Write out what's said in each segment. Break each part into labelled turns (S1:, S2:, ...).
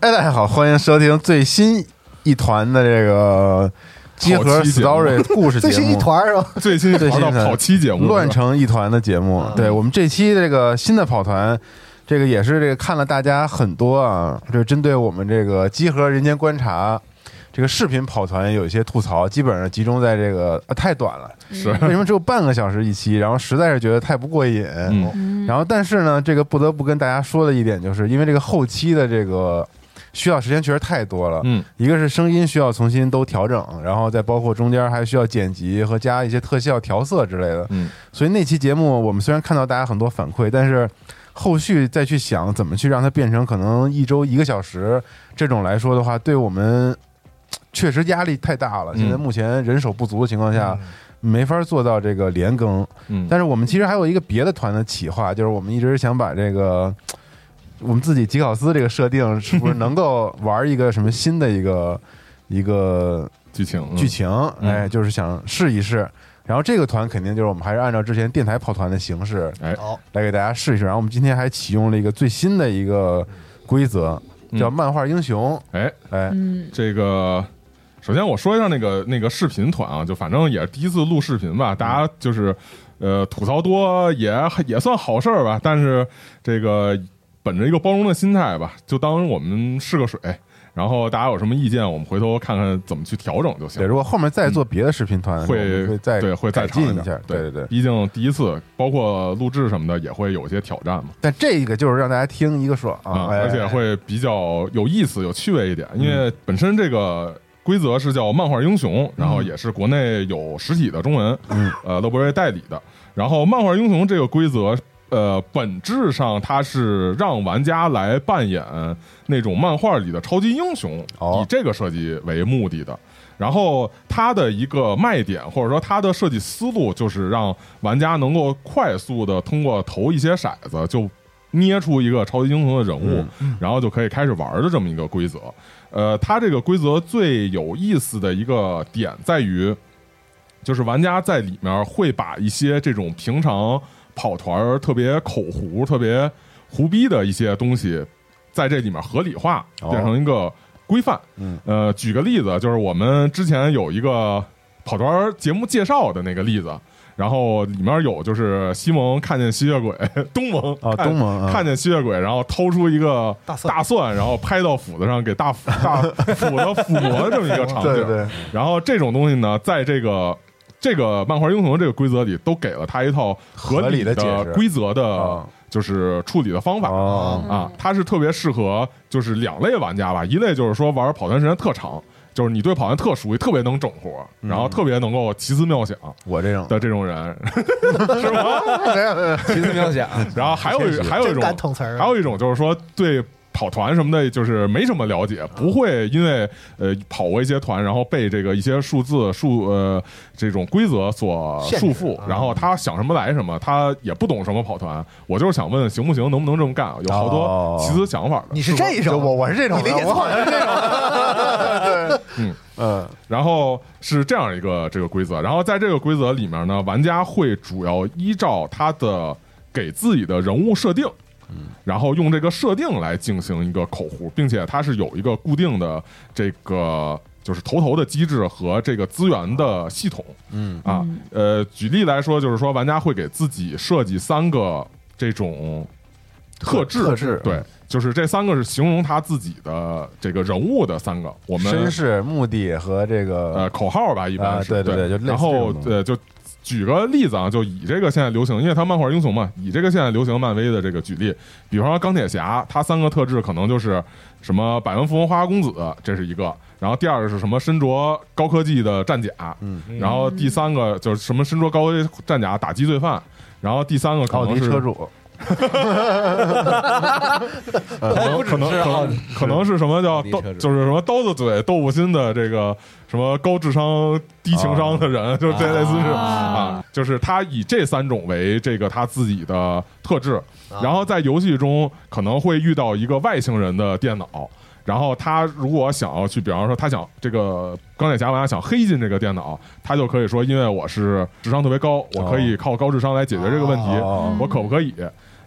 S1: 哎，大家好，欢迎收听最新一团的这个集合
S2: 好期节目
S1: story 故事节
S3: 最
S1: 目，
S3: 新一团是吧？
S2: 最新
S1: 最
S2: 跑
S1: 新
S2: 到
S1: 的
S2: 跑期节目啊
S1: 乱成一团的节目。对我们这期这个新的跑团，这个也是这个看了大家很多啊，就是针对我们这个集合人间观察。这个视频跑团有一些吐槽，基本上集中在这个、啊、太短了，
S2: 是
S1: 为什么只有半个小时一期？然后实在是觉得太不过瘾。
S2: 嗯
S1: 然后但是呢，这个不得不跟大家说的一点，就是因为这个后期的这个需要时间确实太多了。
S2: 嗯，
S1: 一个是声音需要重新都调整，然后再包括中间还需要剪辑和加一些特效调色之类的。
S2: 嗯，
S1: 所以那期节目我们虽然看到大家很多反馈，但是后续再去想怎么去让它变成可能一周一个小时这种来说的话，对我们确实压力太大了。
S2: 嗯
S1: 现在目前人手不足的情况下，没法做到这个连更。
S2: 嗯
S1: 但是我们其实还有一个别的团的企划，就是我们一直想把这个我们自己吉考斯这个设定，是不是能够玩一个什么新的一个一个
S2: 剧情嗯
S1: 剧情？
S2: 嗯
S1: 哎，就是想试一试。然后这个团肯定就是我们还是按照之前电台跑团的形式
S2: 哎
S3: 好，
S1: 来给大家试一试。然后我们今天还启用了一个最新的一个规则，叫
S2: 嗯
S1: 漫画英雄。
S2: 哎
S1: 哎，
S4: 嗯，
S2: 这个。首先我说一下那个那个视频团啊，就反正也是第一次录视频吧，大家就是，呃，吐槽多也也算好事儿吧，但是这个本着一个包容的心态吧，就当我们试个水，然后大家有什么意见，我们回头看看怎么去调整就行
S1: 对，。如果后面再做别的视频团，我
S2: 会
S1: 们会再
S2: 嗯对会再
S1: 改进
S2: 尝
S1: 一下。对对
S2: 对
S1: 对。
S2: 毕竟第一次，包括录制什么的，也会有一些挑战嘛。
S1: 但这个就是让大家听一个爽
S2: 啊，
S1: 哎
S2: 而且会比较有意思、有趣味一点，因为本身这个。规则是叫漫画英雄，然后也是国内有实体的中文，
S1: 嗯、
S2: 呃，乐博瑞代理的。然后漫画英雄这个规则，呃，本质上它是让玩家来扮演那种漫画里的超级英雄，
S1: 哦
S2: 以这个设计为目的的。然后它的一个卖点，或者说它的设计思路，就是让玩家能够快速的通过投一些骰子，就捏出一个超级英雄的人物，然后就可以开始玩的这么一个规则。呃，它这个规则最有意思的一个点在于，就是玩家在里面会把一些这种平常跑团儿特别口胡、特别胡逼的一些东西，在这里面合理化，
S1: 哦
S2: 变成一个规范。
S1: 嗯，
S2: 呃，举个例子，就是我们之前有一个跑团儿节目介绍的那个例子。然后里面有就是西蒙看见吸血鬼， 东蒙
S1: 啊
S2: 看
S1: 东蒙啊
S2: 看见吸血鬼，然后掏出一个
S3: 大蒜
S2: 大蒜，然后拍到斧子上，给大斧大斧子抚摸的这么一个场景。
S1: 对对，
S2: 然后这种东西呢，在这个这个漫画英雄这个规则里，都给了他一套合理
S1: 合理的解释
S2: 规则的
S1: 啊，
S2: 就是处理的方法。
S1: 哦
S2: 啊，它是特别适合就是两类玩家吧，一类就是说玩跑团时间特长，就是你对跑团特熟悉，特别能整活，
S1: 嗯
S2: 然后特别能够奇思妙想
S1: 我这 种
S2: 的这种人。
S3: 奇思妙想，
S2: 然后还有一还有一
S4: 真
S2: 种
S4: 敢捅词儿啊，
S2: 还有一种就是说对跑团什么的，就是没什么了解，不会因为呃跑过一些团，然后被这个一些数字数呃这种规则所
S4: 限
S2: 束
S4: 制
S2: 缚，然后他想什么来什么，他也不懂什么跑团。我就是想问行不行，能不能这么干？有好
S1: 哦
S2: 多奇思想法的。
S4: 你是这
S1: 就
S4: 种，
S1: 我我是这种
S4: 你理
S1: 人，
S4: 解
S1: 我
S4: 错
S1: 好
S4: 了
S1: 像是这种人，对，
S2: 嗯
S1: 嗯
S2: 然后是这样一个这个规则，然后在这个规则里面呢，玩家会主要依照他的给自己的人物设定，
S1: 嗯
S2: 然后用这个设定来进行一个口胡，并且它是有一个固定的这个就是投投的机制和这个资源的系统，
S1: 嗯
S2: 啊，呃，举例来说，就是说玩家会给自己设计三个这种特质，
S1: 特质嗯
S2: 对，就是这三个是形容他自己的这个人物的三个，我们
S1: 绅士、目的和这
S2: 呃
S1: 个
S2: 口号吧，一般是、
S1: 啊对对对就类似
S2: 然
S1: 这
S2: 后
S1: 种东西
S2: 呃就举个例子啊，就以这个现在流行，因为它漫画英雄嘛，以这个现在流行漫威的这个举例，比方说钢铁侠，他三个特质可能就是什么百万富翁花花公子，这是一个。然后第二个是什么？身着高科技的战甲，
S1: 嗯，
S2: 然后第三个就是什么？身着高科技战甲打击罪犯，然后第三个可
S1: 奥
S2: 能
S1: 迪
S2: 是
S1: 车主，
S2: 可能可能
S3: 是
S2: 可
S3: 奥
S2: 能可能啊是什么叫
S3: 迪
S2: 刀，
S3: 车主
S2: 就是什么刀子嘴豆腐心的这个什么高智商低情商的人， 就是这类似是啊，就是他以这三种为这个他自己的特质，然后在游戏中可能会遇到一个外星人的电脑。然后他如果想要去，比方说他想这个钢铁侠玩家想黑进这个电脑，他就可以说，因为我是智商特别高，我可以靠高智商来解决这个问题，
S1: 哦
S2: 我可不可以？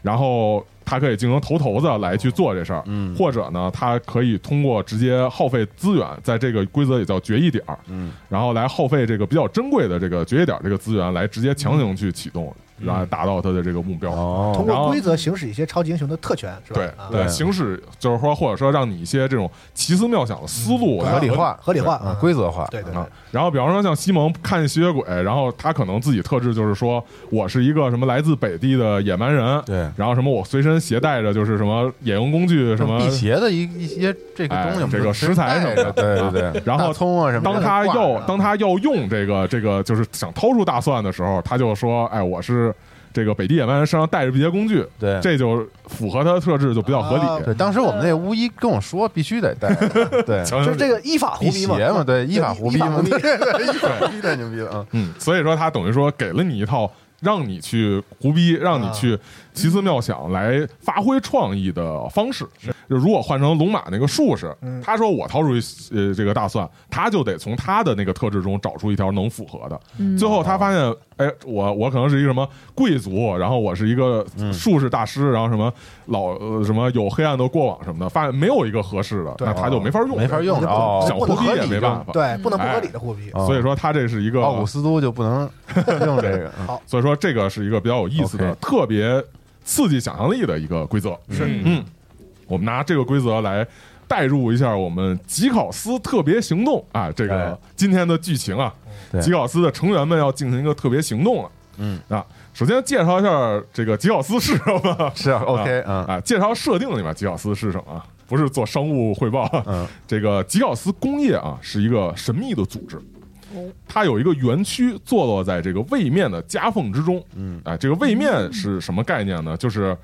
S2: 然后他可以进行投投子来去做这事儿，
S1: 嗯
S2: 或者呢，他可以通过直接耗费资源，在这个规则里叫决议点儿，
S1: 嗯，
S2: 然后来耗费这个比较珍贵的这个决议点儿这个资源，来直接强行去启动，然后达到他的这个目标。
S1: 嗯
S4: 通
S1: 哦，
S2: 然
S4: 过
S2: 后
S4: 规则行使一些超级英雄的特权，是吧？
S2: 对
S4: 啊
S2: 对，
S1: 对
S2: 行使就是说，或者说让你一些这种奇思妙想的思路
S1: 嗯合理化
S4: 合理化
S1: 啊
S4: 啊，
S1: 规则化，
S4: 对对
S2: 啊
S4: 对，。
S2: 然后比方说像西蒙看吸血鬼，然后他可能自己特质就是说我是一个什么来自北地的野蛮人，
S1: 对
S2: 然后什么我随身携带着就是什么野用工具什么
S1: 辟邪的一一些这个
S2: 哎
S1: 东西，
S2: 这个食材什么的
S1: 对对对，
S2: 然后
S1: 大葱啊什么的，
S2: 当他
S1: 挂着
S2: 要
S1: 啊
S2: 当他要用这个这个就是想掏出大蒜的时候，他就说：“哎，我是这个北地野蛮人身上带着这些工具。”
S1: 对
S2: 这就符合他的特质，就比较合
S4: 啊
S2: 理。
S1: 对，当时我们那巫医跟我说必须得带， 对，
S2: 强行
S4: 就是这个依法
S1: 辟
S4: 胡逼嘛
S1: 嗯
S4: 啊
S1: 邪嘛，，对，依法
S4: 依
S1: 胡逼嘛，
S4: 依法胡
S1: 对依法胡逼太牛逼了 啊！
S2: 嗯，所以说他等于说给了你一套让你去胡逼、让
S1: 啊
S2: 你去奇思妙想来发挥创意的方式。
S1: 嗯
S2: 就如果换成龙马那个术士，他说我掏出一呃这个大蒜，他就得从他的那个特质中找出一条能符合的。
S1: 嗯
S2: 最后他发
S1: 哦
S2: 现，哎，我我可能是一个什么贵族，然后我是一个术士大师，然后什么老、呃、什么有黑暗的过往什么的，发现没有一个合适的，那他就没法用，
S1: 没法用了哦
S2: 想胡逼也没办法。
S4: 对，不能不合理的货币。
S1: 哦
S2: 所以说他这是一个
S1: 奥古斯都就不 能用这个，嗯
S2: 所以说这个是一个比较有意思的、
S1: OK
S2: 特别刺激想象力的一个规则。是，嗯，我们拿这个规则来代入一下我们吉考斯特别行动啊，这
S1: 哎
S2: 个今天的剧情啊，
S1: 对
S2: 吉考斯的成员们要进行一个特别行动了。
S1: 嗯
S2: 啊，首先介绍一下这个吉考斯是什么？
S1: 是啊，OK
S2: 啊
S1: 啊，
S2: 啊，介绍设定里面吉考斯是什么啊？不是做商务汇报，
S1: 嗯，
S2: 这个吉考斯工业啊是一个神秘的组织，它有一个园区坐落在这个位面的夹缝之中，
S1: 嗯，
S2: 啊，这个位面是什么概念呢？就是。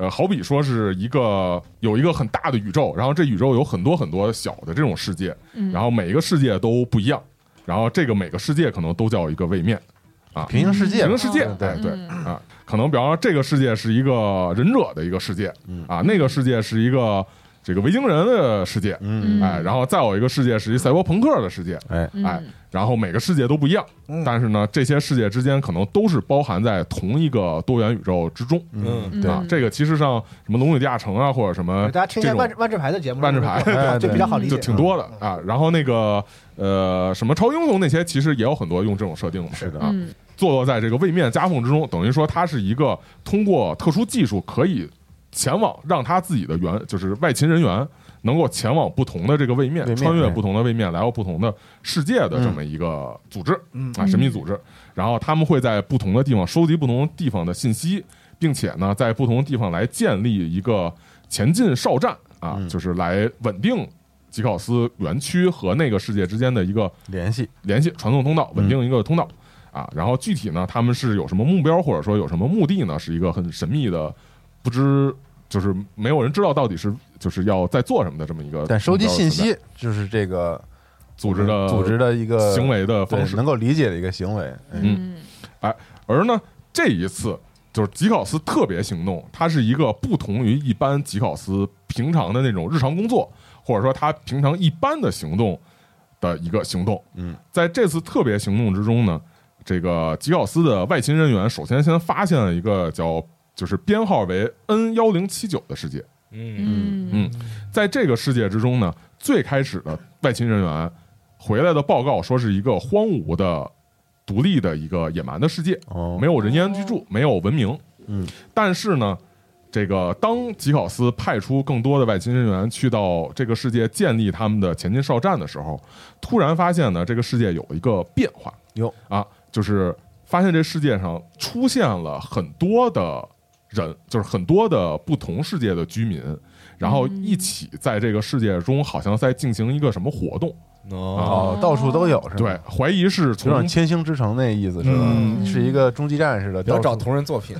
S2: 呃，好比说是一个有一个很大的宇宙，然后这宇宙有很多很多小的这种世界，然后每一个世界都不一样，然后这个每个世界可能都叫一个位面，啊
S1: 平行世界，
S2: 平行世界，
S1: 对
S2: 哎对啊，可能比方说这个世界是一个忍者的一个世界，啊，那个世界是一个这个维京人的世界，
S1: 嗯
S2: 哎，然后再有一个世界是一赛博朋克的世界，
S1: 哎，
S2: 哎，然后每个世界都不一样，但是呢，这些世界之间可能都是包含在同一个多元宇宙之中，
S3: 嗯，
S2: 啊，这个其实像什么《龙与地下城》啊，或者什么
S4: 大家听一
S2: 这
S4: 下
S2: 种
S4: 万万智牌的节目，
S2: 万智牌
S4: 对
S1: 哎
S4: 啊就比较好理
S2: 就
S4: 解，嗯
S2: 挺多的啊。然后那个呃，什么超英雄那些，其实也有很多用这种设定嘛。是的啊。坐落在这个位面夹缝之中，等于说它是一个通过特殊技术可以前往，让他自己的员就是外勤人员能够前往不同的这个位面，
S1: 位面
S2: 穿越
S1: 对
S2: 不同的位面，来到不同的世界的这么一个组织、
S4: 嗯
S2: 啊，神秘组织。然后他们会在不同的地方收集不同地方的信息，并且呢，在不同地方来建立一个前进哨站啊，就是来稳定吉考斯园区和那个世界之间的一个
S1: 联系
S2: 联系传送通道，
S1: 嗯
S2: 稳定一个通道、啊。然后具体呢，他们是有什么目标，或者说有什么目的呢？是一个很神秘的，不知就是没有人知道到底是就是要在做什么的这么一个。
S1: 但收集信息就是这个
S2: 组织的
S1: 组织的一个
S2: 行为的
S1: 对
S2: 方式
S1: 能，够理解的一个行为。嗯
S3: 嗯
S2: 哎而呢这一次就是吉考斯特别行动，它是一个不同于一般吉考斯平常的那种日常工作，或者说他平常一般的行动的一个行动。
S1: 嗯，
S2: 在这次特别行动之中呢，这个吉考斯的外勤人员首先先发现了一个叫就是编号为 N 幺零七九的世界。
S5: 嗯，
S3: 嗯
S2: 嗯，在这个世界之中呢，最开始的外勤人员回来的报告说是一个荒芜的、独立的一个野蛮的世界，
S1: 哦
S2: 没，有人烟居住，没有文明。
S1: 嗯，
S2: 但是呢，这个当吉考斯派出更多的外勤人员去到这个世界建立他们的前进哨站的时候，突然发现呢，这个世界有一个变化。
S1: 哟
S2: 啊，就是发现这世界上出现了很多的人，就是很多的不同世界的居民，然后一起在这个世界中好像在进行一个什么活动。啊
S5: 哦，
S1: 哦，到处都有是吧？
S2: 对，，怀疑是
S1: 有
S2: 从
S1: 点千星之城那意思是吧？是一个终极战似的，
S6: 要找
S1: 到处
S6: 同人作 品，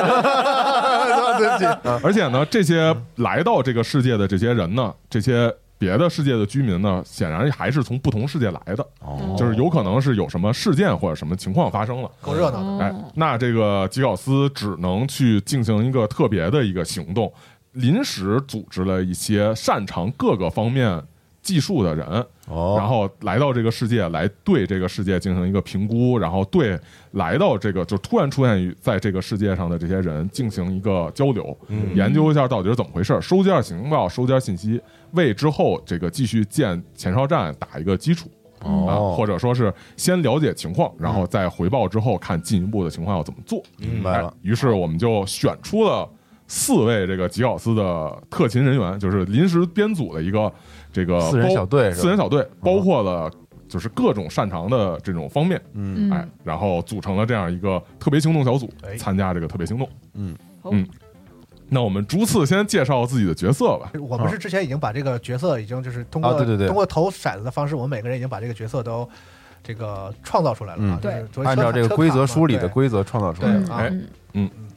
S1: 啊对不起啊
S2: 而且呢，这些来到这个世界的这些人呢，这些别的世界的居民呢，显然还是从不同世界来的，
S1: 哦
S2: 就是有可能是有什么事件或者什么情况发生了。
S4: 够热
S1: 嗯
S4: 闹的。
S2: 哎，那这个吉考斯只能去进行一个特别的一个行动，临时组织了一些擅长各个方面技术的人，
S1: 哦，
S2: 然后来到这个世界，来对这个世界进行一个评估，然后对来到这个就突然出现于在这个世界上的这些人进行一个交流，研究一下到底是怎么回事儿，收集点情报，收集点信息，为之后这个继续建前哨站打一个基础。啊，或
S1: 哦，
S2: 者说是先了解情况，然后再回报之后看进一步的情况要怎么做。
S1: 明白了
S2: 哎，于是我们就选出了四位这个吉奥斯的特勤人员，就是临时编组的一个这个
S1: 四人
S2: 包
S1: 小队是吧嗯
S2: 四人小队包括了就是各种擅长的这种方面，
S1: 嗯
S3: 嗯
S2: 哎，然后组成了这样一个特别行动小组，
S4: 哎
S2: 参加这个特别行动。
S1: 嗯
S4: 哦
S3: 好
S2: 嗯，那我们逐次先介绍自己的角色吧。
S4: 我们是之前已经把这个角色已经就是通
S1: 啊
S4: 过
S1: 对对对
S4: 通过投骰子的方式，我们每个人已经把这个角色都这个创造出来了啊
S1: 嗯。
S4: 就是作为
S1: 按照这个规则梳理的规则创造出来
S4: 对
S1: 的。
S4: 啊
S2: 哎，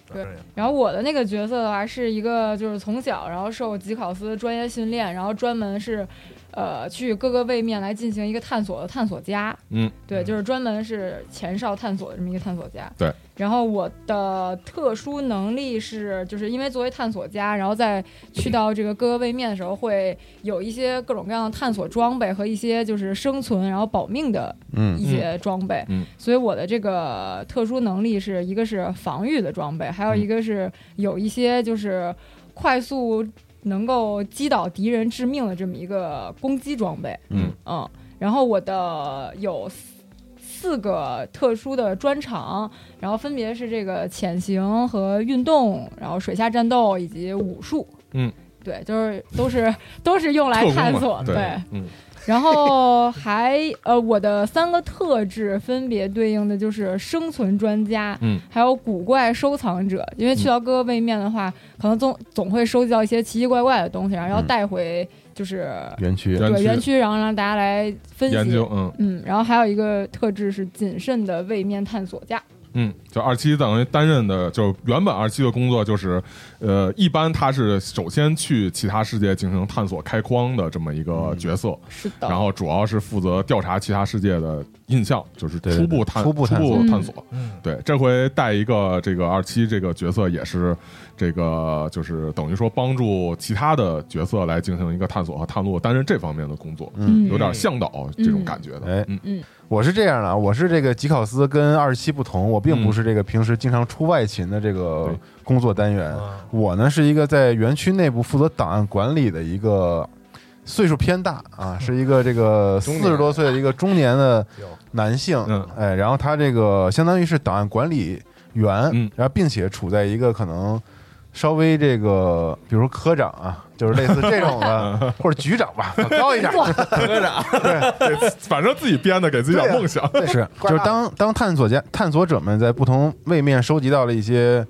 S4: 车卡嘛，对
S3: 然后我的那个角色的话，是一个就是从小然后受吉考斯专业训练，然后专门是，呃，去各个位面来进行一个探索的探索家。
S2: 嗯，
S3: 对，就是专门是前哨探索的这么一个探索家。
S2: 对。
S3: 然后我的特殊能力是，就是因为作为探索家，然后在去到这个各个位面的时候，会有一些各种各样的探索装备和一些就是生存然后保命的
S1: 嗯
S3: 一些装备，
S2: 嗯嗯
S3: 所以我的这个特殊能力是一个是防御的装备，
S2: 嗯
S3: 还有一个是有一些就是快速能够击倒敌人致命的这么一个攻击装备，
S1: 嗯
S3: 嗯，然后我的有四四个特殊的专长，然后分别是这个潜行和运动，然后水下战斗以及武术，
S2: 嗯。
S3: 对，就是都是都是用来
S2: 特工
S3: 探
S2: 嘛
S3: 索，
S2: 对
S3: 对
S2: 嗯
S3: 然后还呃，我的三个特质分别对应的就是生存专家，
S2: 嗯，
S3: 还有古怪收藏者。因为去到各个位面的话，可能总总会收集到一些奇奇怪怪的东西，然后要
S1: 嗯
S3: 带回就是、
S1: 园区
S2: 园
S3: 对
S2: 区
S3: 园区，然后让大家来分析
S2: 研究，嗯
S3: 嗯，然后还有一个特质是谨慎的位面探索家，
S2: 嗯，就二期等于担任的，就原本二期的工作就是，呃，一般他是首先去其他世界进行探索开荒的这么一个角色，
S4: 嗯
S1: 嗯
S3: 是的。
S2: 然后主要是负责调查其他世界的印象，就是
S1: 对
S2: 初步探
S1: 初步探索
S3: 嗯
S2: 探索。
S4: 嗯，
S2: 对，这回带一个这个二期这个角色也是这个就是等于说帮助其他的角色来进行一个探索和探路，担任这方面的工作，
S3: 嗯，
S2: 有点向导这种感觉的。
S1: 哎
S2: 嗯
S1: 我是这样的啊，我是这个吉考斯跟二十七不同，我并不是这个平时经常出外勤的这个
S2: 嗯对
S1: 工作单元，
S4: 啊
S1: 我呢是一个在园区内部负责档案管理的一个岁数偏大
S2: 嗯
S1: 啊，是一个这个四十多岁的一个中年的
S4: 有
S1: 男性
S2: 嗯，
S1: 哎，然后他这个相当于是档案管理员
S2: 嗯，
S1: 然后并且处在一个可能稍微这个，比如说科长啊，就是类似这种的， 或者局长吧，高一点，
S6: 科长，
S2: 反正自己编的，给自己点
S4: 对啊
S2: 梦想。
S1: 是，就
S4: 瓜
S1: 是
S4: 大
S1: 当当探索家探索者们在不同位面收集到了一些，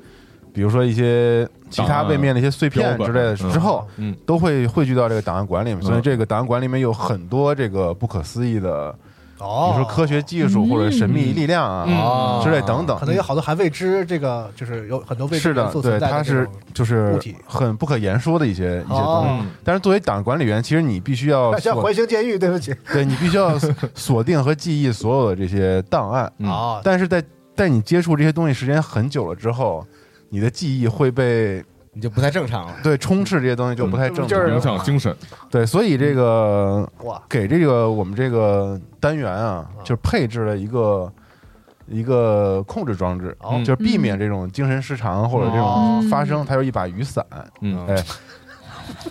S1: 比如说一些其
S2: 档
S1: 他
S2: 案啊
S1: 位面的一些碎片
S2: 标
S1: 之
S2: 本
S1: 类的
S2: 嗯
S1: 之后，
S2: 嗯，
S1: 都会汇聚到这个档案馆里面。所以
S2: 嗯
S1: 这个档案馆里面有很多这个不可思议的，比
S4: 哦，
S1: 如说科学技术
S3: 嗯
S1: 或者神秘力量
S2: 嗯
S1: 啊
S6: 哦
S1: 之类等等
S4: 可。能有好多还未知，这个就是有很多未知
S1: 嗯是
S4: 元
S1: 的，
S4: 素
S1: 对，
S4: 存在
S1: 它
S4: 这
S1: 是
S4: 种
S1: 就是
S4: 物体
S1: 很不可言说的一些一些东西。
S4: 哦
S2: 嗯，
S1: 但是作为档案管理员，其实你必须 要
S4: 那像
S1: 锁
S4: 回，形监狱，对不起
S1: 对你必须要锁定和记忆所有的这些档案。
S2: 嗯
S4: 啊，
S1: 但是在在你接触这些东西时间很久了之后，你的记忆会被
S6: 你就不太正常了。
S1: 对充斥这些东西就不太正常，
S4: 就 是
S2: 影响精神。
S1: 对，所以这个
S4: 哇，
S1: 给这个我们这个单元啊，
S4: 嗯
S1: 就是配置了一个一个控制装置，
S4: 哦嗯
S1: 就是避免这种精神失常或者这
S3: 哦
S1: 种发生。它有一把雨伞，
S2: 嗯
S1: 哎，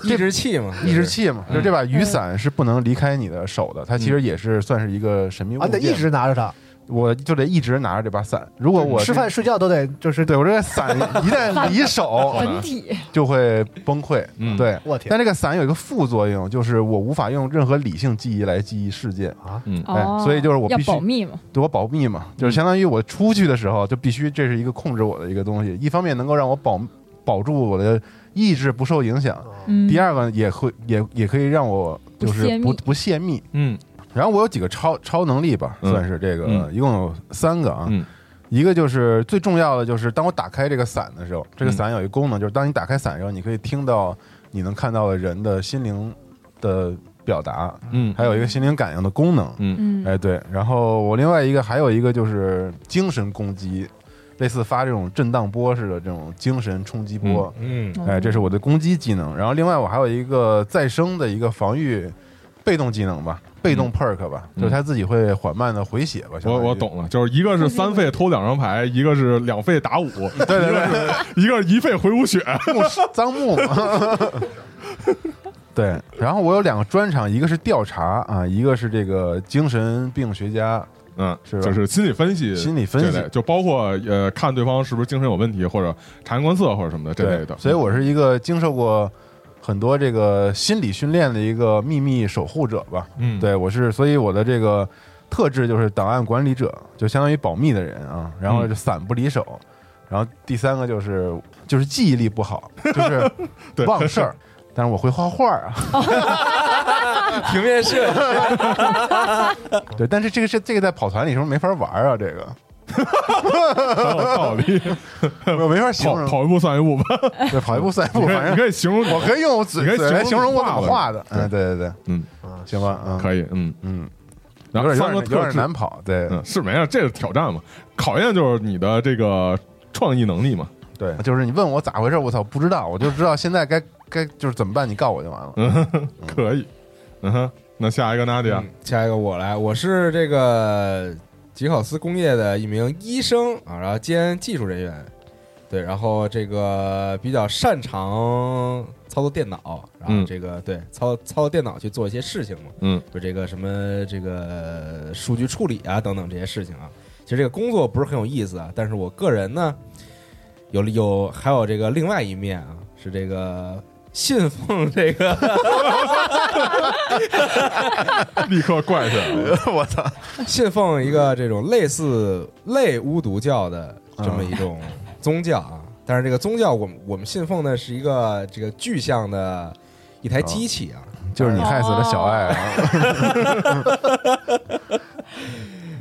S6: 抑制器嘛，
S1: 抑制器嘛，
S6: 嗯
S1: 就这把雨伞是不能离开你的手的，它其实也是算是一个神秘物
S4: 嗯啊，得
S1: 件。
S4: 一直拿着它，
S1: 我就得一直拿着这把伞，如果我
S4: 吃饭睡觉都得就是，
S1: 对我这个伞一旦离 手，
S3: 本体
S1: 就会崩溃。
S2: 嗯
S1: 对。
S4: 我天
S1: 但这个伞有一个副作用，就是我无法用任何理性记忆来记忆事件，
S4: 啊，
S2: 嗯
S1: 哎
S3: 哦，
S1: 所以就是我
S3: 要
S1: 必须
S3: 保密嘛，
S1: 对我保密嘛，就是相当于我出去的时候就必须这是一个控制我的一个东西，一方面能够让我保保住我的意志不受影响，
S3: 嗯，
S1: 第二个也会也也可以让我就是不
S3: 不泄密
S1: 不泄密。
S2: 嗯
S1: 然后我有几个超超能力吧，
S2: 嗯
S1: 算是这个、
S2: 嗯
S1: 一共有三个啊。
S2: 嗯
S1: 一个就是最重要的，就是当我打开这个伞的时候，这个
S2: 嗯
S1: 伞有一个功能，就是当你打开伞的时候，你可以听到你能看到的人的心灵的表达，
S2: 嗯
S1: 还有一个心灵感应的功能。
S2: 嗯
S3: 嗯，
S1: 哎，对，然后我另外一个还有一个就是精神攻击，类似发这种震荡波似的这种精神冲击波。
S6: 嗯，
S3: 哦
S1: 哎， 这是我的攻击技能。然后另外我还有一个再生的一个防御被动技能吧，被动 perk 吧，
S2: 嗯
S1: 就是它自己会缓慢的回血吧。相
S2: 我
S1: 当于
S2: 我。懂了，就是一个是三费偷两张牌，一个是两费打五， 对
S1: 对对
S2: 对，一个是一费回五血，
S1: 木是脏木 嘛。对，然后我有两个专场，一个是调查啊，一个是这个精神病学家。
S2: 嗯，
S1: 是吧
S2: 就是心理分析，
S1: 心理分析
S2: 这类就包括呃看对方是不是精神有问题，或者察言观色或者什么的这类的。
S1: 所以我是一个经受过很多这个心理训练的一个秘密守护者吧。
S2: 嗯
S1: 对我是，所以我的这个特质就是档案管理者，就相当于保密的人啊。然
S2: 嗯
S1: 后就散不离手，然后第三个就是就是记忆力不好， 就是
S2: 对
S1: 忘事儿。但是我会画画儿啊，
S6: 平面设
S1: 对，但是这个是这个在跑团里时候没法玩儿啊，这个
S2: 很有 道理。
S1: 我没法形
S2: 跑
S1: 容，
S2: 跑一步算一步吧，
S1: 对，跑一步算一步，
S2: 你
S1: 反
S2: 可以
S1: 正
S2: 你可以形容
S1: 我可以用我嘴
S2: 你可以
S1: 嘴来形
S2: 形容
S1: 容
S2: 你
S1: 我怎么
S2: 画
S1: 画的，嗯，对对对，
S2: 嗯，
S4: 啊
S1: 行吧，嗯，
S2: 可以，嗯
S1: 嗯，
S2: 然后
S1: 有点
S2: 三
S1: 有
S2: 个
S1: 点有
S2: 特
S1: 点
S2: 质，
S1: 难跑，对
S2: 嗯，是没事，这是挑战嘛，考验就是你的这个创意能力嘛，
S1: 对，就是你问我咋回事，我操，不知道，我就知道现在该该就是怎么办，你告我就完了。
S2: 嗯可以，嗯哼，那下一个 Nadia，
S6: 嗯下一个我来，我是这个吉考斯工业的一名医生啊，然后兼技术人员，对，然后这个比较擅长操作电脑，然后
S2: 嗯
S6: 这个、对操操作电脑去做一些事情嘛，
S2: 嗯，
S6: 就这个什么这个数据处理啊等等这些事情啊，其实这个工作不是很有意思啊，但是我个人呢，有有还有这个另外一面啊，是这个信奉这个。
S2: 立刻怪起来了，
S1: 我操，
S6: 信奉一个这种类似类巫毒教的这么一种宗教啊，但是这个宗教我们我们信奉的是一个这个具象的一台机器啊，
S1: 就是你害死了小爱
S2: 哦
S1: 啊！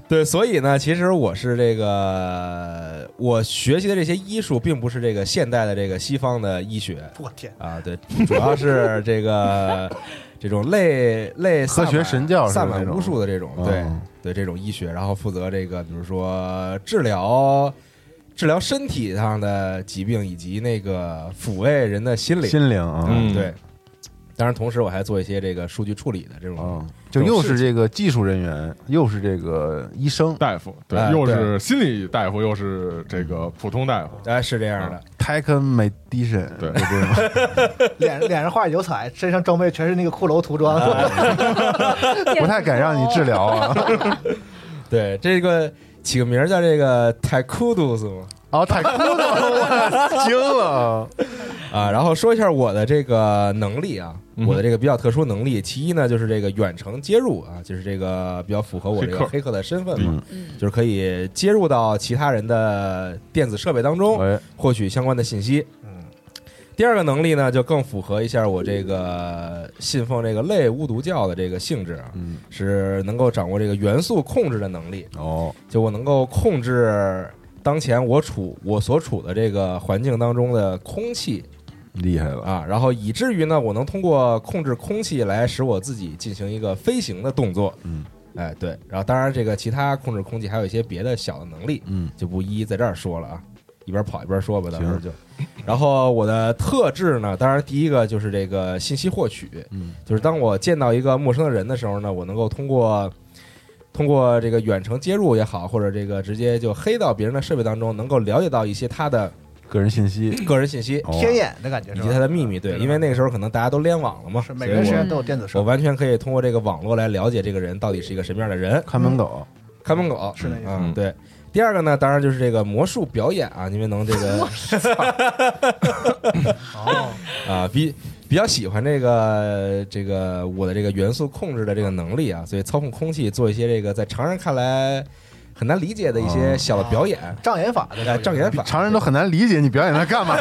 S6: 对，所以呢，其实我是这个我学习的这些医术，并不是这个现代的这个西方的医学
S4: 我天，
S6: 啊，对，主要是这个这种类类
S1: 科
S6: 萨
S1: 学
S6: 满
S1: 神教是吧
S6: 萨
S1: 这
S6: 满
S1: 种
S6: 巫术的这种对。
S1: 嗯
S6: 对这种医学，然后负责这个，比如说治疗治疗身体上的疾病，以及那个抚慰人的心理。
S1: 心灵啊，
S2: 嗯
S6: 对。当然，同时我还做一些这个数据处理的这种，
S1: 啊，就又是这个技术人员，又是这个医生，
S2: 大夫，对，
S6: 哎
S2: 又
S6: 对
S2: 是心理大夫，又是这个普通大夫，
S6: 哎，是这样的，
S1: tech medicine，
S2: 对
S1: 就这 种
S4: 脸脸上画着油彩，身上装备全是那个骷髅涂装，
S1: 不太敢让你治疗啊。
S6: 对这个起个名儿叫这个 t a k u d u s
S1: 哦，太酷了，我 惊了。
S6: 啊，然后说一下我的这个能力啊，
S2: 嗯哼
S6: 我的这个比较特殊能力，其一呢就是这个远程接入啊，就是这个比较符合我这
S2: 黑
S6: 个
S2: 客
S6: 黑客的身份嘛，
S3: 嗯
S6: 就是可以接入到其他人的电子设备当
S2: 嗯
S6: 中，
S1: 哎，
S6: 获取相关的信息。
S4: 嗯，
S6: 第二个能力呢，就更符合一下我这个信奉这个类巫毒教的这个性质啊，
S1: 嗯，
S6: 是能够掌握这个元素控制的能力，
S1: 哦，
S6: 就我能够控制当前我处我所处的这个环境当中的空气
S1: 厉害了，
S6: 啊，然后以至于呢，我能通过控制空气来使我自己进行一个飞行的动作。
S1: 嗯，
S6: 哎，对，然后当然这个其他控制空气还有一些别的小的能力，
S1: 嗯，
S6: 就不一一在这儿说了啊，一边跑一边说吧，到时候
S1: 行
S6: 就。然后我的特质呢，当然第一个就是这个信息获取，
S1: 嗯，
S6: 就是当我见到一个陌生的人的时候呢，我能够通过通过这个远程接入也好，或者这个直接就黑到别人的设备当中，能够了解到一些他的
S1: 个人信息，
S6: 个人信息。
S1: 哦
S4: 天眼的感觉
S6: 以
S4: 是
S6: 及
S4: 吧？
S6: 它的秘密，对，因为那个时候可能大家都联网了嘛，
S4: 是每个人身
S6: 所以
S4: 上都有电子
S6: 我
S4: 设
S6: 我
S4: 备，
S6: 完全可以通过这个网络来了解这个人到底是一个什么样的人。
S1: 看门狗，
S6: 看门狗
S4: 是那意思。
S6: 嗯，对。第二个呢，当然就是这个魔术表演啊，因为能这个
S4: 哦，
S6: 啊比比较喜欢这个这个我的这个元素控制的这个能力啊，所以操控空气做一些这个在常人看来很难理解的一些小的表演，
S4: 障眼法的
S6: 呃，障眼法，
S1: 哦常人都很难理解你表演它干嘛。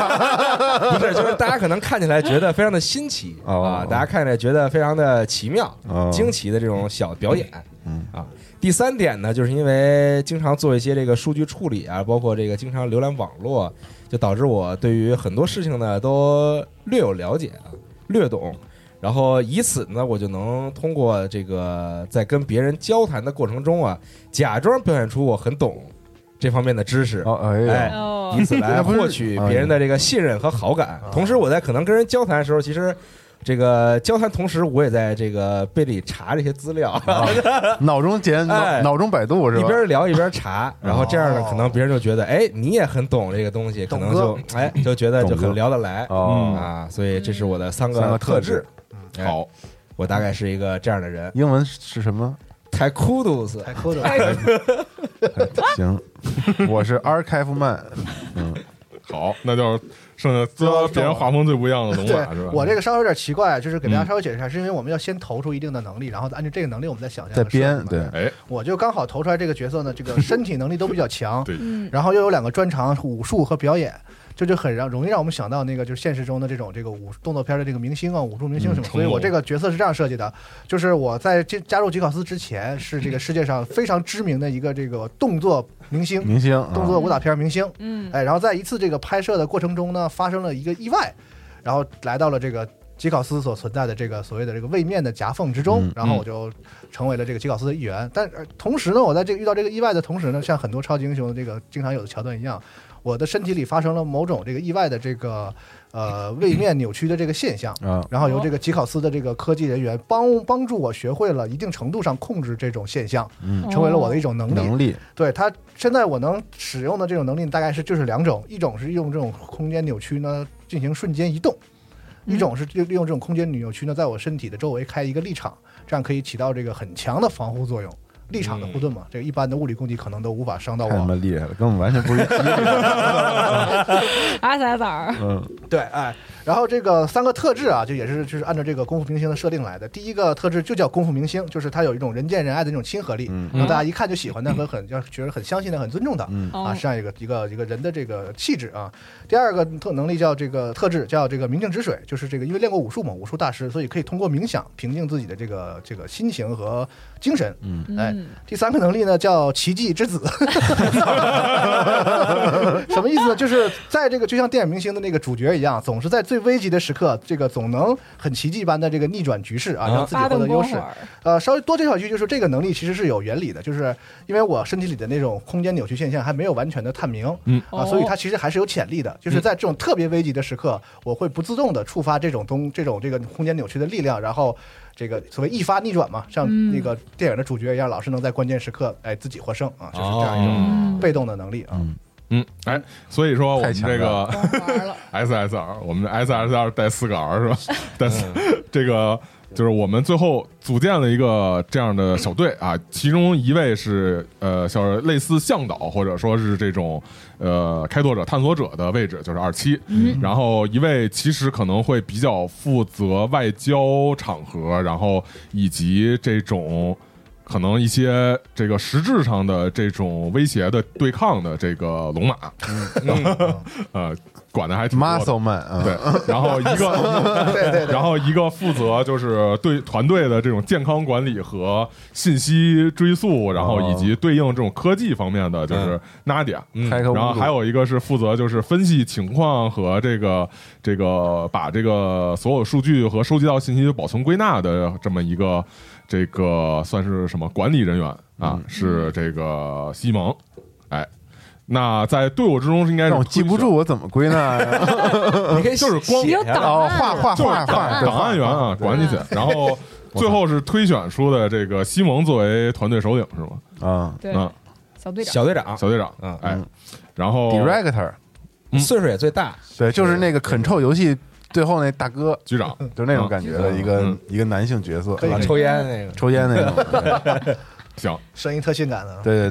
S6: 不是，就是大家可能看起来觉得非常的新奇
S1: 哦
S6: 啊，大家看起来觉得非常的奇妙
S1: 哦、
S6: 惊奇的这种小表演
S1: 嗯
S6: 啊。第三点呢，就是因为经常做一些这个数据处理啊，包括这个经常浏览网络，就导致我对于很多事情呢都略有了解啊，略懂。然后以此呢，我就能通过这个在跟别人交谈的过程中啊，假装表现出我很懂这方面的知识
S1: 哦，哎呀，
S3: 哦
S6: 以，此来
S1: 那不是
S6: 获取别人的这个信任和好感
S4: 啊。
S6: 同时，我在可能跟人交谈的时候，其实这个交谈同时，我也在这个背地里查这些资 料，
S1: 脑中检脑
S6: 哎
S1: 脑中百度是
S6: 一
S1: 吧？
S6: 边聊一边查，然后这样呢
S4: 哦，
S6: 可能别人就觉得，哎，你也很懂这个东西，可
S4: 懂
S6: 能就哎就觉得就
S1: 懂哥
S6: 很聊得来
S1: 哦，
S6: 啊。所以这是我的三
S1: 三
S6: 个
S1: 个特
S6: 特
S1: 质
S6: 质。哎
S2: 好，
S6: 我大概是一个这样的人，
S1: 英文是什么？
S6: 太 kudos
S4: 太抠的，
S1: 行，我是 Archive Man，
S2: 好，那就是剩下教别人画风最不一样的龙
S4: 对
S2: 马是吧？
S4: 我这个稍微有点奇怪，就是给大家
S2: 嗯
S4: 稍微解释一下，是因为我们要先投出一定的能力，然后按照这个能力我们再想象
S1: 在编，
S4: 对，
S1: 对，
S2: 哎，，
S4: 我就刚好投出来这个角色呢，这个身体能力都比较强
S2: 对
S3: 嗯，
S4: 然后又有两个专长，武术和表演，这就很让容易让我们想到那个就是现实中的这种这个武动作片的这个明星啊，武术明星什么。
S2: 嗯
S4: 所以我这个角色是这样设计的，就是我在进加入吉考斯之前，是这个世界上非常知名的一个这个动作明星、
S1: 明星，啊
S4: 动作武打片明星。
S3: 嗯，
S4: 哎，然后在一次这个拍摄的过程中呢，发生了一个意外，然后来到了这个吉考斯所存在的这个所谓的这个位面的夹缝之中，
S1: 嗯
S4: 然后我就成为了这个吉考斯的一员。但呃同时呢，我在这个遇到这个意外的同时呢，像很多超级英雄的这个经常有的桥段一样，我的身体里发生了某种这个意外的这个呃位面扭曲的这个 现象。
S1: 啊，
S4: 然后由这个吉考斯的这个科技人员帮帮助我学会了一定程度上控制这种现象，
S1: 哦
S4: 成为了我的一种能力。
S1: 能力，
S4: 对它现在我能使用的这种能力大概是就是两种，一种是用这种空间扭曲呢进行瞬间移动，一
S1: 嗯
S4: 种是利用这种空间扭曲呢在我身体的周围开一个立场，这样可以起到这个很强的防护作用。立场的护盾嘛，这个一般的物理攻击可能都无法伤到
S1: 嗯太他
S4: 我。
S1: 妈厉害了，跟我们完全不是一级别。
S3: 阿仔仔儿，
S1: 嗯，
S4: 对，哎，然后这个三个特质啊，就也是就是按照这个功夫明星的设定来的。第一个特质就叫功夫明星，就是他有一种人见人爱的那种亲和力，
S1: 嗯
S4: 让大家一看就喜欢他和很让觉得很相信他、很尊重他。啊，
S3: 哦
S4: 是，这样一个一个一个人的这个气质啊。第二个特能力叫这个特质叫这个明镜止水，就是这个因为练过武术嘛，武术大师，所以可以通过冥想平静自己的这个这个心情和精神。哎
S3: 嗯，
S4: 第三个能力呢叫奇迹之子， 什么意思呢？就是在这个就像电影明星的那个主角一样，总是在最危急的时刻，这个总能很奇迹般的这个逆转局势啊，
S6: 啊
S4: 让自己
S3: 发
S4: 获得
S3: 动
S4: 优
S3: 光
S4: 势
S3: 环。儿，
S4: 呃，稍微多介绍一句，就是这个能力其实是有原理的，就是因为我身体里的那种空间扭曲现象还没有完全的探明，
S2: 嗯
S4: 啊，所以
S3: 哦
S4: 它其实还是有潜力的。就是在这种特别危急的时刻，我会不自动的触发这种东这种这个空间扭曲的力量，然后这个所谓一发逆转嘛，像
S3: 嗯
S4: 那个电影的主角一样，老是能在关键时刻哎自己获胜啊，就是这样一种
S3: 嗯，
S4: 被动的能力啊。
S1: 嗯，
S2: 哦嗯，哎，所以说我们
S1: 太强
S2: 这个
S3: 光环儿了，
S2: SSR，我们的 SSR 带四个 R 是吧？ 带四
S6: 嗯
S2: 这个就是我们最后组建了一个这样的小队啊，其中一位是呃，像类似向导或者说是这种呃开拓者、探索者的位置，就是二七。
S3: 嗯
S2: 然后一位其实可能会比较负责外交场合，然后以及这种可能一些这个实质上的这种威胁的对抗的这个龙马，呃，管的还挺多的
S1: muscle man 啊，
S2: 对，然后一个，
S4: 对对对，
S2: 然后一个负责就是对团队的这种健康管理和信息追溯，然后以及对应这种科技方面的就是
S6: 嗯
S2: Nadia，
S6: 嗯
S1: 开个
S2: 然后还有一个是负责就是分析情况和这个这个把这个所有数据和收集到信息保存归纳的这么一个这个算是什么管理人员啊，是这个西蒙，哎。那在队伍之中是应该是
S1: 让我记不
S2: 推选
S1: 住我怎么归纳呀？
S6: 你可以
S2: 就是光
S6: 写
S3: 有
S6: 下来
S3: 档
S1: 哦，
S3: 案
S1: 画画
S2: 就是
S1: 画画，对
S2: 档案员啊，管理去。 然后最后是推选出的这个西蒙作为团队首领是吗？
S1: 啊
S3: 对，
S2: 嗯，
S3: 小队长，
S6: 小队长，
S2: 小队长
S6: 嗯，
S2: 哎
S1: 嗯，
S2: 然后
S1: ，director，
S2: 嗯
S6: 岁数也最大，
S1: 对，就是那个 control 游戏最后那大哥，
S2: 局长，
S1: 就是那种感觉的
S6: 嗯
S1: 一个
S2: 嗯
S1: 一个男性角色，
S4: 可以
S6: 啊
S4: 可以
S6: 抽烟那个，
S1: 抽烟那 种。对
S2: 行，
S4: 声音特性感啊的，
S1: 对对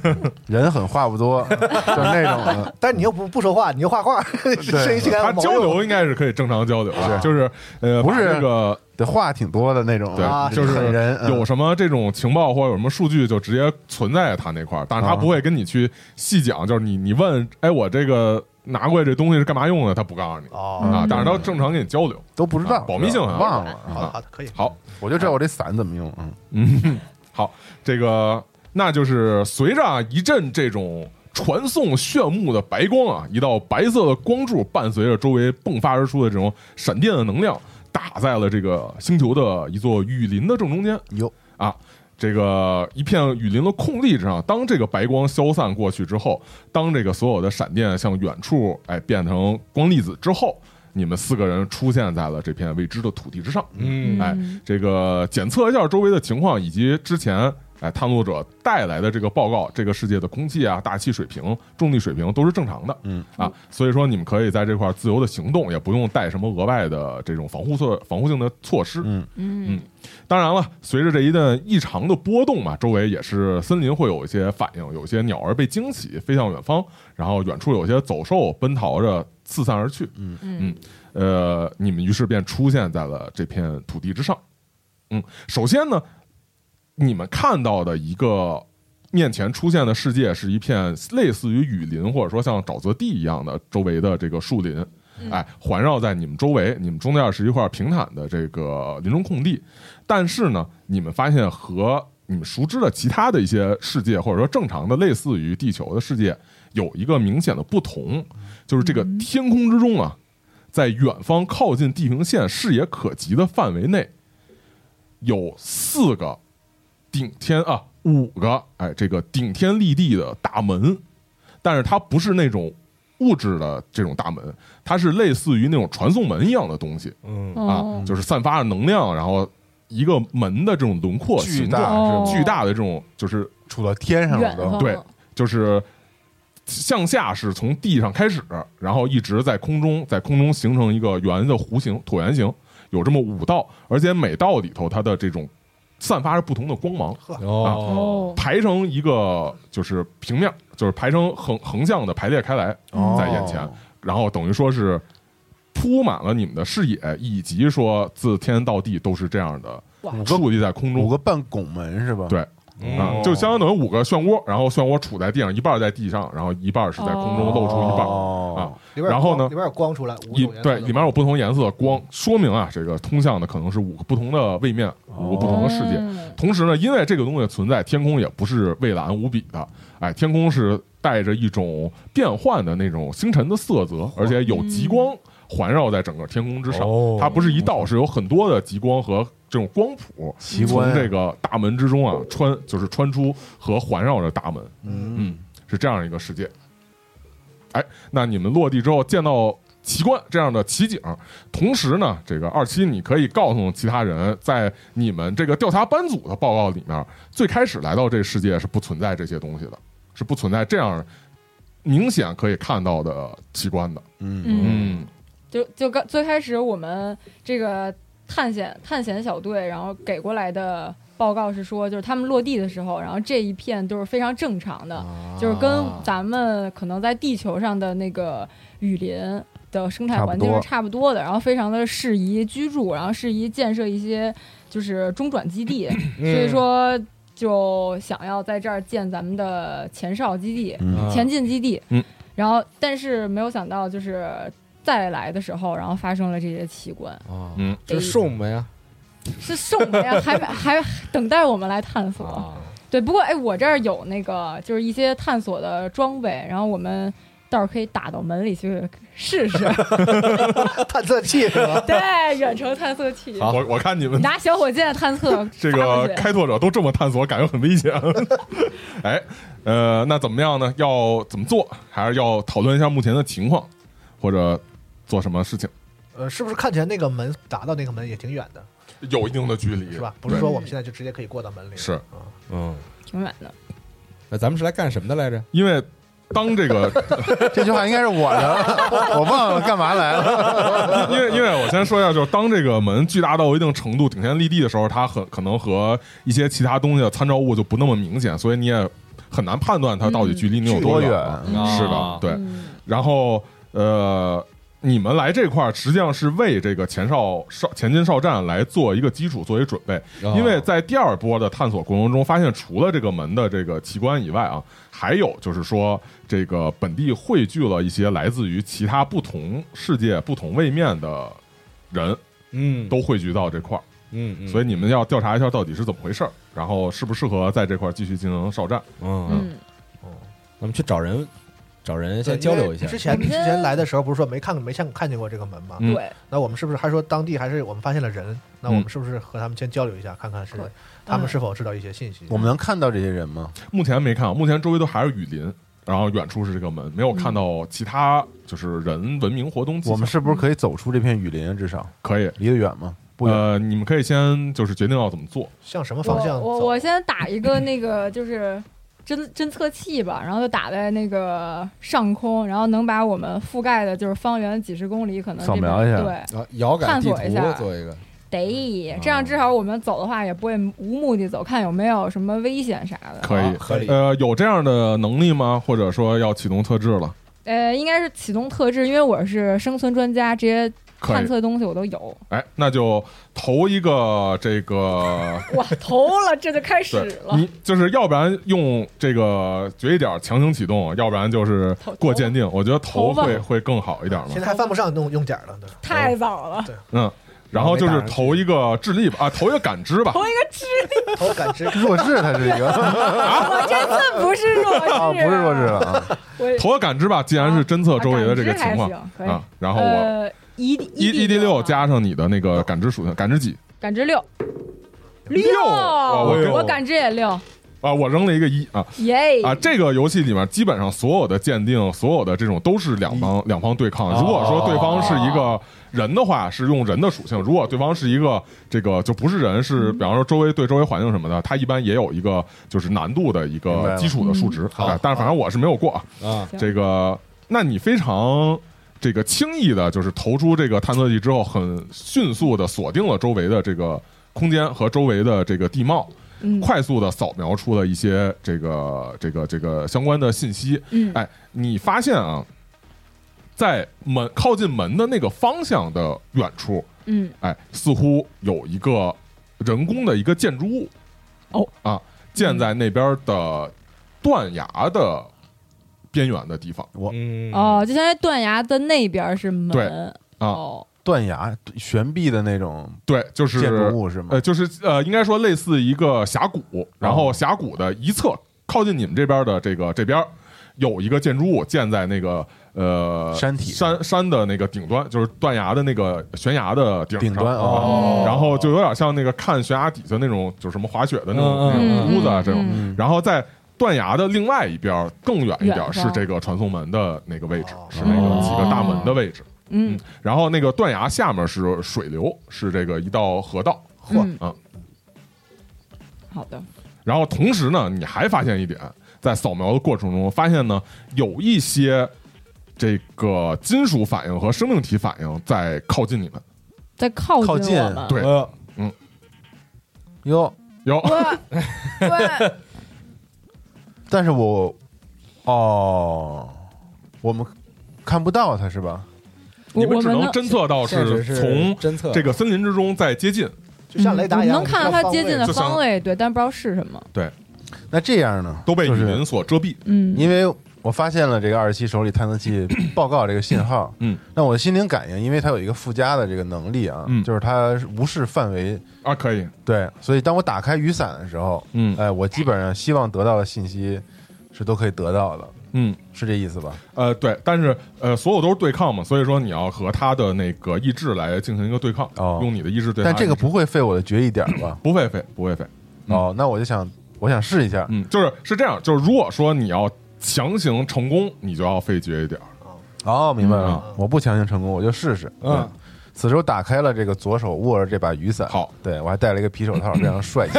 S1: 对， 人很话不多，就是那种 的。
S4: 但是你又不不说话，你又画画， 声音性感
S2: 他
S4: 很猛
S2: 交流应该是可以正常交流啊，就是呃，
S1: 不是
S2: 把这个
S1: 对话挺多的那种，
S4: 啊
S2: 对，就
S1: 狠
S2: 是
S1: 人嗯
S2: 有什么这种情报或者有什么数据，就直接存在他那块儿，但是他
S1: 啊
S2: 不会跟你去细讲，就是你你问，哎，我这个拿过来这东西是干嘛用的，他不告诉你
S4: 哦，
S2: 啊，但是他正常跟你交流。
S1: 都不知道，
S2: 保密性啊
S1: 忘了
S4: 好的
S1: 啊。
S4: 好的，可以，
S2: 好，
S1: 我就知道我这伞怎么用，嗯，
S2: 嗯，好，这个那就是随着啊一阵这种传送炫目的白光啊，一道白色的光柱伴随着周围迸发而出的这种闪电的能量，打在了这个星球的一座雨林的正中间。
S1: 哟
S2: 啊，这个一片雨林的空地之上，当这个白光消散过去之后，当这个所有的闪电向远处哎变成光粒子之后，你们四个人出现在了这片未知的土地之上。
S6: 嗯
S2: 哎，这个检测一下周围的情况，以及之前哎探路者带来的这个报告，这个世界的空气啊、大气水平、重力水平都是正常的。
S1: 嗯
S2: 啊，所以说你们可以在这块儿自由的行动，也不用带什么额外的这种防护措防护性的措施。
S1: 嗯
S3: 嗯
S2: 当然了，随着这一阵异常的波动嘛，周围也是呃森林会有一些反应，有些鸟儿被惊起飞向远方，然后远处有些走兽奔逃着四散而去。
S3: 嗯
S2: 呃，你们于是便出现在了这片土地之上。嗯，首先呢，你们看到的一个面前出现的世界是一片类似于雨林或者说像沼泽地一样的周围的这个树林，哎，环绕在你们周围，你们中间是一块平坦的这个林中空地，但是呢，你们发现和你们熟知的其他的一些世界，或者说正常的类似于地球的世界，有一个明显的不同，就是这个天空之中啊，在远方靠近地平线视野可及的范围内，有四个顶天啊，五个哎，这个顶天立地的大门，但是它不是那种物质的这种大门，它是类似于那种传送门一样的东西
S6: 嗯，
S2: 啊
S3: 哦，，
S2: 就是散发着能量，然后一个门的这种轮廓
S1: 巨
S2: 形
S1: 大
S2: 状，
S3: 哦
S2: 巨大的这种就是
S1: 杵到天上了
S3: 远
S1: 都
S3: 方，哦
S2: 对就是向下是从地上开始，然后一直在空中，在空中形成一个圆的弧形、椭圆形，有这么五道，而且每道里头它的这种散发着不同的光芒，
S6: 哦，
S3: 哦，
S2: 排成一个就是平面，就是排成横横向的排列开来，
S1: 哦
S2: 在眼前，然后等于说是铺满了你们的视野，以及说自天到地都是这样的
S3: 哇
S2: 矗立在空中
S1: 五，个哦半拱门是吧？
S2: 对啊，就相当于五个漩涡，然后漩涡处在地上，一半在地上，然后一半是在空中露出一半。
S1: 哦
S4: 里边有
S2: 然后呢
S4: 光里边有光出来，五
S2: 一
S4: 种颜色
S2: 对
S4: 的
S2: 里面有不同颜色的光，说明啊，这个通向的可能是五个不同的位面，五个不同的世界。
S3: 嗯
S2: 同时呢，因为这个东西存在，天空也不是蔚蓝无比的，哎，天空是带着一种变幻的那种星辰的色泽，而且有极光环绕在整个天空之上。
S6: 哦
S2: 它不是一道，是有很多的极光和这种光谱
S1: 奇观
S2: 从这个大门之中啊穿，就是穿出和环绕着大门。
S4: 嗯，
S2: 嗯，是这样一个世界。哎，那你们落地之后见到奇观这样的奇景，同时呢，这个二七你可以告诉其他人，在你们这个调查班组的报告里面，最开始来到这世界是不存在这些东西的，是不存在这样明显可以看到的奇观的。
S1: 嗯
S3: 嗯
S2: 嗯
S3: 就就刚最开始我们这个探险探险小队，然后给过来的报告是说，就是他们落地的时候，然后这一片都是非常正常的，就是跟咱们可能在地球上的那个雨林。的生态环境
S1: 差不多
S3: 是差不多的，然后非常的适宜居住，然后适宜建设一些就是中转基地，
S2: 嗯
S3: 所以说就想要在这儿建咱们的前哨基地。
S1: 嗯
S3: 前进基地。
S2: 啊嗯，
S3: 然后但是没有想到，就是再来的时候，然后发生了这些奇观，
S6: 啊，
S2: 嗯，
S6: 这是送的呀
S3: 是送 的呀，还没还等待我们来探索。
S6: 啊，
S3: 对，不过哎，我这儿有那个就是一些探索的装备，然后我们。到时候可以打到门里去试 试，
S4: 探测器是 吧？
S3: 对，远程探测器，
S6: 好
S2: 我我看你 们
S3: 拿小火箭探测
S2: 这
S3: 发过
S2: 个
S3: 去
S2: 开拓者都这么探索，感觉很危险。 哎，呃，那怎么样呢？要怎么做？还是要讨论一下目前的情况，或者做什么事情？
S4: 呃，是不是看起来那个门打到那个门也挺远的，
S2: 有一定的距离，
S4: 是吧？不是说我们现在就直接可以过到门里，
S2: 是
S4: 啊，
S6: 嗯，
S3: 挺远的，
S6: 那咱们是来干什么的来着？
S2: 因为当这个，
S1: 这句话应该是我的， 我忘了干嘛来了。
S2: 因为因为我先说一下，就是当这个门巨大到一定程度顶天立地的时候，它很可能和一些其他东西的参照物就不那么明显，所以你也很难判断它到底距离 你有
S1: 多
S2: 远。
S1: 远？
S3: 嗯
S2: 是的
S7: 啊，
S2: 对。
S3: 嗯
S2: 然后呃，你们来这块儿实际上是为这个前哨哨前进哨站来做一个基础，作为准备。
S6: 哦
S2: 因为在第二波的探索过程中，发现除了这个门的这个奇观以外啊，还有就是说，这个本地汇聚了一些来自于其他不同世界、不同位面的人，
S6: 嗯
S2: 都汇聚到这块儿。
S6: 嗯嗯，
S2: 所以
S6: 以
S2: 你们要调查一下到底是怎么回事儿，然后适不适合在这块儿继续进行哨战。
S6: 嗯，
S3: 嗯，
S6: 那么去找人，找人
S4: 对
S6: 先交
S4: 因为
S6: 流一下
S4: 之前
S3: 我
S4: 之
S3: 们先
S4: 前来的时候不是说没看没见看见过这个门吗？
S2: 嗯
S3: 对，
S4: 那我们是不是还说当地还是我们发现了人？那我
S2: 嗯
S4: 们是不是和他们先交流一
S3: 嗯
S4: 下，看看是
S3: 对
S4: 他们
S3: 嗯
S4: 是否知道一些信息？
S1: 我们能看到这些人吗？
S2: 目前没看啊，目前周围都还是雨林，然后远处是这个门，没有看到其他就是人文明活动迹象。
S1: 我们是不是可以走出这片雨林啊？至少
S2: 可以，
S1: 离得远吗？不远。
S2: 呃，你们可以先就是决定要怎么做。
S4: 向什么
S3: 我
S4: 方向
S3: 我
S4: 走
S3: 我先打一个那个就是侦侦测器吧，然后就打在那个上空，然后能把我们覆盖的就是方圆几十公里可能
S1: 扫
S3: 这
S1: 描
S3: 边
S1: 一下
S3: 对，
S6: 啊遥感
S3: 探
S6: 地
S3: 索一
S6: 图
S3: 下
S6: 做一个，
S3: 得
S6: 啊
S3: 这样至少我们走的话也不会无目的走，看有没有什么危险啥的。
S2: 可以
S6: 啊合理
S2: 呃，有这样的能力吗？或者说要启动特质了？
S3: 呃，应该是启动特质，因为我是生存专家，这些
S2: 可
S3: 探
S2: 以，
S3: 测东西我都有。
S2: 哎，那就投一个这 个，
S3: 哇，投了，这就开始
S2: 对
S3: 了。
S2: 你就是要不然用这个决一点强行启动，要不然就是
S3: 投
S2: 过鉴定。我觉得投
S3: 投吧
S2: 会会更好一点嘛
S4: 现。在还犯不上用用点儿了，对吧。
S3: 太早了，
S2: 嗯，然后就是投一个智力吧，啊，投一个感知吧
S3: 投。一个智，
S4: 头感知
S1: 弱智，它是一个
S3: 我这次不是弱智，
S1: 啊，不是弱智了啊，
S3: 我
S2: 投个感知吧，既然是侦测周围的这个
S3: 啊感知
S2: 情况
S3: 还行可以
S2: 啊，然后我
S3: 呃一
S2: 一
S3: 一啊
S2: 一 D 六加上你的那个感知属性，感知几
S3: 感知六
S2: 六啊我跟
S3: 我感知也六，
S2: 啊？我扔了一个一啊
S3: 耶
S2: 啊！这个游戏里面基本上所有的鉴定，所有的这种都是两
S1: 嗯
S2: 方两方对抗。如果
S1: 哦
S2: 说对方是一个人的话，是用人的属性；如果对方是一个这个就不是人，
S1: 嗯
S2: 是比方说周围对周围环境什么的，它一般也有一个就是难度的一
S1: 明白
S2: 个
S1: 了
S2: 基础的数值。
S6: 好
S2: 啊但是反正我是没有过啊。
S6: 啊，
S3: 行
S2: 这个，那你非常这个轻易的，就是投出这个探测器之后，很迅速的锁定了周围的这个空间和周围的这个地貌，
S3: 嗯
S2: 快速的扫描出了一些这个这个这个相关的信息。
S3: 嗯
S2: 哎，你发现啊，在门靠近门的那个方向的远处，
S3: 嗯
S2: 哎，似乎有一个人工的一个建筑物
S3: 哦
S2: 啊，建在那边的断崖的边缘的地方。
S6: 嗯
S2: 呃
S3: 哦，就相当于断崖的那边是门
S2: 对啊
S3: 哦
S1: 断崖悬臂的那种
S2: 对，就是
S1: 建筑物是吗
S2: 呃，？就是呃，应该说类似一个峡谷，然后峡谷的一侧靠近你们这边的这个这边有一个建筑物建在那个呃
S1: 山体
S2: 山山的那个顶端，就是断崖的那个悬崖的顶
S1: 顶端
S2: 啊。
S3: 嗯
S1: 哦
S2: 然后就有点像那个看悬崖底下那种，就是什么滑雪的那种
S6: 嗯
S2: 那种
S3: 嗯
S2: 屋子啊，这种
S3: 嗯。
S1: 嗯
S2: 然后在断崖的另外一边儿更远一点儿
S3: 远
S2: 是
S3: 方
S2: 这个传送门的那个位置
S4: 哦，
S2: 是那个几个大门的位置。
S3: 嗯，
S2: 然后那个断崖下面是水流，是这个一道河道。
S3: 嗯
S2: 啊，
S3: 好的，
S2: 然后同时呢，你还发现一点，在扫描的过程中发现呢，有一些这个金属反应和生命体反应在靠近你们。
S3: 在靠
S1: 靠近
S3: 我们，
S2: 对
S6: 呃，
S1: 哟，
S2: 有，
S3: 对对，
S1: 但是我哦，我们看不到它是吧？
S2: 你
S3: 我
S2: 们
S3: 我
S2: 只
S3: 们
S2: 能
S3: 能
S2: 侦测到
S6: 现实是
S2: 从
S6: 侦测
S2: 这个森林之中在接近。
S4: 就像雷达一
S3: 嗯
S4: 样，
S3: 能看到
S4: 我们知道
S3: 它接近的
S4: 方
S2: 就像
S3: 方位，对，但不知道是什么。
S1: 那这样呢，
S2: 都被雨
S1: 就是
S2: 林所遮蔽，
S3: 嗯，
S1: 因为我发现了这个二十七手里探测 器报告这个信号，
S2: 嗯，
S1: 那我的心灵感应，因为它有一个附加的这个能力啊，
S2: 嗯
S1: 就是它无视范围，
S2: 啊，可以，
S1: 对，所以当我打开雨伞的时候，
S2: 嗯
S1: 哎，我基本上希望得到的信息是都可以得到的，
S2: 嗯，
S1: 是这意思吧？
S2: 呃，对，但是呃，所有都是对抗嘛，所以说你要和他的那个意志来进行一个对抗，
S1: 哦
S2: 用你的意志对他
S1: 但
S2: 的意志。
S1: 这个不会费我的决议点吧？
S2: 不费费，不费费。嗯
S1: 哦，那我就想，我想试一下，
S2: 嗯，就是是这样，就是如果说你要强行成功，你就要费决一点儿。
S1: 哦，明白了，
S4: 嗯
S1: 我不强行成功，我就试试，
S6: 嗯
S1: 对。此时我打开了这个左手握着这把雨伞，
S2: 好，
S1: 对我还戴了一个皮手套，非常帅 气。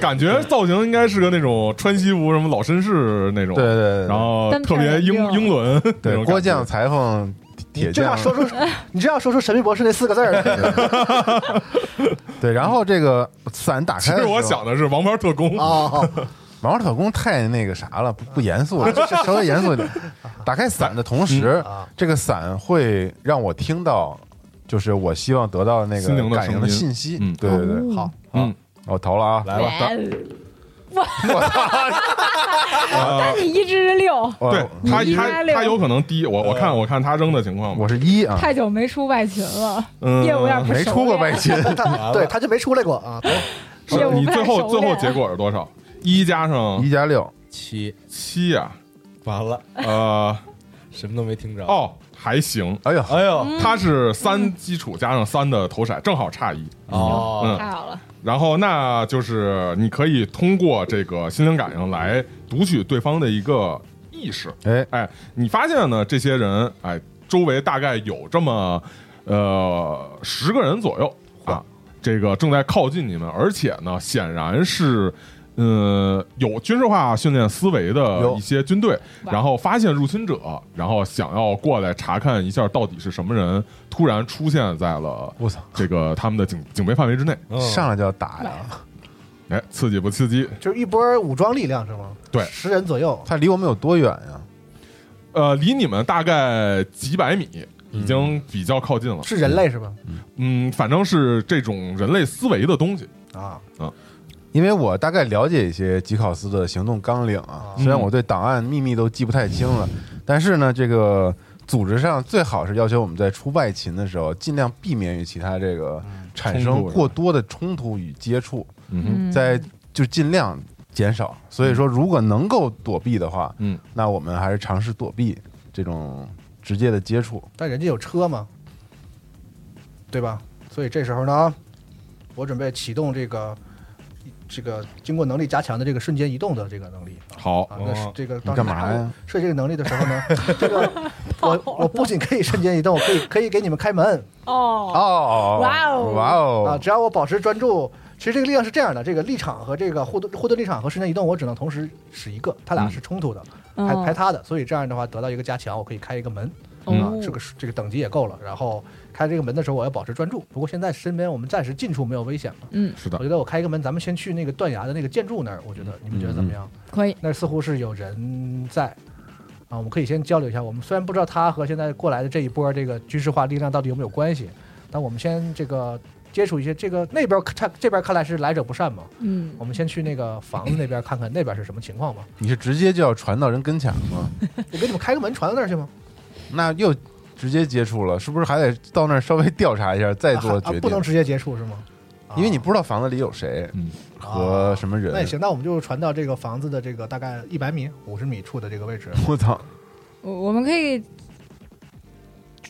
S2: 感觉造型应该是个那种穿西服什么老绅士那种，
S1: 对对对，
S2: 然后特别英
S3: 单挑
S2: 英伦那
S1: 对
S2: 种
S1: 郭
S2: 感觉
S1: 将、裁缝、铁
S4: 你这
S1: 匠
S4: 样，说出， 你这样说出“神秘博士”那四个字儿
S1: 对，然后这个伞打
S2: 其
S1: 开的时
S2: 实
S1: 候，
S2: 我想的是王牌特工，
S3: 啊
S4: 哦，
S1: 王二特工太那个啥了，不不严肃了，就是稍微严肃一点。打开伞的同时
S4: 嗯啊，
S1: 这个伞会让我听到，就是我希望得到的那
S2: 心灵
S1: 个
S2: 的
S1: 感应
S2: 声
S1: 的
S2: 音
S1: 信息。
S2: 嗯
S1: 对对
S3: 哦
S1: 对，
S4: 好，
S2: 嗯，
S1: 我投了啊，
S6: 来吧，
S3: 但你一至六，
S1: 我
S2: 对他
S3: 一
S2: 他
S3: 拍六
S2: 他有可能低，我我看我看他扔的情况吧，
S1: 嗯我是一啊，
S3: 太久没出外勤了，
S2: 嗯，
S3: 业务有点不
S1: 没出过外勤，
S4: 他 对他就没出来过啊，
S3: 业务
S2: 呃你
S3: 不太
S2: 最后
S3: 熟
S2: 最后
S3: 练
S2: 结果是多少？一加上
S1: 一加六，
S6: 七
S2: 七啊，
S6: 完了，
S2: 呃，
S6: 什么都没听着。，
S2: 哦，还行，
S1: 哎呦，
S6: 哎呦，
S3: 嗯
S2: 它是三基础加上三的投骰，正好差一。
S6: 哦，
S2: 嗯，
S3: 太好了，
S2: 然后那就是你可以通过这个心灵感应来读取对方的一个意识。
S1: 哎，
S2: 哎，你发现呢，这些人，哎，周围大概有这么呃十个人左右啊，这个正在靠近你们，而且呢，显然是。嗯，有军事化训练思维的
S1: 有
S2: 一些军队，
S3: 哇
S2: 然后发现入侵者，然后想要过来查看一下到底是什么人突然出现在了
S1: 我操，
S2: 这个他们的警警备范围之内。
S6: 嗯
S1: 上来就要打呀！
S2: 哎，刺激不刺激？
S4: 就是一波武装力量是吗？
S2: 对
S4: 十人左右，
S1: 他离我们有多远呀？
S2: 呃，离你们大概几百米，
S1: 嗯
S2: 已经比较靠
S1: 啊
S2: 近了。
S4: 是人类是吧？
S2: 嗯，反正是这种人类思维的东西。
S1: 嗯
S4: 啊，
S1: 因为我大概了解一些吉考斯的行动纲领啊，
S4: 嗯
S1: 虽然我对档案秘密都记不太清了，
S2: 嗯
S1: 但是呢，这个组织上最好是要求我们在出外勤的时候，尽量避免与其他这个产
S2: 嗯冲
S1: 生
S2: 突是吧
S1: 过多的冲突与接触，
S2: 嗯
S1: 在就尽量减少。所以说，如果能够躲避的话，
S2: 嗯，
S1: 那我们还是尝试躲避这种直接的接触。
S4: 但人家有车嘛，对吧？所以这时候呢，我准备启动这个这个经过能力加强的这个瞬间移动的这个能力
S2: 哼，好，
S4: 啊。那是
S6: 哦
S4: 这个
S1: 你
S4: 当时
S1: 干嘛呀？
S4: 设计这个能力的时候 呢，这个我我不仅可以瞬间移动，我可以可以给你们开门
S3: 哦，
S1: 哦，
S3: 哇哦
S1: 哇
S4: 啊！
S1: 哦，
S4: 只要我保持专注，其实这个力量是这样的：这个立场和这个护盾护盾立场和瞬间移动，我只能同时使一个，它
S1: 嗯
S4: 俩是冲突的，还
S3: 嗯
S4: 排他的，所以这样的话得到一个加强，我可以开一个门啊
S3: 哦，，
S4: 这个这个等级也够了。然后开这个门的时候，我要保持专注。不过现在身边我们暂时近处没有危险了，
S3: 嗯，
S2: 是
S4: 我
S2: 的，
S4: 觉得我开一个门，咱们先去那个断崖的那个建筑那儿，我觉得你们觉得怎么样？
S3: 可以，
S4: 那似乎是有人在啊，我们可以先交流一下。我们虽然不知道他和现在过来的这一波这个军事化力量到底有没有关系，但我们先这个接触一些这个那边看这边看来是来者不善嘛，
S3: 嗯
S4: 我，们先去那个房子那边看看那边是什么情况吧。
S1: 你是直接就要传到人跟前吗？
S4: 我 给你们开个门传到那儿去吗？
S1: 那又直接接触了，是不是还得到那儿稍微调查一下再
S4: 啊
S1: 做
S4: 啊
S1: 决定？
S4: 不能直接接触是吗？啊
S1: 因为你不知道房子里有谁
S2: 嗯
S1: 和什么人。
S4: 那也行，那我们就传到这个房子的这个大概一百米、五十米处的这个位置。啊
S1: 我操，
S3: 我我们可以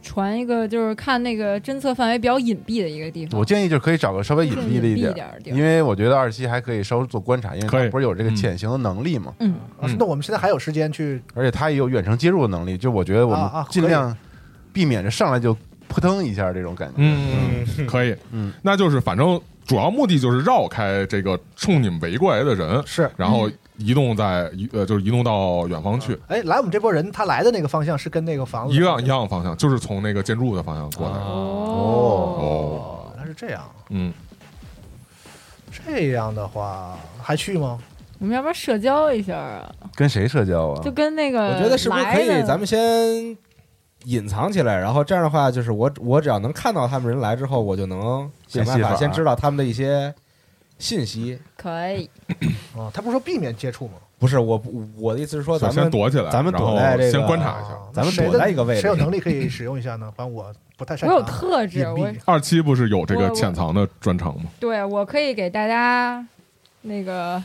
S3: 传一个，就是看那个侦测范围比较隐蔽的一个地方，
S1: 我建议就是可以找个稍微隐蔽
S3: 蔽
S1: 的
S3: 一
S1: 一点，
S3: 点的地
S1: 因
S3: 儿。
S1: 为我觉得二期还可以稍微做观察，因为
S2: 可以
S1: 它不是有这个
S2: 嗯
S1: 潜行的能力嘛，
S3: 嗯，
S4: 啊
S2: 嗯
S4: 那我们现在还有时间去
S1: 而且它也有远程接入的能力。就我觉得我
S4: 嗯啊啊
S1: 们
S4: 可以
S1: 尽量避免着上来就扑腾一下这种感觉。
S2: 嗯， 可以，
S1: 嗯，
S2: 那就是反正主要目的就是绕开这个冲你们围过来的人，
S4: 是。
S2: 然后移动在移呃就是移动到远方去，
S4: 哎，来我们这波人，他来的那个方向是跟那个
S6: 啊
S4: 房子
S2: 一样一样方向，就是从那个建筑物的方向过来。
S3: 哦，
S2: 哦，
S4: 哦，他是这样。
S2: 嗯，
S4: 这样的话还去吗？
S3: 我们要不要社交一下啊？
S1: 跟谁社交啊
S3: 就？跟那个
S6: 我觉得是不是可以
S3: 来的
S6: 咱们先隐藏起来，然后这样的话，就是我我只要能看到他们人来之后，我就能想
S1: 变
S6: 办
S1: 戏
S6: 法
S1: 法
S2: 啊
S6: 先知道他们的一些信息。
S3: 可以
S4: 啊，他不是说避免接触吗？
S6: 不是我不我的意思是说，
S2: 首
S6: 咱
S2: 先
S6: 们
S2: 躲起来，
S6: 咱们
S2: 然
S6: 躲
S2: 后
S6: 在这个
S2: 先观察一下。
S4: 啊
S6: 咱们
S4: 谁
S6: 躲
S4: 的
S6: 在一个位置
S4: 谁有能力可以使用一下呢？反正我不太擅长。
S3: 我有特质
S4: 隐，蔽
S3: 我
S2: 二期不是有这
S3: 我
S2: 个
S3: 我
S2: 潜藏的专场吗？
S3: 对我可以给大家那个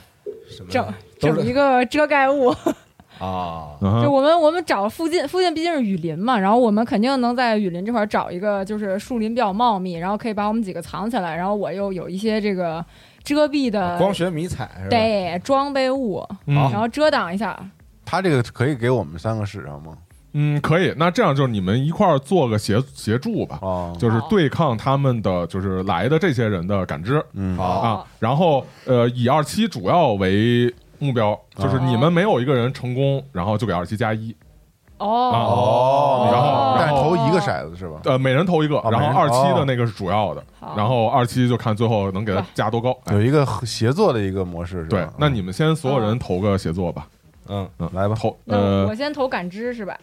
S6: 什么
S3: 整
S6: 都
S3: 整
S6: 是
S3: 一个遮盖物。
S6: 啊，
S2: 嗯
S3: 就
S2: 哼，
S3: 我们我们找附近，附近毕竟是雨林嘛，然后我们肯定能在雨林这块儿找一个就是树林比较茂密，然后可以把我们几个藏起来，然后我又有一些这个遮蔽的
S6: 啊光学迷彩
S3: 呃
S6: 是吧？
S3: 对装备物，然
S2: 嗯
S3: 后遮挡一下。
S1: 他这个可以给我们三个使上吗？
S2: 嗯，可以。那这样就是你们一块儿做个协协助吧，
S1: 哦，
S2: 就是
S3: 好
S2: 对抗他们的就是来的这些人的感知
S1: 嗯，
S6: 好
S3: 哦
S2: 啊。然后呃，以二期主要为目标，
S1: 啊
S2: 就是你们没有一个人成功，然后就给二期加一。
S3: 哦，
S1: 哦
S2: 然后
S1: 但是
S2: 然后
S1: 投一个骰子是吧？
S2: 呃，每人投一个，
S1: 哦
S2: 然
S1: 每人
S2: 后二期的那个是主要的，
S3: 好
S2: 然后二期就看最后能给他加多高。哎
S1: 有一个协作的一个模式是吧？
S2: 对，那你
S1: 嗯
S2: 们先所有人投个协作吧，
S6: 嗯，
S1: 来吧，
S2: 投
S3: 哦那我
S2: 呃
S3: 我先投感知是吧？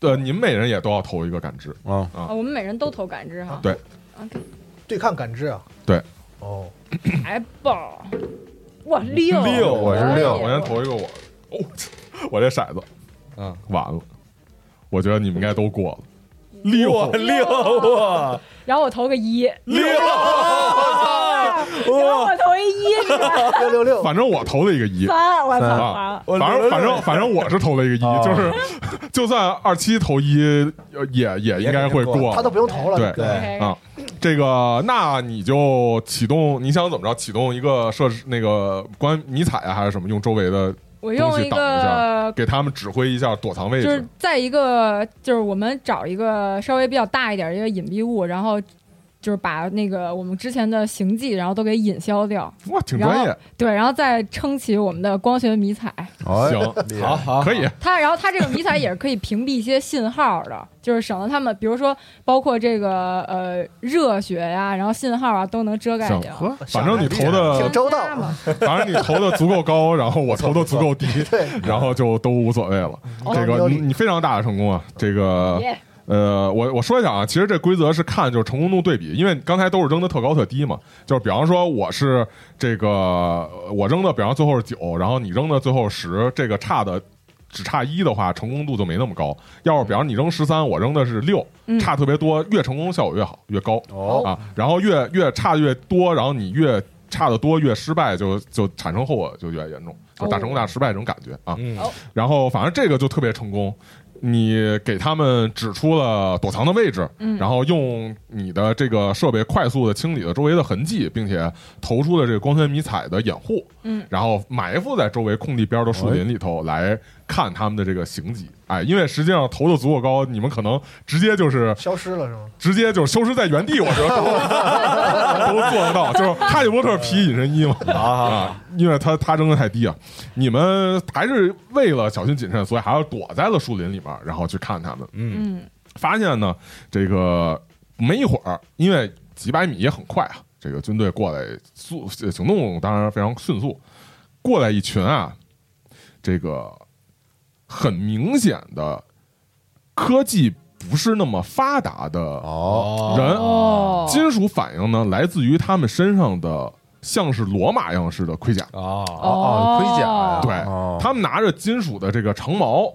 S2: 呃，你们每人也都要投一个感知，
S1: 啊，
S2: 啊
S3: 啊，我们每人都投感知哈。
S2: 对
S3: OK，
S4: 对抗感知啊。
S2: 对。
S4: 哦，
S3: 来吧。哎哇，六
S1: 六我是六
S2: 我先投一个我，哦，我这骰子
S6: 嗯，
S2: 完了，我觉得你们应该都过了。六，
S6: 六哇
S3: 然后我投个一，
S6: 六
S3: 然后我投一一是吧？
S4: 六 六六，
S2: 反正我投了一个一。
S3: 三，我操，
S1: 三
S3: 完了。
S6: 我
S2: 反正反正反正我是投了一个一，
S1: 哦
S2: 就是就算二七投一，呃也也应该会过。
S4: 他都不用投了。
S2: 对
S4: 这个
S6: 对
S3: OK，
S2: 啊这个，那你就启动，你想怎么着？启动一个设置那个关迷彩啊，还是什么？用周围的
S3: 我用
S2: 东
S3: 一
S2: 西挡一下
S3: 个
S2: 给他们指挥一下躲藏位
S3: 就是
S2: 置。
S3: 在一个就是我们找一个稍微比较大一点的一个隐蔽物，然后就是把那个我们之前的行迹，然后都给隐消掉，
S2: 哇，挺专业，
S3: 对，然后再撑起我们的光学迷彩。
S1: 哦
S2: 行，
S6: 好好
S2: 可以，
S3: 它，然后它这个迷彩也是可以屏蔽一些信号的，就是省得他们，比如说包括这个呃热血呀、然后信号啊都能遮盖
S2: 行
S3: 掉。
S1: 呵，
S4: 想
S2: 反正你
S4: 得厉害
S2: 投的
S4: 挺周到
S3: 专家嘛，
S2: 反正你投的足够高，然后我投的足够低，
S4: 对，
S2: 然后就都无所谓了。
S4: 哦
S2: 这
S4: 有
S2: 个
S4: 理
S2: 你你非常大的成功啊！这个
S3: 耶
S2: 呃，我我说一下啊，其实这规则是看就是成功度对比，因为刚才都是扔的特高特低嘛，就是比方说我是这个呃我扔的，比方最后是九，然后你扔的最后十，这个差的。只差一的话，成功度就没那么高。要是比方你扔十三，我扔的是六
S3: 嗯，
S2: 差特别多，越成功效果越好，越高。
S1: 哦
S2: 啊，然后越越差越多，然后你越差的多越失败就，就产生后果就越严重，就大成功大失败这种感觉啊。
S6: 嗯
S2: 然后反正这个就特别成功，你给他们指出了躲藏的位置，
S3: 嗯
S2: 然后用你的这个设备快速的清理了周围的痕迹，并且投出了这个光圈迷彩的掩护，
S3: 嗯，
S2: 然后埋伏在周围空地边的树林里头来看他们的这个行迹。哎，因为实际上投的足够高，你们可能直接就是
S4: 消失了是吗？
S2: 直接就是消失在原地，我 觉得都都做得到。就是哈利波特皮隐身衣嘛，啊，因为他他扔的太低啊。你们还是为了小心谨慎，所以还要躲在了树林里面，然后去看他们。
S6: 嗯
S3: 嗯，
S2: 发现呢，这个没一会儿，因为几百米也很快啊，这个军队过来速行动当然非常迅速，过来一群啊，这个很明显的科技不是那么发达的
S1: 哦，
S2: 人
S3: 哦，
S2: 金属反应呢，来自于他们身上的像是罗马样式的盔甲，
S6: 哦
S1: 哦，盔甲呀，
S2: 对
S1: 哦
S2: 他们拿着金属的这个长矛，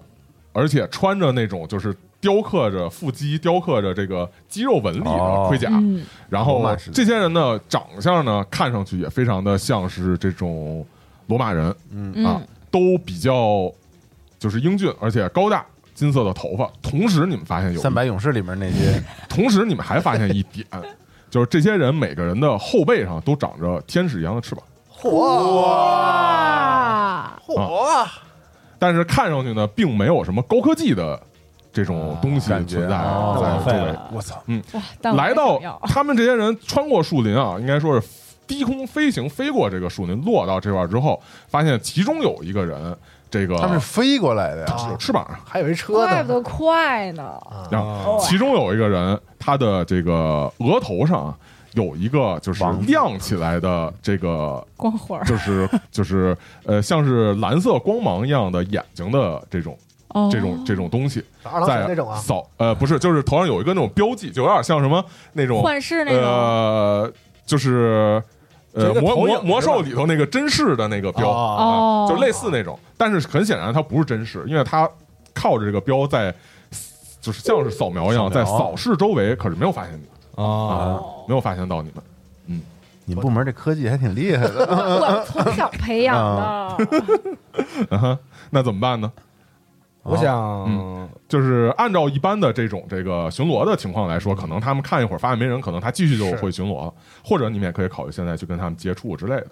S2: 而且穿着那种就是雕刻着腹肌、雕刻着这个肌肉纹理的
S1: 哦
S2: 盔甲。
S3: 嗯，
S2: 然后
S1: 罗马式的
S2: 这些人呢，长相呢看上去也非常的像是这种罗马人，啊
S3: 嗯，
S2: 都比较就是英俊，而且高大。金色的头发，同时你们发现有一
S1: 三百勇士里面那些
S2: 同时，你们还发现一点，就是这些人每个人的后背上都长着天使一样的翅膀，
S3: 啊，
S4: 嚯！
S2: 但是看上去呢，并没有什么高科技的这种东西
S1: 啊感觉
S2: 存在
S1: 哦
S2: 在
S6: 浪费
S2: 周围
S6: 了。
S1: 我操，
S3: 哇，但我
S2: 来到
S3: 没想要
S2: 他们这些人穿过树林啊，应该说是低空飞行，飞过这个树林，落到这块儿之后，发现其中有一个人，这个
S1: 他们是飞过来的呀，
S2: 有翅膀啊，
S4: 还有一车
S3: 怪不
S4: 呢，
S3: 得快呢，
S2: 然
S1: 哦
S2: 后其中有一个人，他的这个额头上啊有一个就是
S1: 王字
S2: 亮起来的这个
S3: 光环儿，
S2: 就是就是呃，像是蓝色光芒一样的眼睛的这种
S3: 哦
S2: 这种这种东西，
S4: 二郎神
S2: 在
S4: 那种啊，
S2: 扫呃不是，就是头上有一个那种标记，就有点像什么那种
S3: 幻视那种，
S2: 呃，就是
S6: 就
S2: 呃
S6: 一个
S2: 魔
S6: 投影
S2: 魔魔
S6: 是吧
S2: 兽里头那个真视的那个标，
S6: 哦
S3: 哦
S2: 啊，就类似那种，但是很显然它不是真视，因为它靠着这个标在。就是像是扫描一样，
S1: 扫描
S2: 在扫视周围，可是没有发现你们，
S6: 哦，
S2: 没有发现到你们。
S1: 你们部门这科技还挺厉害的，
S3: 我从小培养
S2: 啊
S3: 的，
S2: 嗯哼，那怎么办呢？
S6: 我想嗯
S2: 就是按照一般的这种这个巡逻的情况来说，可能他们看一会儿发现没人，可能他继续就是会巡逻了，或者你们也可以考虑现在去跟他们接触之类的。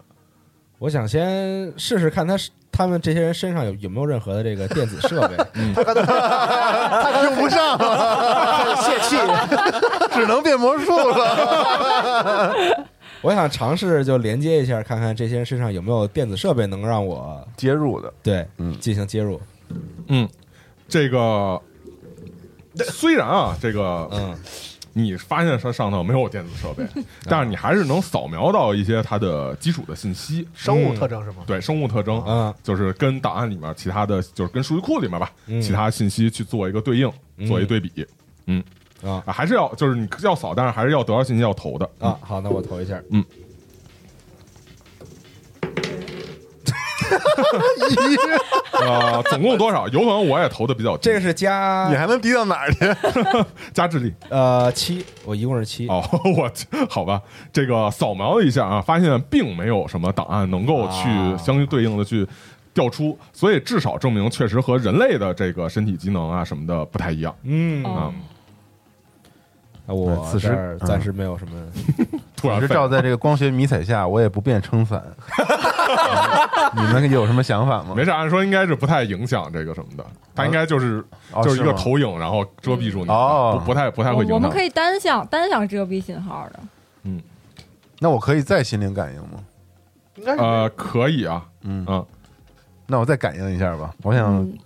S6: 我想先试试看他是他们这些人身上有有没有任何的这个电子设备，
S1: 用不上了，泄气，只能变魔术了。
S6: 我想尝试就连接一下，看看这些人身上有没有电子设备能让我
S1: 接入的，
S6: 对
S1: 嗯
S6: 进行接入。
S2: 嗯，这个虽然啊，这个
S6: 嗯，
S2: 你发现它上头没有电子设备，但是你还是能扫描到一些它的基础的信息，
S4: 生物特征是吗？
S2: 对生物特征，
S6: 嗯，
S2: 就是跟档案里面其他的，就是跟数据库里面吧，
S6: 嗯
S2: 其他信息去做一个对应，
S6: 嗯
S2: 做一对比。嗯
S6: 啊
S2: 还是要就是你要扫，但是还是要得到信息要投的。
S6: 啊，好，那我投一下。
S2: 啊，总共多少？有可能我也投的比较低
S6: 这个是加
S1: 你还能低到哪儿去？
S2: 加智力
S6: 呃七，我一共是七。
S2: 哦，我好吧，这个扫描了一下啊，发现并没有什么档案能够去
S6: 啊
S2: 相对对应的去调出，所以至少证明确实和人类的这个身体机能啊什么的不太一样。
S6: 嗯，
S2: 啊
S3: 哦，
S6: 那啊我
S1: 嗯此时
S6: 这儿暂时没有什么。
S2: 突然
S1: 是
S2: 废了
S1: 照在这个光学迷彩下，我也不便撑伞。你们有什么想法吗？
S2: 没事，按说应该是不太影响这个什么的，它应该就是、
S1: 哦
S2: 就是一个
S1: 吗
S2: 投影，然后遮蔽住你，
S1: 哦
S2: 不不太不太会影
S3: 我
S2: 响。
S3: 我们可以单向单向遮蔽信号的，
S1: 那我可以再心灵感应吗？
S4: 应该是
S2: 呃，可以啊，
S1: 嗯
S2: 嗯，
S1: 那我再感应一下吧，我想
S3: 嗯，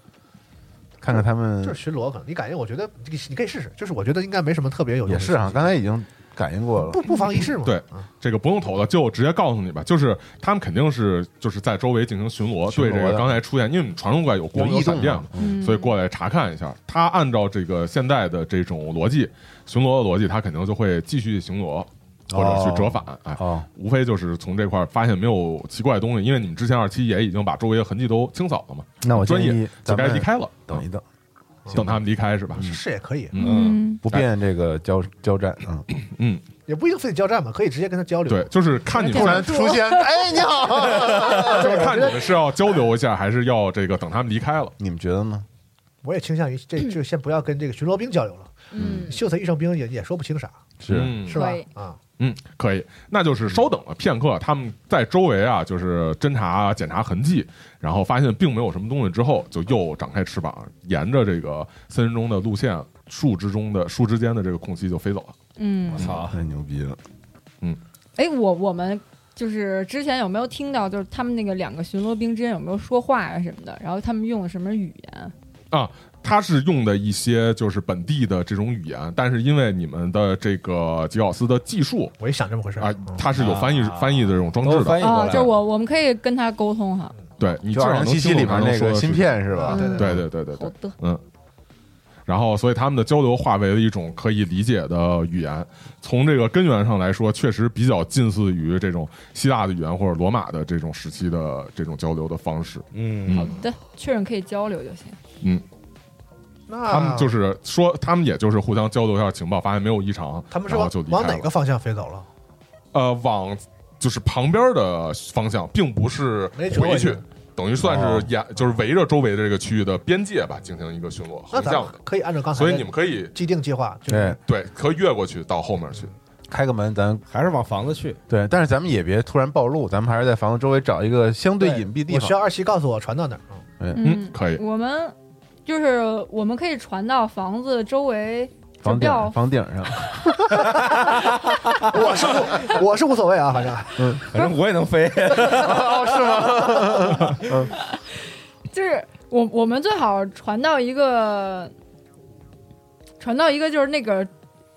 S1: 看看他
S4: 就
S1: 们
S4: 是巡逻，可能你感觉，我觉得你你可以试试，就是我觉得应该没什么特别有用
S1: 也
S4: 的信息。
S1: 是啊哈，刚才已经感应过了
S4: 不不妨一试嘛。
S2: 对
S4: 啊
S2: 这个不用投了，就直接告诉你吧，就是他们肯定是就是在周围进行巡逻，
S1: 巡逻
S2: 对这个
S1: 的
S2: 刚才出现，因为你们传送过来有光
S1: 有异
S2: 闪
S1: 动
S2: 电
S1: 嘛
S2: 嘛，
S3: 嗯
S2: 所以过来查看一下。他按照这个现代的这种逻辑，巡逻的逻辑，他肯定就会继续巡逻或者去折返。哎，
S1: 哦，
S2: 无非就是从这块儿发现没有奇怪的东西，因为你们之前二期也已经把周围的痕迹都清扫了嘛，
S1: 那我建
S2: 专
S1: 议
S2: 业
S1: 咱
S2: 就该
S1: 们
S2: 离开了，嗯
S1: 等一等，
S2: 等他们离开是吧？
S4: 是也可以，
S3: 嗯，
S1: 不便这个交交战啊，
S2: 嗯，
S4: 也不一定非得交战嘛，可以直接跟他交流。
S2: 对，，就是看你
S3: 突然
S2: 们，
S1: 出现，哎，你好，
S2: 就是看你们是要交流一下，还是要这个等他们离开了。
S1: 你们觉得呢？
S4: 我也倾向于这就先不要跟这个巡逻兵交流了，
S3: 嗯，
S4: 秀才遇上兵也也说不清啥，
S1: 是嗯
S2: 嗯
S4: 是吧
S3: 可以？
S4: 啊，
S2: 嗯，可以，那就是稍等了片刻，他们在周围啊，就是侦查检查痕迹，然后发现并没有什么东西之后，就又展开翅膀，沿着这个森林中的路线，树枝中的树枝间的这个空隙就飞走了。
S3: 嗯，
S6: 操，
S1: 太牛逼了，
S3: 哎，我我们就是之前有没有听到，就是他们那个两个巡逻兵之间有没有说话呀、什么的？然后他们用了什么语言？
S2: 他是用的一些就是本地的这种语言，但是因为你们的这个吉奥斯的技术
S4: 我也想这么回事
S2: 啊
S4: 儿。嗯，
S2: 它是有翻译、
S6: 啊
S2: 翻译的这种装
S6: 都
S2: 置哎的
S6: 翻，译过
S3: 哦，
S6: 来
S3: 就是我我们可以跟他沟通哈。
S2: 对你至
S1: 就
S2: 少
S1: 二
S2: 能
S1: 零七七
S2: 听懂
S1: 里
S2: 他
S1: 面
S2: 能
S1: 那
S2: 说
S1: 个
S2: 的是
S1: 芯片是嗯吧？
S4: 对
S2: 对对对对
S3: 好
S2: 对，
S3: 的，
S2: 嗯。然后，所以他们的交流化为了一种可以理解的语言。从这个根源上来说，确实比较近似于这种希腊的语言或者罗马的这种时期的这种交流的方式。
S6: 嗯，
S3: 对，确认可以交流就行。
S2: 嗯，
S4: 那
S2: 他们就是说，他们也就是互相交流一下情报，发现没有异常，
S4: 他们是
S2: 然后
S4: 往
S2: 就离
S4: 往
S2: 开
S4: 哪
S2: 了
S4: 个方向飞走了？
S2: 呃，往就是旁边的方向，并不是
S4: 没折
S2: 回
S4: 回
S2: 去
S4: 去，
S2: 等于算
S4: 哦
S2: 是沿、就是围着周围的这个区域的边界吧，进行一个巡逻
S4: 那
S2: 横
S4: 咱
S2: 向
S4: 们
S2: 的，
S4: 可以按照刚才
S2: 所以你
S4: 的
S2: 们可以
S4: 既定计划，就是
S1: 对，
S2: 对可以越过去到后面 去。
S1: 开个门，咱
S6: 还是往房子去。
S1: 对，但是咱们也别突然暴露，咱们还是在房子周围找一个相对隐蔽地
S4: 我需要
S1: 方。
S4: 二七告诉我传到哪儿。嗯
S2: 嗯，可以。
S3: 我们就是我们可以传到房子周围，
S1: 房顶
S3: 就不要
S1: 房顶上，
S4: 我是无我是无所谓啊，反正
S6: 反正我也能 飞，
S3: 就是我我们最好传到一个，传到一个就是那个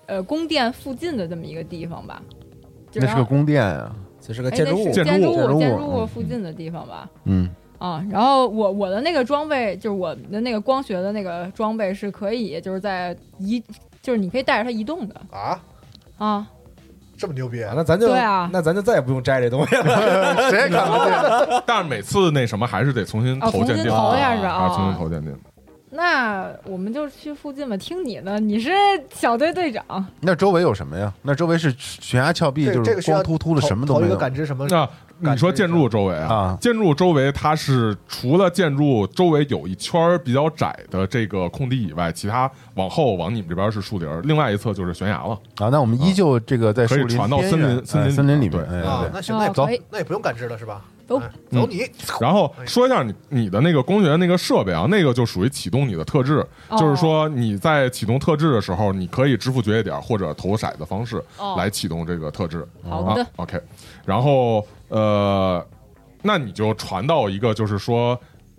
S3: 呃宫殿附近的这么一个地方吧。就
S1: 那是个
S3: 让
S1: 宫殿啊。
S6: 这是个
S3: 哎
S6: 建筑
S3: 那
S6: 物
S3: 是
S2: 建筑物
S3: 建
S1: 建筑物
S3: 建筑
S1: 嗯
S3: 物附近的地方吧。
S1: 嗯，
S3: 啊，然后我我的那个装备就是我的那个光学的那个装备是可以，就是在移，就是你可以带着它移动的
S4: 啊，
S3: 啊。
S4: 这么牛逼
S6: 啊，那咱就
S3: 对啊
S6: 那咱就再也不用摘这东西了。
S1: 谁也看不见。
S2: 但是每次那什么还是得重新
S3: 哦
S2: 投鉴
S3: 重新
S2: 定，
S3: 投一下是吧
S2: 啊，重新
S3: 哦
S2: 投鉴定。
S4: 嗯
S3: 那我们就去附近吧，听你的，你是小队队长，
S1: 那周围有什么呀？那周围是悬崖峭壁，
S4: 这
S1: 就
S4: 这
S1: 是
S4: 个需要
S1: 光秃秃的，
S4: 投
S1: 什么都
S4: 投
S1: 没
S4: 一个
S1: 有。
S4: 感知什么？
S2: 那你说建筑周围
S1: 啊
S2: 啊，建筑周围它是除了建筑周围有一圈儿比较窄的这个空地以外，其他往后往你们这边是树林儿，另外一侧就是悬崖了。
S1: 啊，那我们依旧这个在树
S2: 可以
S1: 林
S2: 传到
S1: 边
S2: 森林
S1: 缘
S2: 森
S1: 哎
S2: 林
S1: 森林里
S2: 里
S1: 面。
S2: 对
S1: 哎
S4: 啊，
S1: 对，
S4: 那行，那也
S3: 哦
S4: 不
S1: 走
S3: 可以哦
S4: 那也不用感知了是吧？
S3: 走
S4: 哎走你，
S2: 然后
S3: 哎
S2: 说一下你你的那个公园那个设备啊，那个就属于启动你的特质，
S3: 哦
S2: 就是说你在启动特质的时候，你可以支付决议点或者投骰子方式
S3: 哦
S2: 来启动这个特质。
S3: 好的
S2: 啊、，OK。然后呃，那你就传到一个，就是说，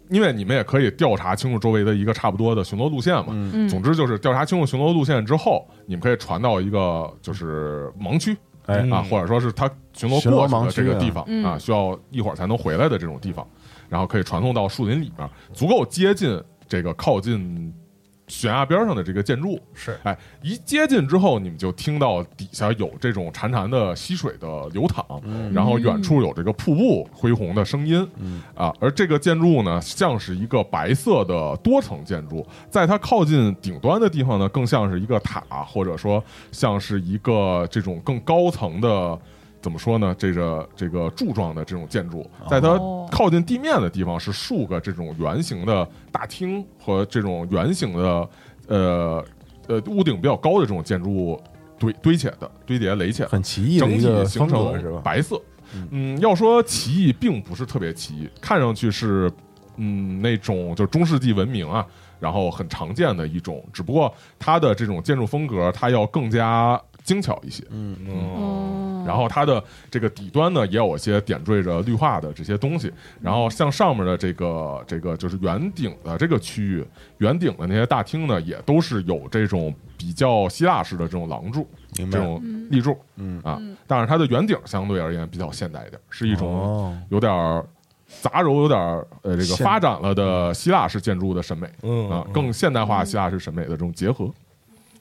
S2: 因为你们也可以调查清楚周围的一个差不多的巡逻路线嘛。
S3: 嗯
S2: 总之就是调查清楚巡逻路线之后，你们可以传到一个就是盲区，
S1: 哎
S2: 啊
S6: 嗯，
S2: 或者说是他巡逻过去的这个地方
S3: 巡逻盲区啊
S2: 啊，需要一会儿才能回来的这种地方，然后可以传送到树林里面，足够接近这个靠近悬崖边上的这个建筑。
S4: 是，
S2: 哎，一接近之后，你们就听到底下有这种潺潺的溪水的流淌，然后远处有这个瀑布恢宏的声音，啊，而这个建筑物呢，像是一个白色的多层建筑，在它靠近顶端的地方呢，更像是一个塔，或者说像是一个这种更高层的。怎么说呢？这个这个柱状的这种建筑，在它
S3: 哦
S2: 靠近地面的地方是数个这种圆形的大厅和这种圆形的呃呃屋顶比较高的这种建筑物堆堆起来的堆叠垒起来的，
S1: 很奇异的
S2: 整
S1: 一个
S2: 体形
S1: 风格是
S2: 成
S1: 吧？
S2: 白色。嗯，要说奇异，并不是特别奇异，看上去是嗯那种就是中世纪文明啊，然后很常见的一种，只不过它的这种建筑风格，它要更加精巧一些。嗯
S3: 嗯，
S2: 然后它的这个底端呢，也有一些点缀着绿化的这些东西。然后像上面的这个这个就是圆顶的这个区域，圆顶的那些大厅呢，也都是有这种比较希腊式的这种廊柱，
S1: 明
S2: 这
S1: 白。
S2: 种立柱，
S1: 嗯
S2: 啊，但是它的圆顶相对而言比较现代一点，是一种
S1: 哦，
S2: 有点儿杂糅，有点儿呃这个
S1: 现
S2: 发展了的希腊式建筑的审美
S6: 嗯
S2: 啊，更现代化希腊式审美的这种结合。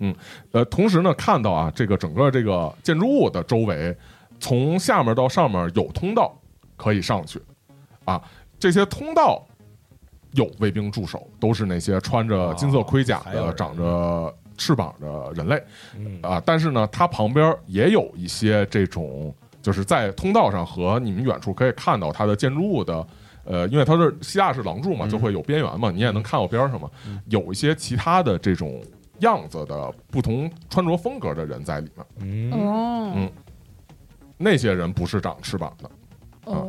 S2: 嗯，呃，同时呢，看到啊，这个整个这个建筑物的周围，从下面到上面有通道可以上去，啊，这些通道有卫兵驻守，都是那些穿着金色盔甲
S6: 哦还有
S2: 的、
S6: 人
S2: 长着翅膀的人类。
S6: 嗯
S2: 啊，但是呢，它旁边也有一些这种，就是在通道上和你们远处可以看到它的建筑物的，呃，因为它是希腊式廊柱嘛，
S1: 嗯
S2: 就会有边缘嘛，你也能看到边上嘛，有一些其他的这种样子的不同穿着风格的人在里面，
S6: 嗯，
S3: 哦
S2: 嗯那些人不是长翅膀的，
S3: 哦，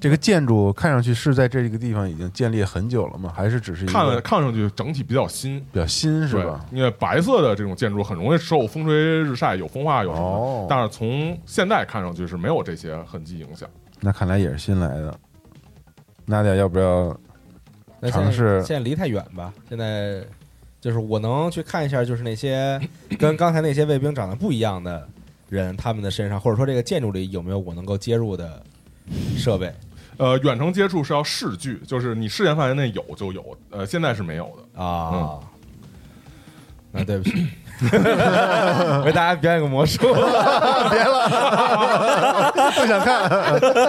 S1: 这个建筑看上去是在这个地方已经建立很久了吗？还是只是一个
S2: 看了看上去整体比较新。
S1: 比较新是
S2: 对
S1: 吧？，
S2: 因为白色的这种建筑很容易受风吹日晒，有风化有什么，
S1: 哦
S2: 但是从现在看上去是没有这些痕迹影响。
S1: 那看来也是新来的。娜姐，要不要？
S3: 啊
S6: 那现在
S1: 尝试
S6: 现在离太远吧，现在就是我能去看一下，就是那 些跟刚才那些卫兵长得不一样的人，他们的身上或者说这个建筑里有没有我能够接入的设备
S2: 呃，远程接触是要视距，
S6: 嗯
S2: 就是你视线范围内有就有，呃，现在是没有的。
S6: 啊？啊，对不 起，为大家表演个魔术。
S3: 哦
S1: 别了，不想看，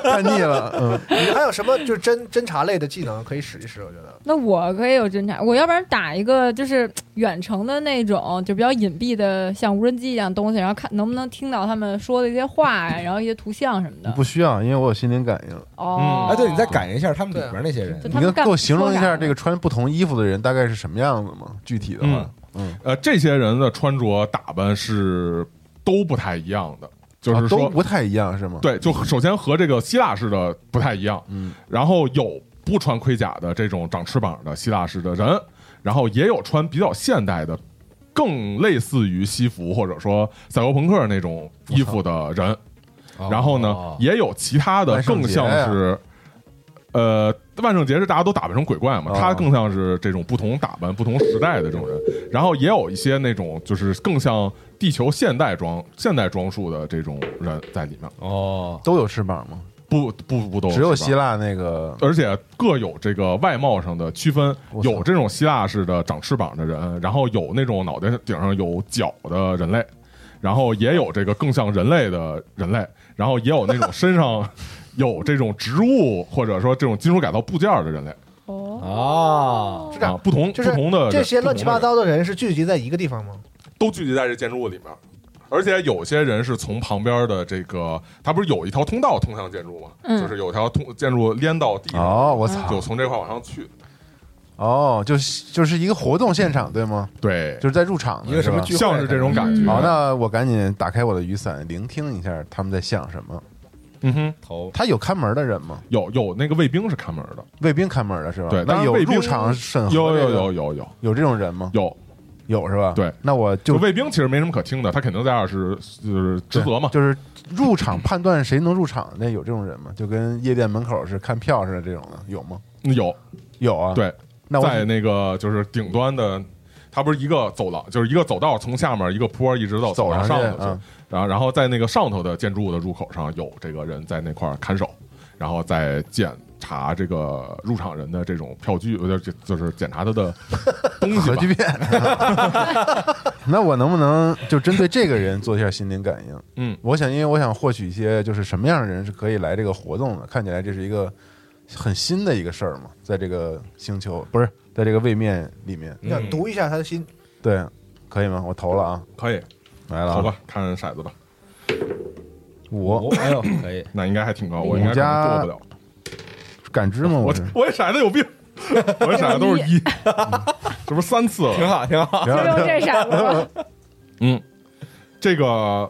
S1: 看腻了。嗯，
S4: 你还有什么就是侦 侦查类的技能可以使一使？我觉得
S3: 那我可以有侦查，我要不然打一个就是远程的那种，就比较隐蔽的，像无人机一样东西，然后看能不能听到他们说的一些话呀，然后一些图像什么的。
S1: 不需要，因为我有心灵感应。
S3: 哦，
S6: 哎，对，你再感应一下他们里边那些
S3: 就
S6: 人，
S3: 他
S1: 你能
S3: 们干
S1: 给我形容一
S3: 说啥
S1: 下
S3: 呢
S1: 这个穿不同衣服的人大概是什么样子吗？具体的话，嗯，
S2: 呃，这些人的穿着打扮是都不太一样的，就
S1: 啊
S2: 是
S1: 都
S2: 说，
S1: 不太一样是吗？，
S2: 对，就首先和这个希腊式的不太一样，
S1: 嗯，
S2: 然后有不穿盔甲的这种长翅膀的希腊式的人，然后也有穿比较现代的，更类似于西服或者说赛博朋克那种衣服的人，
S6: 哦
S2: 然后呢，也有其他的
S1: 万圣
S2: 更
S1: 节呀
S2: 像是，呃，万圣节是大家都打扮成鬼怪嘛，
S1: 哦
S2: 他更像是这种不同打扮、不同时代的这种人。然后也有一些那种就是更像地球现代装、现代装束的这种人在里面，
S6: 哦，
S1: 都有翅膀吗？
S2: 不不不都
S1: 只有
S2: 是吧
S1: 希腊那个
S2: 而且各有这个外貌上的区分，
S1: 我操
S2: 有这种希腊式的长翅膀的人，然后有那种脑袋顶上有角的人类，然后也有这个更像人类的人类，然后也有那种身上 有这种植物或者说这种金属改造部件的人类
S6: 啊
S3: 哦，
S6: 哦，
S4: 是这
S2: 啊，
S4: 样，
S2: 不同
S4: 就是
S2: 不同的人
S4: 这些乱七八
S2: 不同的人
S4: 糟的人是聚集在一个地方吗？
S2: 都聚集在这建筑物里面，而且有些人是从旁边的这个，它不是有一条通道通向建筑吗？
S3: 嗯
S2: 就是有条通建筑连到地上，
S1: 哦，我
S2: 就
S1: 操，
S2: 从这块往上去。
S1: 哦，就是就是一个活动现场对吗？
S2: 嗯对
S1: 就，是在入场的
S6: 一个什么
S1: 是吧
S6: 聚会
S2: 像是这种感觉。
S1: 好，那我赶紧打开我的雨伞，聆听一下他们在想什么。
S2: 嗯哼，
S6: 头
S1: 他有看门的人吗？
S2: 有有那个卫兵是看门的，
S1: 卫兵看门的是吧？
S2: 对当
S1: 那
S2: 然
S1: 有
S2: 卫兵
S1: 入场审核
S2: 有
S1: 这
S2: 有
S1: 个
S2: 有有有
S1: 有这种人吗？
S2: 有，
S1: 有是吧？
S2: 对，
S1: 那我
S2: 就
S1: 就
S2: 卫兵其实没什么可听的，他肯定在那儿是就是职责嘛。
S1: 就是入场判断谁能入场，那有这种人吗？就跟夜店门口是看票似的这种的，有吗？
S2: 有
S1: 有啊。
S2: 对，
S1: 那
S2: 在
S1: 我
S2: 那个就是顶端的，它不是一个走廊，就是一个走道，从下面一个坡一直到
S1: 走
S2: 往
S1: 上
S2: 上
S1: 去
S2: 头去
S1: 啊，
S2: 然后然后在那个上头的建筑物的入口上有这个人在那块儿看守，然后再检查这个入场人的这种票据，呃就就是检查他的东西
S1: 核
S2: 吧
S1: 聚。变。那我能不能就针对这个人做一下心灵感应？
S2: 嗯，
S1: 我想，因为我想获取一些就是什么样的人是可以来这个活动的。看起来这是一个很新的一个事儿嘛，在这个星球不是在这个位面里面，
S4: 你想
S6: 嗯
S4: 读一下他的心，
S1: 对，可以吗？我投了啊，
S2: 可以，
S1: 来了啊，
S2: 好吧，看骰子吧。
S1: 五，
S6: 哎呦，可以，
S2: 那应该还挺高，我应该
S1: 我
S2: 可能
S1: 家
S2: 做不了。
S1: 感知吗？
S2: 我
S1: 我 是
S2: 我这骰子有 病，我这骰子都是一，嗯这不是三次
S6: 挺
S2: 了。
S6: 好，挺好。
S1: 不要
S3: 就用这哦傻子吧。
S2: 嗯，这个，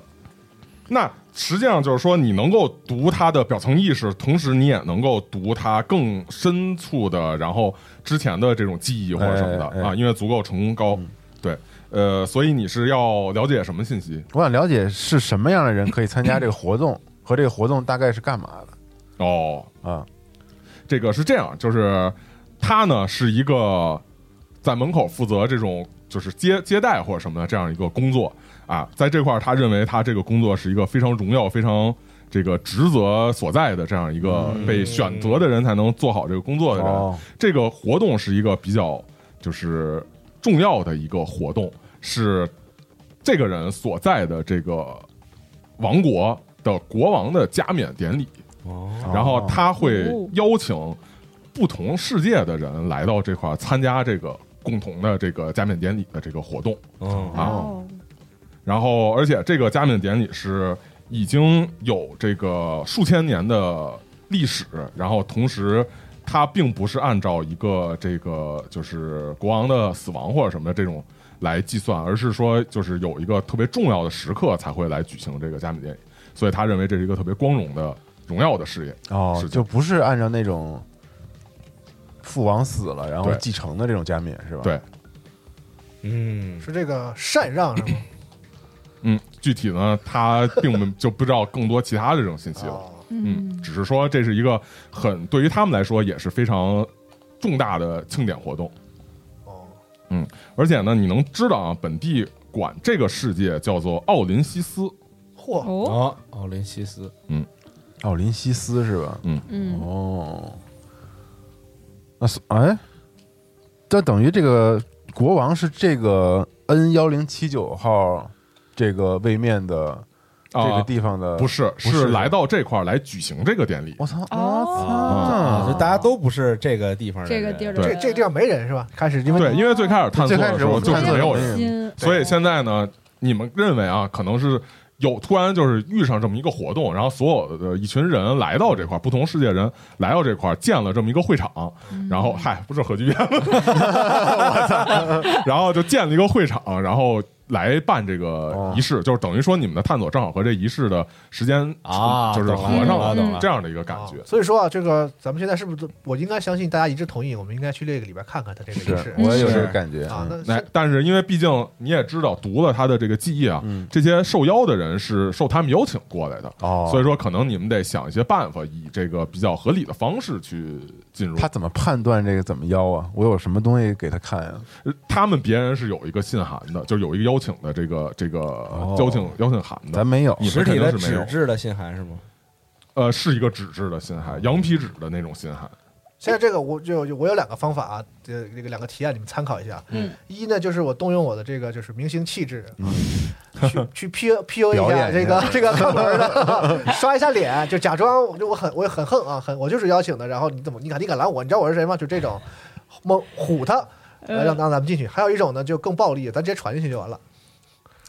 S2: 那实际上就是说，你能够读他的表层意识，同时你也能够读他更深处的，然后之前的这种记忆或者什么的
S1: 哎哎哎嗯
S2: 啊，因为足够成功高。对，呃，所以你是要了解什么信息？
S1: 我想了解是什么样的人可以参加这个活动，和这个活动大概是干嘛
S2: 哦，
S1: 的啊？
S2: 这个是这样，就是他呢是一个在门口负责这种就是接接待或者什么的这样一个工作啊，在这块儿他认为他这个工作是一个非常荣耀、非常这个职责所在的这样一个被选择的人才能做好这个工作的人。
S1: 嗯哦，
S2: 这个活动是一个比较就是重要的一个活动，是这个人所在的这个王国的国王的加冕典礼。
S6: 哦，
S2: 然后他会
S3: 哦
S2: 邀请不同世界的人来到这块儿参加这个共同的这个加冕典礼的这个活动。
S6: 嗯，
S3: 哦，
S2: 然后，而且这个加冕典礼是已经有这个数千年的历史，然后同时它并不是按照一个这个就是国王的死亡或者什么的这种来计算，而是说就是有一个特别重要的时刻才会来举行这个加冕典礼，所以他认为这是一个特别光荣的荣耀的事业。
S1: 哦
S2: 是，的
S1: 就不是按照那种父王死了然后
S2: 对
S1: 继承的这种加冕是吧？
S2: 对
S6: 嗯，
S4: 是这个禅让是吗？
S2: 嗯，具体呢，他并没 就不知道更多其他的这种信息了。
S4: 哦，
S2: 嗯，
S3: 嗯，
S2: 只是说这是一个很对于他们来说也是非常重大的庆典活动，
S4: 哦，
S2: 而且呢，你能知道啊，本地管这个世界叫做奥林西斯，
S4: 嚯，
S3: 哦，
S6: 哦，奥林西斯，
S1: 奥林西斯是吧？
S3: 嗯，
S1: 哦，那是哎，这等于这个国王是这个 N 幺零七九号这个位面的这个
S2: 啊，
S1: 地方的，
S2: 不是，
S1: 是
S2: 是来到这块儿来举行这个典礼。
S1: 我操，我
S4: 哦
S6: 啊，
S1: 操
S6: 就！大家都不是这个地方人，
S3: 这个地儿的
S4: 这
S3: 人
S4: 这地方没人是吧？开始因为哦
S2: 对，因为最开始探索
S1: 最开
S2: 的
S1: 始
S2: 时候
S1: 我
S2: 就
S1: 们
S2: 是
S1: 探索
S2: 没有
S1: 的
S2: 人
S1: 那，个
S3: 新嗯
S2: 所以现在呢，你们认为啊，可能是有突然就是遇上这么一个活动，然后所有的一群人来到这块儿，不同世界人来到这块儿，建了这么一个会
S3: 嗯
S2: 场，然后嗨，不是核聚变 吗？我操！然后就建了一个会场，然后。来办这
S3: 哦
S2: 个仪式，就是等于说你们的探索正好和这仪式的时间
S6: 啊
S2: 就是
S6: 懂了
S2: 合上
S3: 懂了懂了嗯
S2: 这样的一个感
S4: 啊
S2: 觉。
S4: 所以说啊，这个咱们现在是不是都？我应该相信大家一致同意，我们应该去这个里边看看他这个仪
S1: 是
S4: 式，
S1: 我也有
S6: 是
S1: 这个感觉
S4: 啊。那
S2: 嗯那
S4: 是
S2: 但是因为毕竟你也知道，读了他的这个记忆啊，
S1: 嗯
S2: 这些受邀的人是受他们邀请过来的，
S1: 哦，
S2: 嗯所以说可能你们得想一些办法，以这个比较合理的方式去进入。
S1: 他怎么判断这个怎么邀啊？我有什么东西给他看呀？
S2: 呃他们别人是有一个信函的，就是有一个邀请的这个这个邀请、邀请函的
S1: 咱，没有
S2: 你
S6: 实
S2: 们肯
S6: 体
S2: 定
S6: 的
S2: 是没有
S6: 纸。质的信函是吗？
S2: 呃，是一个纸质的信函，羊皮纸的那种信函。
S4: 现在这个我就我有两个方法啊，这这个两个提案你们参考一下。
S3: 嗯，
S4: 一呢就是我动用我的这个就是明星气质，去去 P P U
S1: 嗯
S4: 一
S1: 表
S4: 下
S1: 演一
S4: 这
S1: 下
S4: 个这个看门儿的， 刷一下脸，就假装我就我很我也很横啊，很我就是邀请的，然后你怎么你敢你敢拦我？你知道我是谁吗？就这种蒙唬他，呃让让咱们进去。还有一种呢就更暴力，咱直接传进去就完了。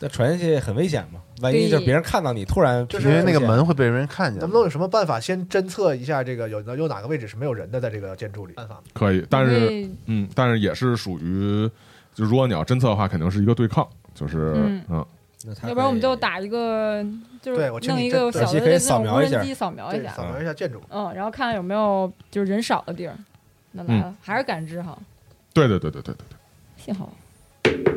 S6: 那传进去很危险嘛，万一就是别人看到你突然
S4: 就是
S1: 因为那个门会被人看见
S4: 咱。们都有什么办法先侦测一下这个有有哪个位置是没有人的，在这个建筑里？办法
S2: 可以，但
S3: 因
S2: 是
S3: 为
S2: 嗯，但是也是属于，就如果你要侦测的话，肯定是一个对抗，就是
S3: 嗯
S2: 嗯
S6: 那他可以，
S3: 要不然我们就打一个，就
S4: 对
S3: 是
S4: 我请
S3: 弄
S4: 你
S3: 一
S4: 这
S3: 个
S4: 这
S3: 小的
S6: 期可以
S3: 那
S6: 扫
S3: 种
S6: 描
S3: 无
S6: 一
S3: 人
S6: 下
S3: 机扫描一
S4: 对
S3: 下，
S4: 扫描一下建筑。
S3: 嗯，然后看看有没有就是人少的地儿。那来
S2: 嗯
S3: 了，还是感知哈，
S2: 对对对对对对
S3: 幸好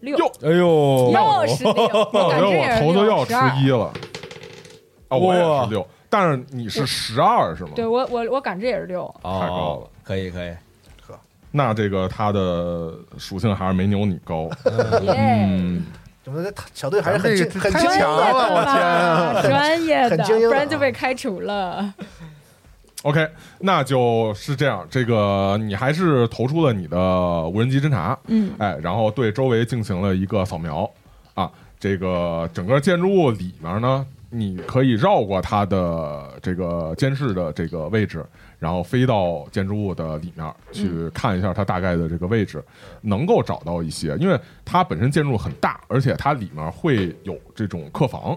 S3: 六
S2: 哟
S6: 哎呦，
S3: 又是六，我
S2: 感
S3: 感知
S2: 觉
S3: 也
S2: 哦我
S3: 是
S2: 头都要
S3: 六十
S2: 吃
S3: 二。
S2: 一了。啊，我也
S6: 哇
S2: 是六，但是你是十二是吗？
S3: 对我我我感知也是六，
S2: 太高
S6: 了，哦可以可以，
S2: 那这个它的属性还是没牛你高。
S3: 耶，
S2: 嗯，
S4: 怎么这小队还是
S1: 咱
S4: 很
S1: 们这
S4: 精
S1: 个
S4: 很
S1: 太
S4: 精
S3: 专
S1: 强
S3: 业
S4: 强
S1: 了
S4: 啊！
S3: 的
S1: 我天啊
S3: 吧，专业
S4: 很精英
S3: 的，
S4: 的
S3: 不然就被开除了。
S2: OK，那就是这样。这个你还是投出了你的无人机侦察，
S3: 嗯，
S2: 哎，然后对周围进行了一个扫描啊。这个整个建筑物里面呢，你可以绕过它的这个监视的这个位置，然后飞到建筑物的里面去看一下它大概的这个位置，能够找到一些，因为它本身建筑很大，而且它里面会有这种客房，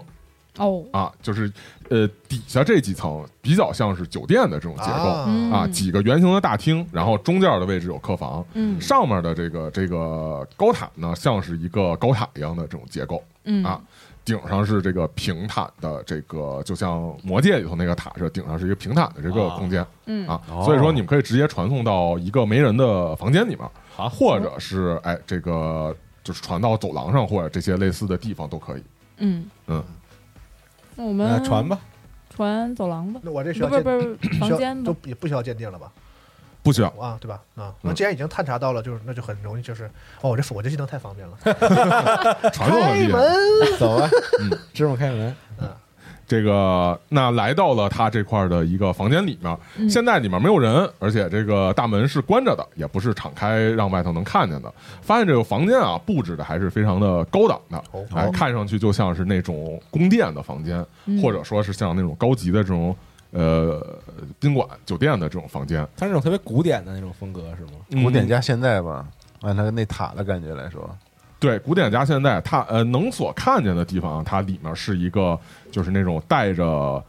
S3: 哦，
S2: 啊，就是呃底下这几层比较像是酒店的这种结构
S4: 啊
S2: 啊，
S3: 嗯
S2: 几个圆形的大厅，然后中间的位置有客房，
S3: 嗯
S2: 上面的这个这个高塔呢，像是一个高塔一样的这种结构，
S3: 嗯
S2: 啊顶上是这个平坦的这个，就像魔界里头那个塔是顶上是一个平坦的这个
S6: 啊
S2: 空间
S3: 嗯
S2: 啊，
S1: 哦
S2: 所以说你们可以直接传送到一个没人的房间里面，
S6: 好
S2: 或者是哎这个就是传到走廊上或者这些类似的地方都可以。
S3: 嗯
S2: 嗯，
S3: 那我
S6: 那
S3: 们
S6: 传吧，
S3: 传走廊吧，
S4: 那我这需
S3: 不
S4: 要
S3: 不
S4: 鉴
S3: 不是
S4: 需
S3: 房
S4: 要
S3: 间吧
S4: 都，也不需要鉴定了吧？
S2: 不 需要，
S4: 啊，对吧？啊，
S2: 嗯
S4: 那既然已经探查到了，就是那就很容易，就是哦，我这我这技能太方便了，
S2: 传送很
S4: 开
S2: 厉害。
S4: 门
S6: 走 啊
S2: 嗯，
S6: 芝麻开门，
S2: 这个那来到了他这块儿的一个房间里面，
S3: 嗯
S2: 现在里面没有人，而且这个大门是关着的，也不是敞开让外头能看见的。发现这个房间啊，布置的还是非常的高档的，
S4: 哦
S2: 哎，看上去就像是那种宫殿的房间，
S3: 嗯
S2: 或者说是像那种高级的这种呃宾馆、酒店的这种房间。
S6: 它是那种特别古典的那种风格是吗？
S2: 嗯
S1: 古典加现代吧，按他那塔的感觉来说，
S2: 嗯对，古典家现在它呃能所看见的地方啊，它里面是一个就是那种带着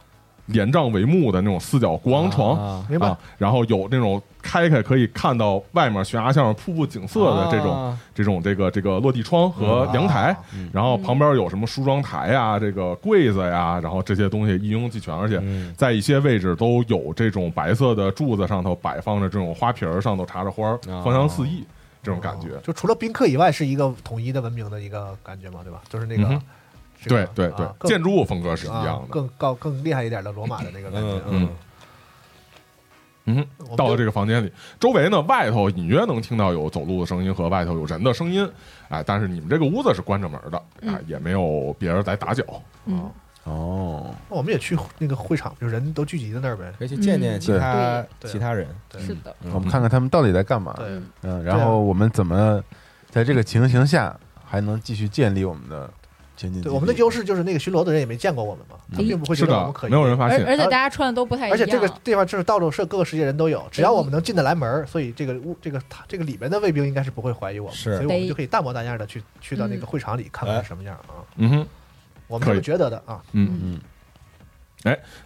S2: 帘帐帷幕的那种四角国王床。
S6: 啊
S4: 明白
S2: 啊？，然后有那种开开可以看到外面悬崖下面瀑布景色的这种、
S6: 啊
S2: 这种这个这个落地窗
S4: 啊
S2: 和阳台，
S6: 嗯
S2: 然后旁边有什么梳妆台呀、这个柜子呀，然后这些东西一应俱全，而且
S6: 嗯
S2: 在一些位置都有这种白色的柱子上头摆放着这种花瓶儿，上头插着花儿，
S6: 啊
S2: 芳香四溢这种感觉。
S4: 哦就除了宾客以外，是一个统一的文明的一个感觉嘛，对吧？就是那
S2: 嗯
S4: 个
S2: 哼，
S4: 这
S2: 对
S4: 个
S2: 对对，
S4: 啊
S2: 建筑物风格是一
S4: 更啊
S2: 样的。
S4: 更高更厉害一点的罗马的那个感觉
S6: 嗯。
S4: 啊
S6: 嗯，
S2: 嗯哼，
S4: 我们
S2: 到了
S4: 就
S2: 这个房间里，周围呢外头隐约能听到有走路的声音和外头有人的声音，哎，但是你们这个屋子是关着门的，
S3: 嗯
S4: 哦
S2: 哎，也没有别人来打搅。
S3: 嗯
S1: 哦，
S4: 那我们也去那个会场，就人都聚集在那儿呗。
S6: 可以去见
S3: 嗯
S6: 见其他
S4: 对
S6: 其他人。
S4: 对
S3: 是的，
S6: 嗯
S1: 我们看看他们到底在干嘛。
S4: 对，
S1: 嗯，
S4: 对
S1: 然
S4: 啊
S1: 后我们怎么在这个情形下还能继续建立我们的前进？
S4: 对，我们的优势就是那个巡逻的人也没见过我们嘛，他并不会
S2: 嗯
S4: 觉
S2: 是
S4: 得我
S2: 的
S4: 们可，疑。哎
S2: 没有人发
S3: 而
S2: 现。
S3: 而且大家穿的都不太一样，
S4: 而且这个地方就是道路是各个世界人都有，只要我们能进得来门儿，所以这个屋这个他这个里面的卫兵应该是不会怀疑我们，
S6: 是
S4: 所以我们
S3: 得
S4: 就可以大模大样的去去到那个
S3: 嗯
S4: 会场里看看是什么样啊，
S2: 嗯哼，
S4: 我们是这
S2: 可
S4: 么
S2: 以
S4: 觉得的啊。
S2: 嗯，
S1: 嗯，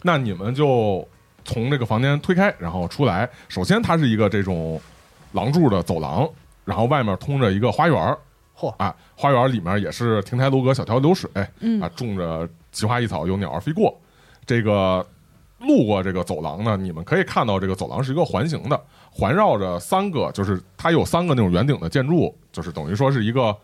S2: 那你们就从这个房间推开，然后出来。首先，它是一个这种廊柱的走廊，然后外面通着一个花园儿
S4: 嚯，
S2: 啊，花园里面也是亭台楼阁，小桥流水
S3: 嗯
S2: 啊，种着奇花异草，有鸟儿飞过。这个路过这个走廊呢，你们可以看到这个走廊是一个环形的，环绕着三个，就是它有三个那种圆顶的建筑，物，就是等于说是一个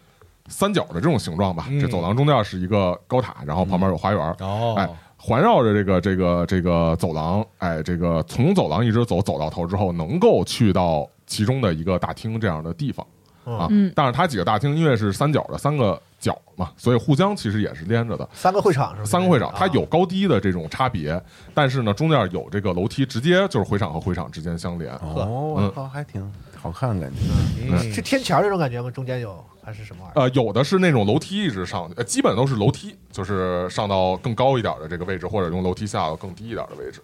S2: 三角的这种形状吧。
S6: 嗯
S2: 这走廊中间是一个高塔，然后旁边有花园儿。
S6: 哦
S2: 哎，环绕着这个这个这个走廊，哎，这个从走廊一直走走到头之后，能够去到其中的一个大厅这样的地方啊。
S3: 嗯
S2: 但是它几个大厅因为是三角的三个角嘛，所以互相其实也是连着的。
S4: 三个会场是吧？
S2: 三个会场
S4: 啊
S2: 它有高低的这种差别，但是呢，中间有这个楼梯直接就是会场和会场之间相连。
S1: 哦，我靠，还挺好看，感觉。
S4: 是天桥这种感觉吗？中间有还是什么玩意儿？
S2: 呃，有的是那种楼梯一直上去，呃，基本都是楼梯，就是上到更高一点的这个位置，或者用楼梯下到更低一点的位置。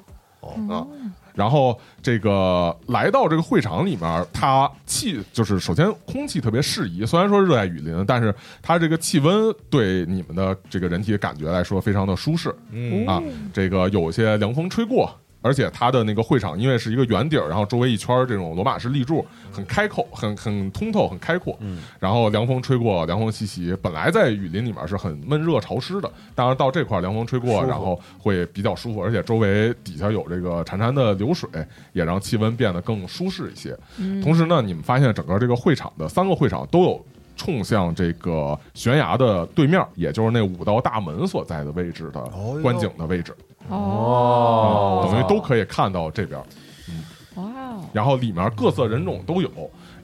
S2: 啊，然后这个来到这个会场里面，它气就是首先空气特别适宜，虽然说热带雨林，但是它这个气温对你们的这个人体感觉来说非常的舒适
S6: 嗯
S2: 啊。这个有些凉风吹过，而且它的那个会场因为是一个圆顶儿，然后周围一圈儿这种罗马式立柱，很开阔，很很通透，很开阔。
S1: 嗯，
S2: 然后凉风吹过，凉风习习，本来在雨林里面是很闷热潮湿的，当然到这块儿凉风吹过，然后会比较舒服，而且周围底下有这个潺潺的流水，也让气温变得更舒适一些。
S1: 嗯
S2: 同时呢，你们发现整个这个会场的三个会场都有。冲向这个悬崖的对面，也就是那五道大门所在的位置的
S1: 哦哟
S2: 观景的位置，
S3: 哦，
S2: 等于都可以看到这边。
S3: 哇哦，
S2: 然后里面各色人种都有，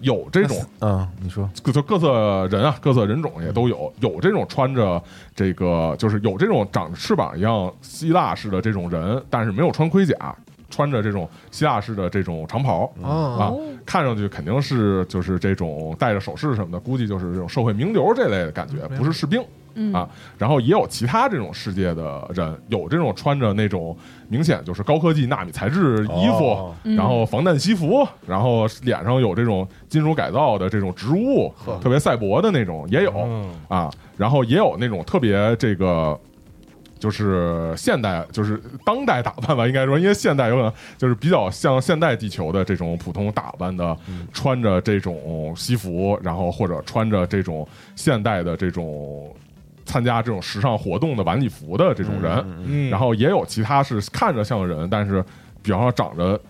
S2: 有这种
S1: 嗯，你说，
S2: 各就各色人啊，各色人种也都有，有这种穿着这个就是有这种长着翅膀一样希腊式的这种人，但是没有穿盔甲，穿着这种希腊式的这种长袍，
S4: 啊
S2: 啊，
S3: 哦
S2: 看上去肯定是就是这种戴着首饰什么的，估计就是这种社会名流这类的感觉，不是士兵。
S3: 嗯
S2: 啊，然后也有其他这种世界的人，有这种穿着那种明显就是高科技纳米材质衣服，
S1: 哦
S3: 嗯
S2: 然后防弹西服，然后脸上有这种金属改造的这种植物，特别赛博的那种也有、
S6: 嗯
S2: 啊，然后也有那种特别这个。就是现代，就是当代打扮吧，应该说，因为现代有可能就是比较像现代地球的这种普通打扮的，穿着这种西服，然后或者穿着这种现代的这种参加这种时尚活动的晚礼服的这种人，
S6: 嗯
S2: 然后也有其他是看着像人，但是比方说长着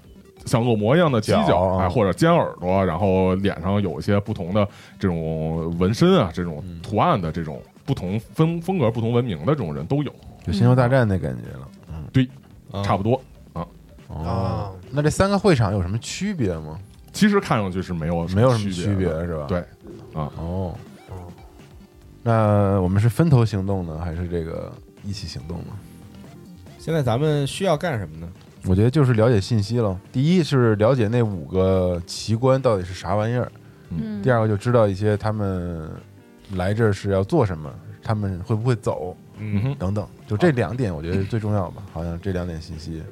S2: 像恶魔一样的犄
S1: 角
S2: 角，
S1: 啊
S2: 哎，或者尖耳朵，然后脸上有一些不同的这种纹身啊，这种图案的这种不同风风格、不同文明的这种人都有，
S1: 有《星球大战》那感觉了。
S6: 嗯
S2: 差不多。
S4: 啊，
S1: 嗯那这三个会场有什么区别吗？
S2: 其实看上去是没有
S1: 没有什么
S2: 区
S1: 区别啊
S2: 的
S1: 是吧？
S2: 对，
S1: 哦，那我们是分头行动呢，还是这个一起行动呢？
S6: 现在咱们需要干什么呢？
S1: 我觉得就是了解信息了。第一是了解那五个奇观到底是啥玩意儿，
S3: 嗯，
S1: 第二个就知道一些他们来这儿是要做什么，他们会不会走
S2: 嗯哼，
S1: 等等，就这两点我觉得最重要吧。
S4: 哦
S1: 好像这两点信息，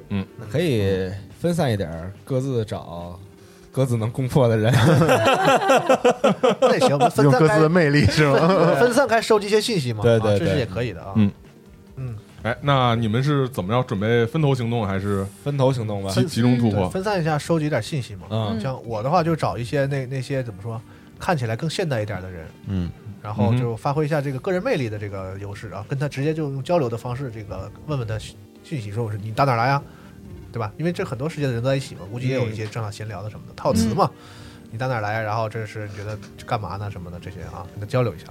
S6: 可以分散一点儿，各自找各自能攻破的人。
S4: 那也行，我们分
S1: 用
S4: 散
S1: 各自
S4: 开
S1: 的魅力是 吗？
S4: 分散开收集一些信息嘛，
S6: 对对
S4: 啊这
S6: 对
S4: 是也可以的啊。
S2: 嗯
S4: 嗯，
S2: 哎，那你们是怎么样准备分头行动，还是
S6: 分头行动吧。
S2: 集集中突
S4: 对，
S2: 破？
S4: 分散一下，收集点信息嘛。
S6: 嗯
S4: 像我的话，就找一些那那些怎么说，看起来更现代一点的人，
S1: 嗯，
S4: 然后
S2: 嗯哼
S4: 就发挥一下这个个人魅力的这个优势啊，跟他直接就用交流的方式，这个问问他讯讯息，说我是你打哪儿来呀，啊对吧？因为这很多世界的人都在一起嘛，估计也有一
S2: 嗯
S4: 些正好闲聊的什么的套词嘛。你打哪儿来呀？啊然后这是你觉得干嘛呢？什么的这些啊，跟他交流一下。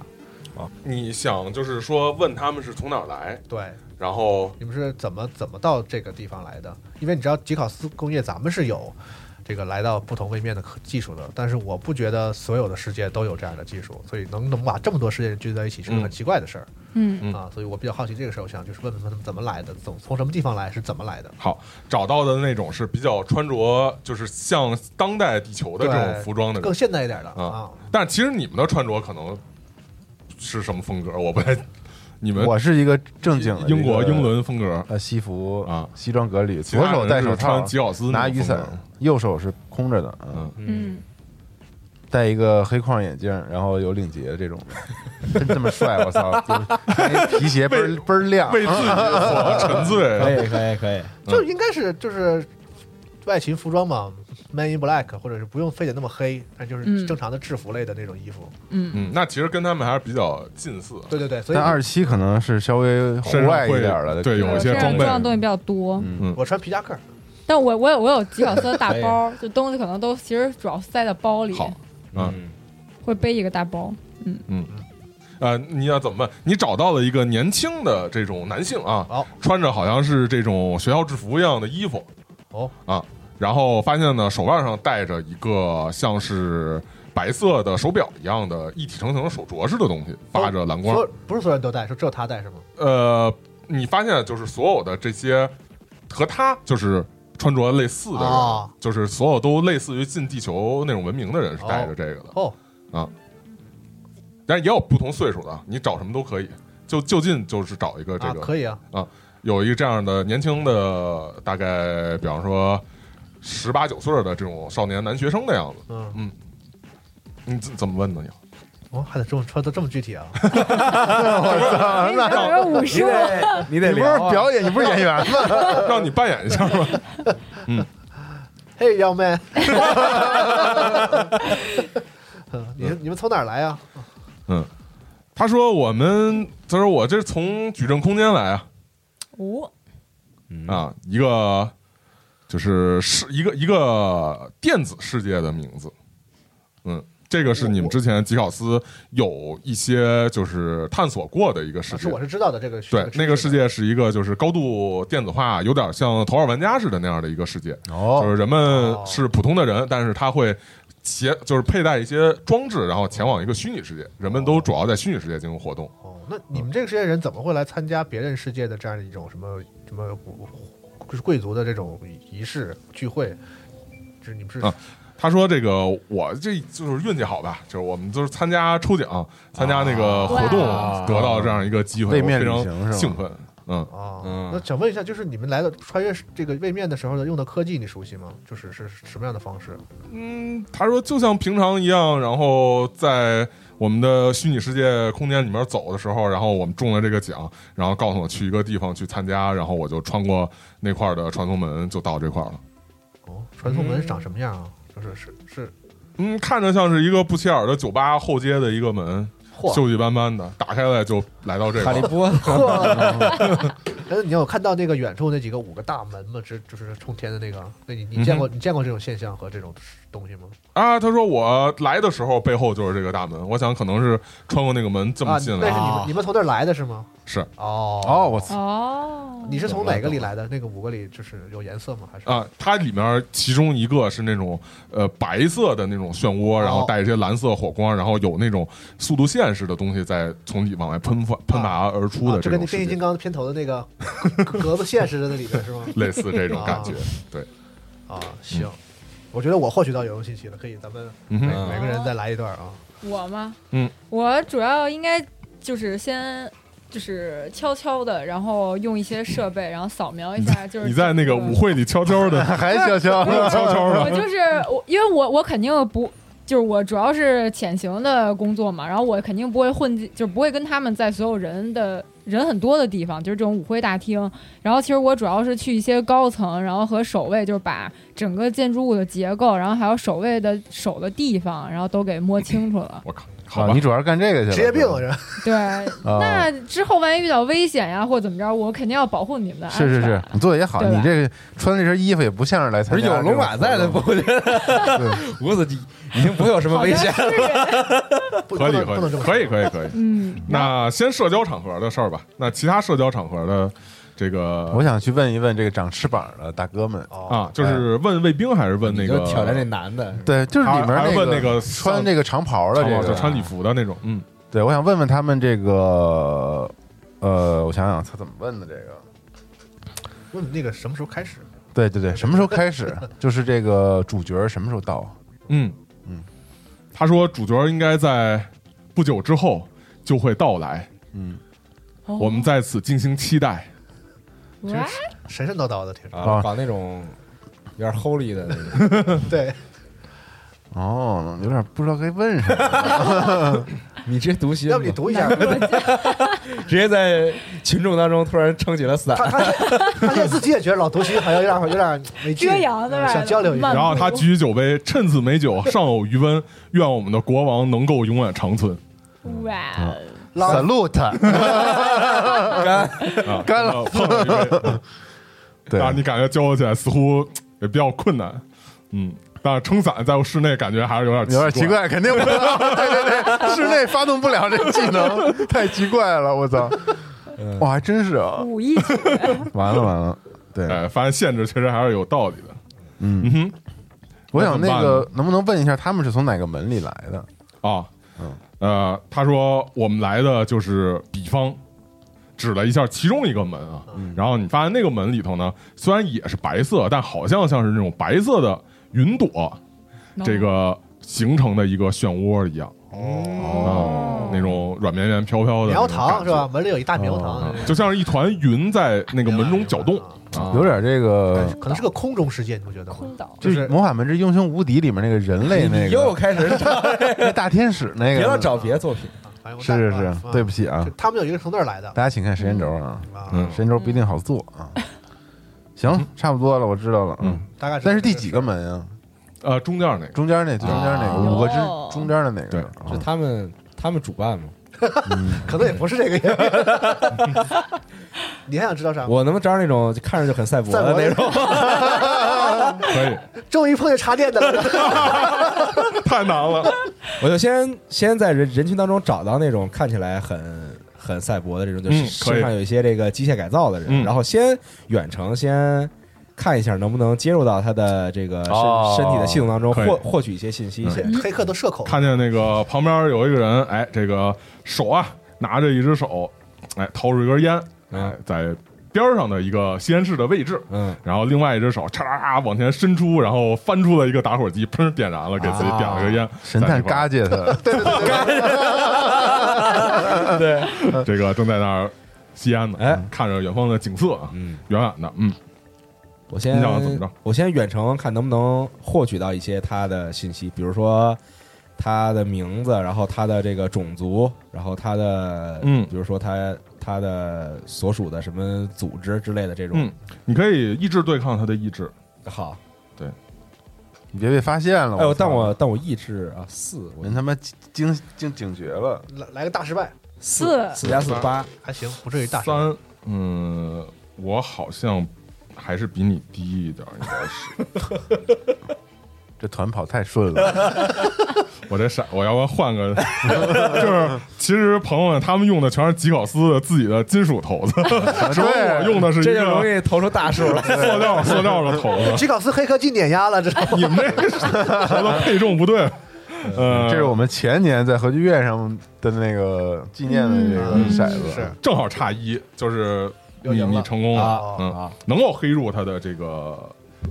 S2: 你想就是说问他们是从哪儿来，
S4: 对，
S2: 然后
S4: 你们是怎么怎么到这个地方来的？因为你知道吉考斯工业，咱们是有这个来到不同位面的科技术的，但是我不觉得所有的世界都有这样的技术，所以能能把这么多世界聚在一起是个很
S2: 嗯
S4: 奇怪的事儿。
S3: 嗯
S2: 嗯
S4: 啊，所以我比较好奇这个事儿，我想就是问问他们怎么来的，从从什么地方来，是怎么来的？
S2: 找到的那种是比较穿着就是像当代地球的这种
S4: 对
S2: 服装的
S4: 更
S2: 人，
S4: 现代一点的啊
S2: 啊，但其实你们的穿着可能是什么风格，我不太，你们
S1: 我是一个正经的
S2: 嗯英国
S1: 这个
S2: 英伦风格，
S1: 呃西服
S2: 啊
S1: 西装革履，
S2: 其他
S1: 左手
S2: 人
S1: 戴
S2: 是
S1: 手
S2: 穿
S1: 套，
S2: 吉奥斯那
S1: 拿
S2: 种
S1: 雨
S2: 风格
S1: 伞，右手是空着的，嗯，
S2: 嗯，
S3: 嗯，
S1: 戴一个黑框眼镜，然后有领结这种的， 真这么帅，我操，就是穿一皮鞋倍儿
S2: 为
S1: 倍儿亮，
S2: 为 自己所沉
S6: 可
S1: 哎
S2: 醉，
S6: 以可以可以，
S4: 就
S2: 嗯
S4: 应该是就是外勤服装嘛，Man in Black，或者是不用非得那么黑，但就是
S3: 嗯
S4: 正常的制服类的那种衣服。
S3: 嗯，
S2: 嗯，那其实跟他们还是比较近似，
S4: 对对对，所以
S1: 但二七可能是稍微户
S2: 身上
S1: 外一
S2: 会
S1: 点儿了，
S2: 对有一些
S3: 身上
S2: 装备
S3: 装的东西比较多，
S1: 嗯，
S4: 我穿皮夹克，
S3: 但我我有我有吉考斯的大包，就东西可能都其实主要塞在包里，
S2: 好
S6: 嗯，
S3: 会背一个大包。
S2: 呃，你要怎么办？你找到了一个年轻的这种男性啊，
S4: 好
S2: 穿着好像是这种学校制服一样的衣服，
S4: 哦
S2: 啊，然后发现呢手腕上戴着一个像是白色的手表一样的一体成型的手镯似的东西，
S1: 哦
S2: 发着蓝光
S4: 所。有不是所有人都戴，说只有他戴是吗？
S2: 呃，你发现就是所有的这些和他就是穿着类似的人，
S4: 哦
S2: 就是所有都类似于近地球那种文明的人是戴着这个的。
S4: 哦，
S2: 但是也有不同岁数的，你找什么都可以，就就近就是找一个这
S4: 啊，
S2: 个，
S4: 可以啊，
S2: 有一个这样的年轻的，大概比方说十八九岁的这种少年男学生的样子，
S4: 嗯，
S2: 你怎怎么问呢？你
S4: 哦，还得这么穿的这么具体啊？
S3: 哎，你这有武
S6: 你
S3: 术，
S6: 得你
S1: 你
S6: 得
S1: 不是表演，你不是演员吗？
S2: 让你扮演一下 吧。
S4: 嘿，young man，嗯你是你们从哪儿来啊？
S2: 他说：“我们，他说我这是从矩阵空间来啊，
S3: 哦，
S2: 啊，一个就是是一个一个电子世界的名字，嗯，这个是你们之前吉考斯有一些就是探索过的一个世
S4: 啊是
S2: 界
S4: 我，是知道的这个
S2: 对，那个世
S4: 界
S2: 界是一个就是高度电子化，有点像头号玩家似的那样的一个世界，就
S1: 哦，
S2: 是人们是普通的人，但是他会携就是佩戴一些装置，然后前往一个虚拟世界。人们都主要在虚拟世界进行活动。
S4: 哦，那你们这个世界人怎么会来参加别人世界的这样一种什么什么就是贵族的这种仪式聚会？就是你们是
S2: 啊他说：“这个我这就是运气好吧，就是我们就是参加抽奖，参加那
S3: 啊
S2: 个活动，啊
S6: 哇
S2: 得到这样一个机会，
S1: 位
S2: 我
S1: 面
S2: 非
S1: 旅行是吗
S2: 常兴奋。嗯，
S4: 啊
S6: 嗯
S4: 那想问一下，就是你们来的穿越这个位面的时候呢，用的科技你熟悉吗？就是是是什么样的方式？
S2: 嗯，他说就像平常一样，然后在我们的虚拟世界空间里面走的时候，然后我们中了这个奖，然后告诉我去一个地方去参加，然后我就穿过那块儿的传送门就到这块儿了。
S4: 哦，传送门长什么样啊？就是是是，
S2: 嗯，看着像是一个不起眼的酒吧后街的一个门，
S4: 嚯！
S2: 锈迹斑斑的，打开来就来到这
S6: 哈利
S2: 个。
S6: 波特，
S4: 哎，你有看到那个远处那几个五个大门吗？直就是冲天的那个，那你你见过、你见过这种现象和这种东西吗？
S2: 啊，他说我来的时候背后就是这个大门，我想可能是穿过那个门这
S4: 啊，
S2: 么
S4: 那是
S2: 进
S4: 你
S2: 来。
S4: 们你们从那儿来的是吗？
S2: 是
S4: 哦
S1: 哦，我操，
S3: 哦，
S4: 你是从哪个里来的？那个五个里就是有颜色吗？还是
S2: 啊，它里面其中一个是那种呃白色的那种漩涡，然
S4: 哦
S2: 后带一些蓝色火光，然后有那种速度线似的东西在从里往外喷发喷拔而出
S4: 啊
S2: 的这种
S4: 就跟那变
S2: 世
S4: 形
S2: 界
S4: 金，刚片头的那个格子现实的那里面 是吗？
S2: 类似这种感觉
S4: 啊。
S2: 对，
S4: 啊，行，我觉得我获取到有用信息了，可以咱们
S2: 嗯
S4: 每
S2: 哼
S4: 每个人再来一段啊。
S3: 我吗？
S2: 嗯，
S3: 我主要应该就是先。就是悄悄的，然后用一些设备，然后扫描一下，
S6: 嗯
S3: 就是
S2: 你在那个
S3: 整
S2: 舞会里悄悄 的
S1: 还悄悄
S2: 悄悄
S3: 我
S2: 的，。
S3: 就是我，因为我我肯定不。就是我主要是潜行的工作嘛，然后我肯定不会混进，就是不会跟他们在所有人的人很多的地方，就是这种舞会大厅。然后其实我主要是去一些高层，然后和守卫就是把整个建筑物的结构，然后还有守卫的守的地方，然后都给摸清楚了
S2: 我靠，好
S1: 啊，
S2: 吧
S1: 你，主要是干这个去了，
S4: 职业病啊， 这
S3: 对，
S1: 啊
S2: 呃
S3: 那之后万一遇到危险呀或怎么着，我肯定要保护你们的安全。
S1: 是是是，你做的也好，
S3: 对吧
S1: 你这个穿的这身衣服也不像是来
S6: 不
S1: 参
S6: 是
S1: 加
S6: 有
S1: 这种
S6: 龙马在的，
S1: 活动
S6: 我觉 得无子已经不会有什么
S3: 好
S6: 危
S3: 像
S6: 险。
S3: 是这样
S4: 不
S2: 合
S4: 不
S2: 理
S4: 能不
S2: 合
S4: 能
S2: 理
S4: 这，么
S2: 可以
S4: 说
S2: 可以可以。
S3: 嗯，
S2: 那先社交场合的事儿吧，那其他社交场合的这个
S1: 我想去问一问这个长翅膀的大哥们，
S4: 哦
S2: 啊，就是问卫兵还是问 那
S6: 你
S2: 个
S6: 就挑战那男的，
S1: 对，就是里面
S2: 还
S1: 那
S2: 是问那
S1: 个
S2: 个
S1: 穿这个长袍的
S2: 长
S1: 这
S2: 袍
S1: 个
S2: 就，穿礼服的那种，嗯。
S1: 对，我想问问他们这个呃，我想想，他怎么问的这个？
S4: 问那个什么时候开始？
S1: 对对对，什么时候开始？啊 就是这个主角什么时候到？啊
S2: 嗯
S1: 嗯，
S2: 他说主角应该在不久之后就会到来，
S1: 嗯
S3: 哦
S2: 我们在此进行期待。
S4: 真是神神叨叨的，听着。
S6: 啊，
S1: 啊
S6: 搞那种有点 holy 的那种。
S4: 对，
S1: 哦，有点不知道该问什么。
S6: 你直接读心吧，
S4: 要不你读一下？
S6: 直接在群众当中突然撑起了伞。
S4: 他他他现在自己也觉得老读心好像有点有点 没劲，
S3: 遮阳的
S4: 嗯想交流一
S1: 哦
S4: 下
S3: 慢。
S2: 然后他
S3: 读
S2: 举起酒杯，趁此美酒，尚有余温，愿我们的国王能够永远长存。
S3: 哇，
S4: 老
S1: Salute，
S2: 啊，
S1: 干
S2: 了，碰了一杯。
S1: 对，
S2: 但是你感觉交流起来似乎也比较困难，嗯，但是撑伞在室内感觉还是有点
S1: 有点奇怪，
S2: 怪。
S1: 肯定不 对对对，室内发动不了这技能，太奇怪了，我操！哇，还真是啊，
S3: 武艺起
S1: 完了完了，对，
S2: 哎，发现限制确实还是有道理的。
S1: 嗯，
S2: 嗯哼，
S1: 我想那
S2: 那怎么
S1: 个能不能问一下，他们是从哪个门里来的？
S2: 啊，
S1: 嗯，
S2: 呃，他说我们来的就是比方，指了一下其中一个门啊，然后你发现那个门里头呢，虽然也是白色，但好像像是那种白色的云朵， 这个形成的一个漩涡一样，哦，那种软绵绵飘飘的那种
S4: 苗
S2: 感
S4: 堂
S2: 觉
S4: 是吧？？门里有一大苗堂
S2: 啊，就像是一团云在那个门中搅动，啊嗯
S1: 有点这个，
S4: 嗯可能是个空中事件，你不觉得吗？
S3: 空岛
S1: 就
S4: 就是是
S1: 《魔法门之英雄无敌》里面那个人类那
S6: 你又
S1: 个
S6: 开始找，
S1: 那大天使那
S6: 别
S1: 个
S6: 老，找别的作品。
S4: 反正我
S1: 是是
S4: 大
S1: 是
S4: 啊，
S1: 对不起啊
S4: 就，他们有一个从那儿来的
S1: 大家请看时间轴啊，
S4: 啊，
S2: 嗯
S1: 时间轴不一定好做啊。行，差不多了，我知道了，嗯
S2: 嗯。
S4: 大概。
S1: 但是第几？个门啊？
S2: 呃，中间那个
S1: 中间那中间那
S6: 啊
S1: 个五个之
S3: 哦
S1: 中间的那个
S2: 对
S1: 啊
S6: 是他们他们主办吗？
S4: 可能也不是这个原因。 你还想知道啥？
S6: 我能不能找那种看着就很赛博的那种？
S2: 可以，
S4: 终于碰见插电的 了。
S2: 太难了。
S6: 我就先先在人人群当中找到那种看起来很很赛博的这种，就
S2: 嗯
S6: 是
S2: 可以
S6: 身上有一些这个机械改造的人，
S2: 嗯
S6: 然后先远程先看一下能不能接入到他的这个身、
S1: 哦
S6: 身体的系统当中，
S2: 可以
S6: 获获取一些信息先。
S4: 黑客都社恐，
S2: 看见那个旁边有一个人，哎，这个手啊，拿着一只手，哎，掏出一根烟，
S6: 嗯
S2: 哎，在边上的一个吸烟室的位置，
S6: 嗯，
S2: 然后另外一只手叉叉叉往前伸出，然后翻出了一个打火机，砰，点燃了，给自己点了个
S6: 啊
S2: 烟。
S1: 啊神探嘎
S2: 叽，
S1: 叽他，
S6: 对，
S2: 这个正在那儿吸烟呢，嗯
S6: 哎，
S2: 看着远方的景色，
S6: 嗯，
S2: 远远的，嗯，
S6: 我先
S2: 你想怎么着
S6: 我先远程看能不能获取到一些他的信息，比如说他的名字，然后他的这个种族，然后他的
S2: 嗯
S6: 比如说他他的所属的什么组织之类的这种。
S2: 嗯你可以意志对抗他的意志，
S6: 好，
S1: 你别被发现了。
S6: 哎呦，
S1: 操
S6: 但
S2: 哦
S6: 我但我意志啊四，我
S2: 嗯
S1: 人他妈惊惊警觉了，
S4: 来来个 大失败，
S3: 四
S6: 四加
S2: 嗯
S6: 四八，
S4: 还行，不至于大失败。
S2: 三，嗯，我好像还是比你低一点，应该是。
S1: 这团跑太顺了。啊
S2: 我这闪，我要不然换个， 就是其实朋友们他们用的全是吉考斯的自己的金属头子， 只有我
S1: 对，
S2: 用的是一
S6: 这就容
S2: 个
S6: 易投出大数来。
S2: 塑料 塑料的头子。
S4: 吉考斯黑科技碾压了，这
S2: 啊 你们这个头的配重不对，呃，
S1: 这是我们前年在核聚变上的那个纪念的这个骰子，
S4: 是
S2: 正好差一，就是
S4: 又
S2: 你
S4: 赢了
S2: 你成功
S6: 啊
S2: 了，
S6: 啊
S2: 嗯，能够黑入他的这个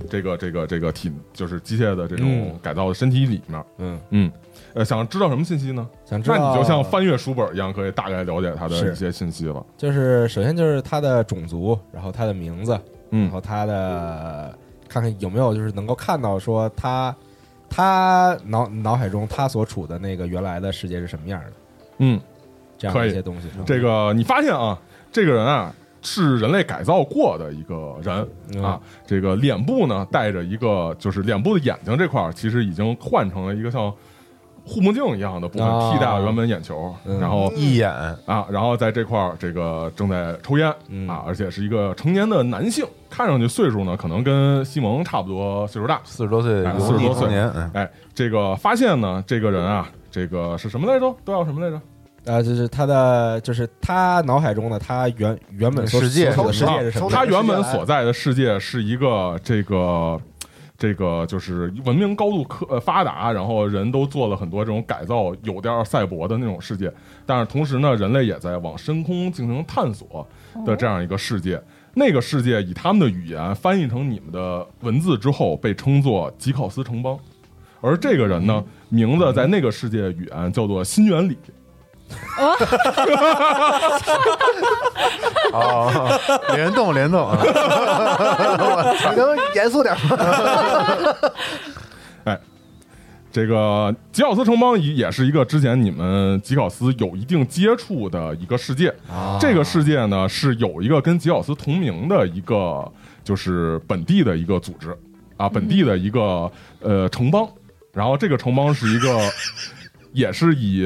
S2: 这个这个这个体，就是机械的这种
S6: 嗯
S2: 改造的身体里面，
S6: 嗯，
S2: 嗯，呃，想知道什么信息呢？
S6: 想知
S2: 那
S6: 道
S2: 你就像翻阅书本一样，可以大概了解他的一些信息了。
S6: 就是首先就是他的种族，然后他的名字，
S2: 嗯
S6: 然后他的看看有没有就是能够看到说他他脑脑海中他所处的那个原来的世界是什么样的，
S2: 嗯，
S6: 这样的
S2: 可以
S6: 一些东西。
S2: 这个你发现啊，这个人啊是人类改造过的一个人、
S6: 嗯
S2: 啊，这个脸部呢带着一个，就是脸部的眼睛这块儿其实已经换成了一个像护目镜一样的部分，
S6: 啊
S2: 替代了原本眼球，
S6: 嗯
S2: 然后。
S1: 一眼
S2: 啊，然后在这块儿，这个正在抽烟、
S6: 嗯
S2: 啊，而且是一个成年的男性，看上去岁数呢，可能跟西蒙差不多岁数大，
S1: 四十多岁，
S2: 哎
S1: 油腻
S2: 40多岁
S1: 中年，嗯
S2: 哎，这个发现呢，这个人啊，这个是什么来着？都叫什么来着？
S6: 啊，就是他的就是他脑海中的他原原本所
S1: 世界
S6: 所处的世界是什
S4: 从
S6: 么样
S2: 他
S6: 的？
S2: 原本所在的世界是一个这个这个就是文明高度科、呃、发达，然后人都做了很多这种改造，有点儿赛博的那种世界。但是同时呢，人类也在往深空进行探索的这样一个世界。那个世界以他们的语言翻译成你们的文字之后，被称作吉考斯城邦。而这个人
S6: 嗯
S2: 呢，名字在那个世界语言叫做新原理。
S1: 哦，联动联动啊，
S4: 你能严肃点吗？
S2: 这个吉考斯城邦也也是一个之前你们吉考斯有一定接触的一个世界。这个世界呢是有一个跟吉考斯同名的一个，就是本地的一个组织啊，本地的一个、呃城邦。然后这个城邦是一个，也是以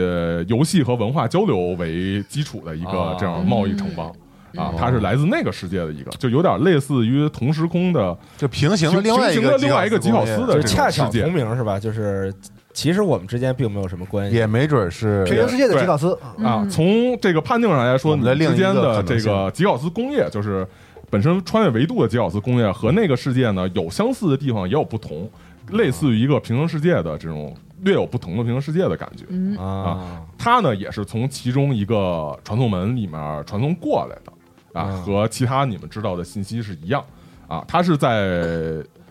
S2: 游戏和文化交流为基础的一个
S6: 哦
S2: 这样贸易城邦。啊
S6: 嗯，
S2: 它是来自那个世界的一个，就有点类似于同时空的，
S1: 就平行了
S2: 平
S1: 另外一
S2: 平
S1: 个
S2: 行了另外一个吉考斯
S1: 工业
S2: 的
S6: 就
S2: 这
S6: 是
S2: 种
S6: 恰巧
S2: 世界
S6: 同名是吧？就是其实我们之间并没有什么关系。
S1: 也没准
S4: 平
S1: 是
S4: 行世界的吉考斯，
S2: 啊，
S3: 嗯
S2: 从这个判定上来说，
S1: 我
S2: 你
S1: 们的
S2: 们
S1: 另一
S2: 之
S1: 个
S2: 间的
S1: 可能
S2: 这个吉考斯工业，就是本身穿越维度的吉考斯工业和那个世界呢，有相似的地方，也有不同，类似于一个平行世界的这种略有不同的平行世界的感觉。
S3: 嗯
S6: 啊
S2: 它呢，也是从其中一个传送门里面传送过来的啊，
S6: 嗯
S2: 和其他你们知道的信息是一样啊，它是在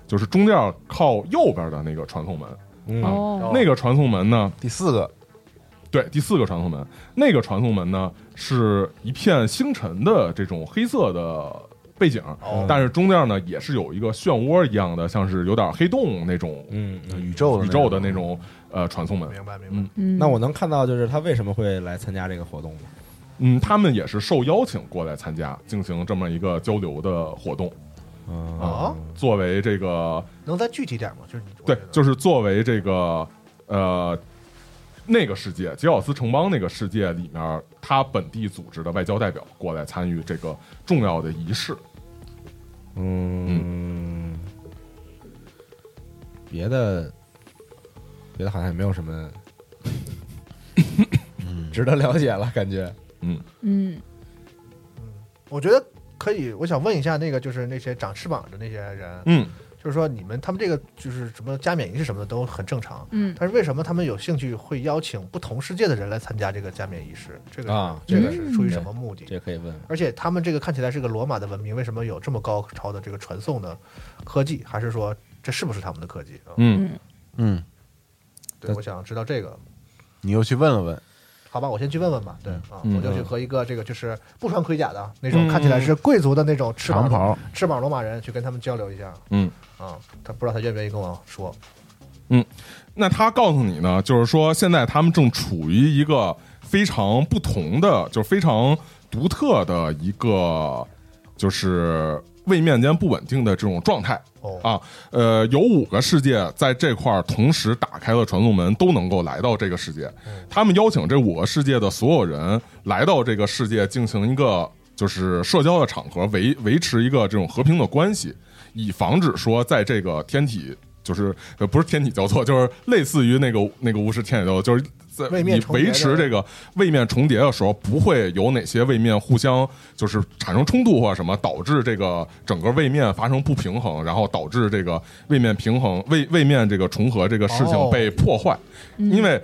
S2: 就是中间靠右边的那个传送门，
S6: 嗯
S3: 哦，
S2: 那个传送门呢。
S1: 第四个
S2: 对，第四个传送门，那个传送门呢是一片星辰的这种黑色的背景，但是中间呢也是有一个漩涡一样的，像是有点黑洞那种
S6: 嗯嗯。
S1: 宇宙
S2: 宇宙的那种呃传送门。
S4: 明白明
S2: 嗯
S4: 白。
S3: 嗯
S6: 那我能看到就是他为什么会来参加这个活动吗？
S2: 嗯，他们也是受邀请过来参加，进行这么一个交流的活动，
S4: 哦，
S2: 作为这个
S4: 能再具体点吗？就是你
S2: 对，就是是作为这个呃那个世界吉奥斯城邦那个世界里面，他本地组织的外交代表过来参与这个重要的仪式。
S6: 嗯，别的别的好像也没有什么
S2: 嗯
S6: 值得了解了，感觉
S3: 嗯
S4: 我觉得可以，我想问一下那个就是那些长翅膀的那些人，
S2: 嗯，
S4: 就是说你们他们这个就是什么加冕仪式什么的都很正常，
S3: 嗯
S4: 但是为什么他们有兴趣会邀请不同世界的人来参加这个加冕仪式？这个
S6: 啊
S4: 这
S2: 嗯
S4: 个是出于什么目的？
S6: 这可以问问。
S4: 而且他们这个看起来是个罗马的文明，为什么有这么高超的这个传送的科技？还是说这是不是他们的科技啊？
S2: 嗯，
S3: 嗯
S1: 嗯，
S4: 对，我想知道这个。
S1: 你又去问了问，
S4: 好吧，我先去问问吧。对啊，
S2: 嗯
S4: 我就去和一个这个就是不穿盔甲的那
S2: 嗯
S4: 种，看起来是贵族的那种翅膀
S1: 长袍
S4: 翅膀罗马人去跟他们交流一下。
S2: 嗯
S4: 啊，他不知道他愿不愿意跟我说。
S2: 那他告诉你呢，就是说现在他们正处于一个非常不同的，就是非常独特的一个，就是位面间不稳定的这种状态
S4: 哦
S2: 啊。呃，有五个世界在这块儿同时打开了传送门，都能够来到这个世界。他们邀请这五个世界的所有人来到这个世界进行一个就是社交的场合，维维持一个这种和平的关系，以防止说在这个天体就是呃不是天体交错，就是类似于那个那个巫师天体交错，就是在
S4: 位面
S2: 你
S4: 重叠的
S2: 维持这个位面重叠的时候，不会有哪些位面互相就是产生冲突或者什么，导致这个整个位面发生不平衡，然后导致这个位面平衡位位面这个重合这个事
S4: 哦
S2: 情被破坏，因为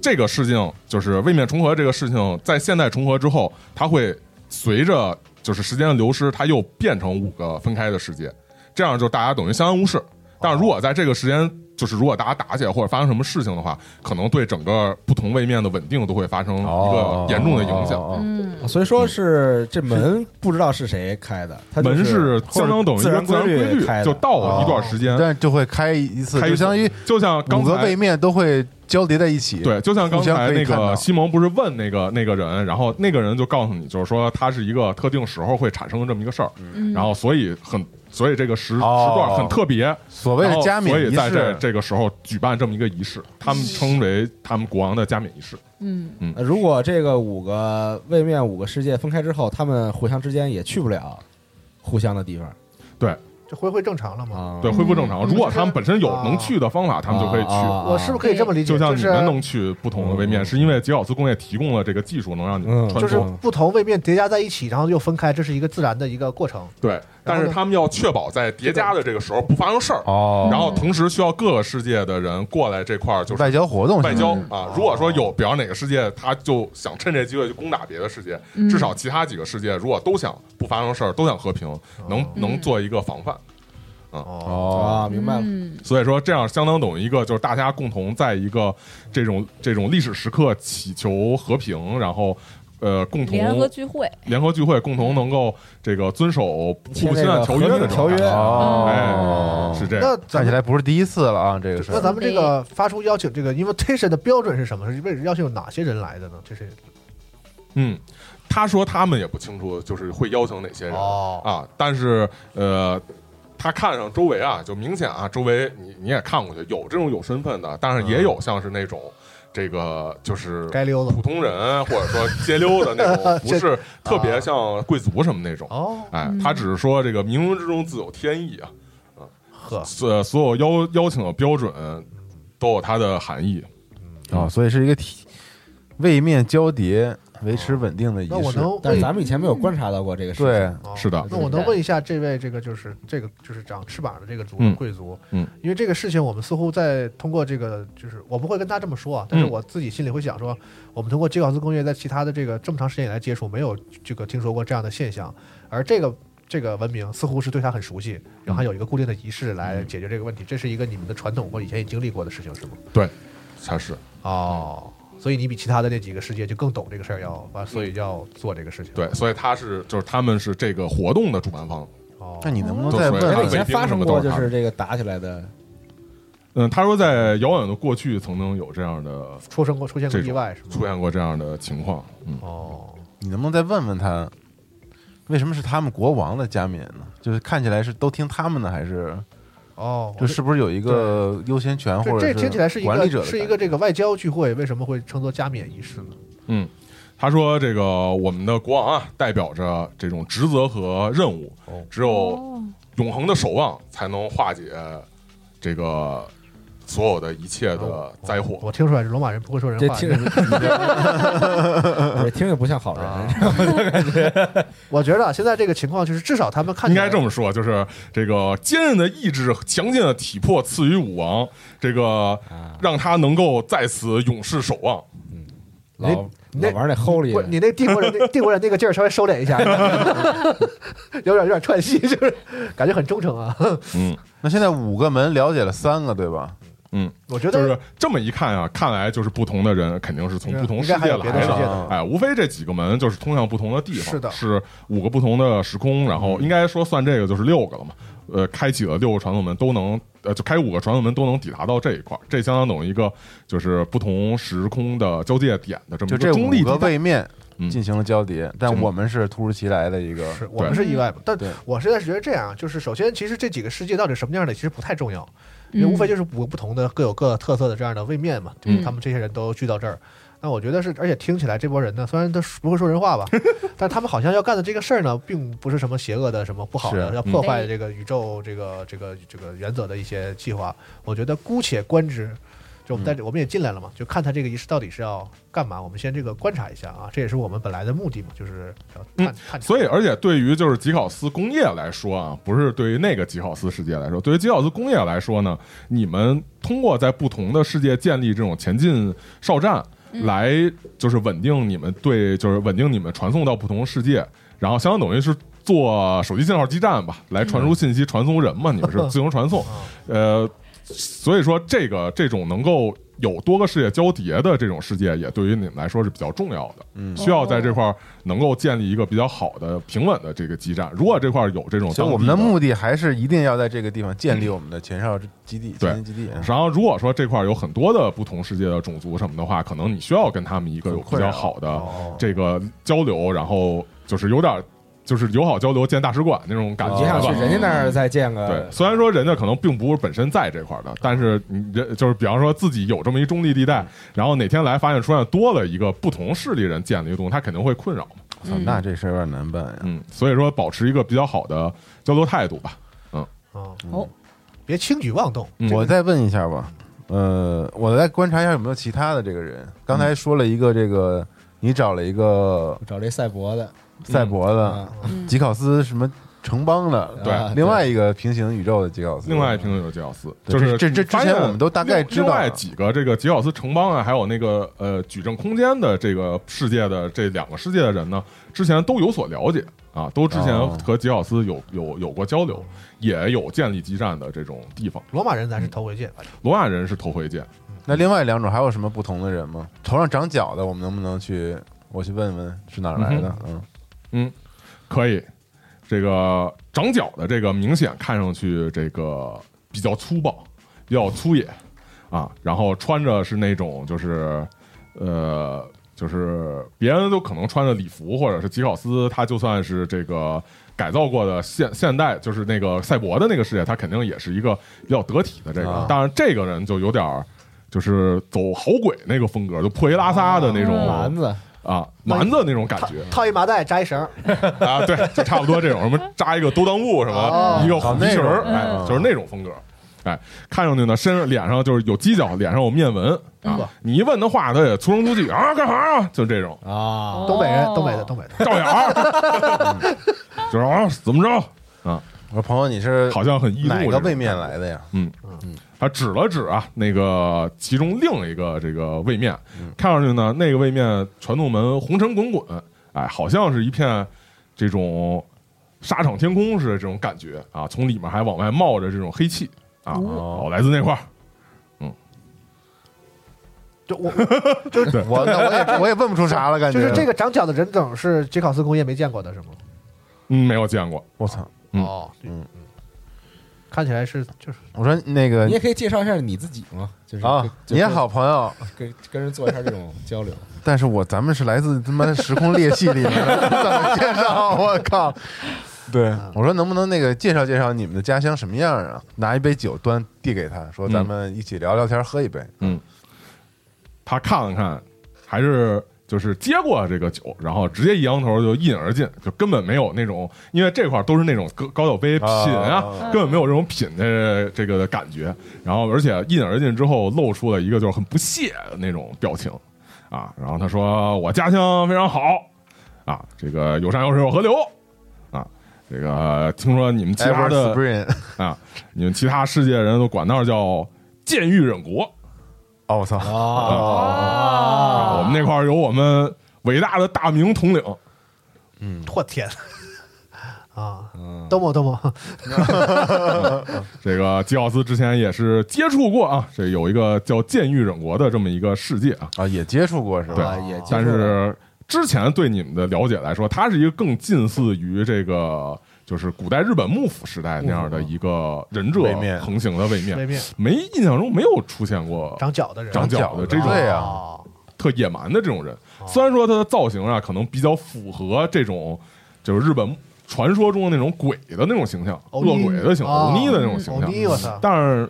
S2: 这个事情就是位面重合这个事情，在现代重合之后，它会随着就是时间的流失，它又变成五个分开的世界，这样就大家等于相安无事。但是如果在这个时间，就是如果大家打起来或者发生什么事情的话，可能对整个不同位面的稳定都会发生一个严重的影响。
S1: 哦。
S3: 嗯
S6: 啊所以说是这门不知道是谁开的，哦它就
S2: 门
S6: 是
S2: 是相当等于一个自然规律
S6: 开，的，
S2: 就到了一段时间，
S1: 但就会开一次，
S2: 开一
S1: 就
S2: 次
S1: 相当于
S2: 就像刚
S1: 五个
S2: 才
S1: 位面都会交叠在一起。
S2: 对，就像刚
S1: 互相
S2: 才
S1: 可以
S2: 那
S1: 看到
S2: 个西蒙不是问那个那个人，然后那个人就告诉你，就是说他是一个特定时候会产生的这么一个事儿，
S3: 嗯
S2: 然后所以很所以这个时、
S1: 嗯哦
S2: 时段很特别，
S1: 所谓
S2: 然
S1: 的
S2: 后
S1: 加冕
S2: 所以
S1: 仪
S2: 在这
S1: 式，
S2: 这个时候举办这么一个仪式，他们称为他们国王的加冕仪式。
S3: 嗯
S6: 呃如果这个五个位面五个世界分开之后，他们互相之间也去不了互相的地方。
S2: 对，
S4: 就恢复正常了嘛。
S6: 啊，
S2: 对，恢复正常。
S4: 嗯
S2: 如果他们本身有能去的方法，他们就
S1: 嗯
S2: 可以去。
S6: 啊
S4: 我是不是可以这么理解？
S2: 就像你
S4: 是
S2: 们能去不同的位面，是因为吉奥斯工业提供了这个技术，能让你
S6: 嗯
S2: 穿
S4: 就是
S2: 梭。
S4: 不同位面叠加在一起，然后又分开，这是一个自然的一个过程。
S2: 对，但是他们要确保在叠加的这个时候不发生事儿，
S1: 哦，
S2: 然后同时需要各个世界的人过来这块儿，就是
S1: 外交活动，
S2: 外交啊。如果说有，比方哪个世界，他就想趁这机会去攻打别的世界，
S3: 嗯
S2: 至少其他几个世界如果都想不发生事儿，都想和平，
S4: 嗯
S2: 能能做一个防范。
S4: 哦，
S1: 哦，
S6: 啊，明白了，
S3: 嗯
S2: 所以说，这样相当等于一个，就是大家共同在一个这种这种历史时刻祈求和平，然后呃，共同
S3: 联合聚会，
S2: 联合聚会，共同能够这个遵守不
S6: 签
S2: 侵
S6: 这个
S2: 犯条约
S6: 合
S2: 的状
S6: 约
S2: 态
S6: 条约
S1: 哦
S3: 哦，
S2: 是这样。
S4: 那
S1: 看
S4: 咱
S1: 起
S4: 们
S1: 来不是第一次了啊，这个事
S4: 那
S1: 儿。
S4: 咱们这个发出邀请这个 invitation 的标准是什么？是为邀请有哪些人来的呢？这是
S2: 嗯，他说他们也不清楚，就是会邀请哪些人、
S4: 哦
S2: 啊，但是呃。他看上周围啊，就明显啊，周围你你也看过去，有这种有身份的，但是也有像是那种、这个就是
S4: 嗯该溜子
S2: 普通人或者说街溜的那 种，不是特别像贵族什么那种。
S4: 啊哦，
S2: 哎
S3: 嗯，
S2: 他只是说这个冥冥之中自有天意啊，
S4: 呵，
S2: 所所有邀邀请的标准都有它的含义。
S1: 哦，所以是一个体位面交叠，维持稳定的仪
S4: 那我
S1: 式。
S4: 能
S6: 但是
S4: 问
S6: 咱们以前没有观察到过这个事情。
S1: 对，
S4: 哦
S2: 是的
S4: 那我能问一下这位这个就是这个就是长翅膀的这个族
S2: 嗯
S4: 贵族，
S2: 嗯，
S4: 因为这个事情我们似乎在通过这个就是我不会跟他这么说啊，但是
S2: 嗯
S4: 我自己心里会想说，我们通过吉考斯工业在其他的这个这么长时间以来接触，没有这个听说过这样的现象，而这个。这个文明似乎是对他很熟悉，然后
S2: 嗯
S4: 还有一个固定的仪式来解决这个问题，这是一个你们的传统或以前也经历过的事情，是吗？
S2: 它是
S4: 哦，所以你比其他的那几个世界就更懂这个事儿，要完，所以要做这个事情。
S2: 嗯对，所以他是就是他们是这个活动的主办方。
S4: 哦，
S1: 那你能不能
S2: 都
S1: 再
S2: 属于
S6: 哎
S2: 他
S6: 那
S1: 问？
S6: 以
S2: 们
S6: 前发生过就是这个打起来的，
S2: 嗯，他说在遥远的过去曾经有这样的
S4: 出生过出现过
S2: 这种
S4: 意外是吗？
S2: 出现过这样的情况。嗯，
S4: 哦，
S1: 你能不能再问问他，为什么是他们国王的加冕呢？就是看起来是都听他们的，还是
S4: 哦，
S1: 就是不是有一个优先权，或
S4: 这
S1: 者
S4: 这听起来是一
S1: 管理者
S4: 个
S1: 的
S4: 是一
S1: 感
S4: 个
S1: 觉
S4: 这个外交聚会，为什么会称作加冕仪式呢？
S2: 他说这个我们的国王啊，代表着这种职责和任务
S4: 哦，
S2: 只有永恒的守望才能化解这个所有的一切
S4: 哦
S2: 的灾
S4: 我
S2: 祸。
S4: 我听出来是罗马人不会说人
S6: 这
S4: 话。
S6: 听
S4: 这
S6: 着
S4: 是
S6: 对听着不像好
S4: 啊
S6: 人。
S4: 我觉得啊，现在这个情况就是，至少他们看
S2: 应
S4: 起来
S2: 该这么说，就是这个坚韧的意志、强健的体魄赐予武王，这个
S6: 啊
S2: 让他能够在此永世守望。
S6: 老
S4: 你那
S6: 老玩那 holy，
S4: 不，你那帝国人那帝国人那个劲儿稍微收敛一 下，有点有点串戏，就是感觉很忠诚啊。
S2: 嗯，
S1: 那现在五个门了解了三个，对吧？
S4: 我
S2: 就
S4: 觉得
S2: 是这么一看啊，看来就是不同的人肯定是从不同世界
S4: 嗯应该还有别的
S2: 来
S4: 世界
S2: 的。
S4: 的
S2: 哎，无非这几个门就是通向不同的地方，
S4: 是的
S2: 五个不同的时空，然
S4: 嗯
S2: 后应该说算这个就是六个了嘛。呃，开启了六个传送门都能，呃，就开五个传送门都能抵达到这一块儿，这相当等于一个就是不同时空的交界点的这么
S1: 就
S2: 一个
S1: 这
S2: 中
S1: 五
S2: 立地
S1: 个
S2: 带。
S1: 位面
S2: 嗯
S1: 进行了交叠，但
S2: 真
S1: 我们是突如其来的一个，
S4: 是我们是意外嘛，但
S1: 对
S4: 我实在是觉得这样，就是首先，其实这几个世界到底什么样的，其实不太重要，因为
S3: 嗯
S4: 无非就是五个不同的各有各特色的这样的位面嘛，就是
S3: 嗯
S4: 他们这些人都聚到这儿。那我觉得是，而且听起来这波人呢，虽然他不会说 人话吧，但他们好像要干的这个事儿呢，并不是什么邪恶的、什么不好的，
S1: 是
S4: 要破
S3: 嗯
S4: 坏这个宇宙、这个这个这个原则的一些计划。我觉得姑且观之，就
S1: 嗯
S4: 我们在这，我们也进来了嘛，就看他这个仪式到底是要干嘛。我们先这个观察一下啊，这也是我们本来的目的嘛，就是要
S1: 嗯
S4: 探探查。
S2: 所以，而且对于就是吉考斯工业来说啊，不是对于那个吉考斯世界来说，对于吉考斯工业来说呢，你们通过在不同的世界建立这种前进哨站，来就是稳定你们对，就是稳定你们传送到不同世界，然后相当等于是做手机信号基站吧，来传输信息、传送人嘛，你们是自由传送，呃，所以说这个这种能够。有多个世界交叠的这种世界，也对于你们来说是比较重要的。
S1: 嗯
S2: 需要在这块儿能够建立一个比较好的平稳的这个基站。如果这块儿有这种
S1: 所
S2: 当
S1: 以
S2: 地，
S1: 我们的目的还是一定要在这个地方建立我们的前哨基地、
S2: 对
S1: 前进基地。
S2: 然后，如果说这块儿有很多的不同世界的种族什么的话，可能你需要跟他们一个有比较好的
S4: 哦，
S2: 这个交流，然后就是有点儿就是友好交流建大使馆那种感
S6: 你
S2: 觉
S6: 就想
S1: 哦
S2: 吧
S6: 去。人家那儿再建
S2: 对，
S6: 个，
S2: 呃虽然说人家可能并不是本身在这块儿的，但是你人就是比方说自己有这么一中立地
S1: 嗯
S2: 带，然后哪天来发现出现多了一个不同势力人建的一个东西，他肯定会困扰嘛。
S1: 嗯我操那这事儿有点难办呀。
S2: 嗯，所以说保持一个比较好的交流态度吧。
S4: 啊，
S3: 哦，
S4: 别轻举妄动。
S2: 嗯
S1: 我再问一下吧，呃，我再观察一下有没有其他的这个人。刚才说了一个这个，你找了一个
S6: 我找这赛博的，
S1: 赛博的、
S6: 啊
S3: 嗯
S1: 吉考斯什么城邦的，
S2: 对
S6: 啊
S1: 另外一个平行宇宙的吉考斯，
S2: 另外一瓶有吉奥斯，
S1: 对
S2: 就是
S1: 这这这
S2: 发现
S1: 之前我们都大概知道啊
S2: 另外几个这个吉奥斯城邦啊，还有那个呃矩阵空间的这个呃世界的这两个世界的人呢，之前都有所了解啊，都之前
S1: 哦
S2: 和吉奥斯有有有过交流，也有建立基站的这种地方。
S4: 罗马人咱是头回见，反正
S2: 罗马人是头回见，
S1: 那另外两种还有什么不同的人吗？头上长角的，我们能不能去我去问问是哪儿来的？嗯，
S2: 可以。这个长角的这个明显看上去这个比较粗暴，比较粗野啊，然后穿着是那种就是呃。就是别人都可能穿着礼服，或者是吉考斯，他就算是这个改造过的现现代，就是那个赛博的那个世界，他肯定也是一个比较得体的这个
S1: 啊。
S2: 当然，这个人就有点儿就是走好鬼那个风格，就破衣拉撒的那种
S6: 蛮子，
S2: 啊，蛮子那种感
S4: 套
S2: 觉。
S4: 套一麻袋扎一绳儿，
S2: 啊，对，就差不多这种什么扎一个兜裆布什么
S4: 哦，
S2: 一个虎皮裙儿，
S1: 好那种
S2: 哎，
S1: 嗯
S2: 就是那种风格。哎，看上去呢，身上脸上就是有犄角，脸上有面纹啊
S1: 嗯
S4: 哇。
S2: 你一问的话，他也粗声粗气啊，干啥啊？就这种
S6: 啊，
S4: 东北人，
S3: 哦
S4: 东北的，东北的，
S2: 照眼儿， 就是啊，怎么着？
S1: 我说朋友，你是
S2: 好像很易怒
S1: 哪
S2: 这
S1: 个
S2: 种
S1: 位面来的呀？
S2: 他指了指啊，那个其中另一个这个位面，看上去呢，那个位面传动门红尘滚滚，哎，好像是一片这种沙场天空似的这种感觉啊，从里面还往外冒着这种黑气啊，
S1: 哦
S2: 哦，来自那块儿，
S4: 就我
S1: 我那我也我也问不出啥了，感觉
S4: 就是这个长角的人种是杰考斯工业没见过的是吗？
S2: 嗯，没有见过，
S1: 我操！
S2: 嗯
S4: 哦，
S1: 嗯
S4: 嗯，看起来是就是
S1: 我说那个
S6: 你也可以介绍一下你自己嘛，就是
S1: 啊
S6: 跟，
S1: 你好，，朋友，
S6: 跟跟跟人做一下这种交流，
S1: 但是我咱们是来自他妈的时空裂隙里面 的，怎么介绍？我靠！对，我说能不能那个介绍介绍你们的家乡什么样啊？拿一杯酒端递给他，说咱们一起聊聊天，喝一杯。
S2: 他看了看，还是就是接过这个酒，然后直接一扬头就一饮而尽，就根本没有那种，因为这块儿都是那种高高脚杯品啊，
S1: 啊
S2: 根本没有这种品的这个感觉。然后，而且一饮而尽之后，露出了一个就是很不屑的那种表情啊。然后他说：“我家乡非常好啊，这个有山有水有河流啊，这个听说你们其
S1: e v e
S2: 他
S1: r
S2: 的
S1: Spring，
S2: 啊，你们其他世界的人都管那儿叫监狱忍国。”
S1: 哦，我操！
S2: 啊
S6: 哦，
S3: 哦
S2: 我们那块儿有我们伟大的大明统领，
S4: 我天 啊，
S6: 嗯，
S4: 多么多么，
S2: 这个吉奥斯之前也是接触过啊，这有一个叫监狱忍国的这么一个世界啊，
S1: 啊，也接触过是吧？
S6: 啊也接
S2: 但
S6: 触了
S2: 是之前对你们的了解来说，它是一个更近似于这个就是古代日本幕府时代那样的一个忍者
S1: 位面
S2: 横行的位
S4: 没
S2: 面，
S4: 面
S2: 没印象中没有出现过
S4: 长角的人，
S2: 长角的这种
S1: 对呀，
S4: 啊，
S2: 特野蛮的这种人。虽然说他的造型啊，可能比较符合这种就是日本传说中的那种鬼的那种形象，
S4: 欧
S2: 恶
S4: 尼
S2: 鬼的形象，
S4: 哦
S2: 欧尼的那种形
S4: 欧
S2: 象。
S4: 尼，我操，
S2: 但是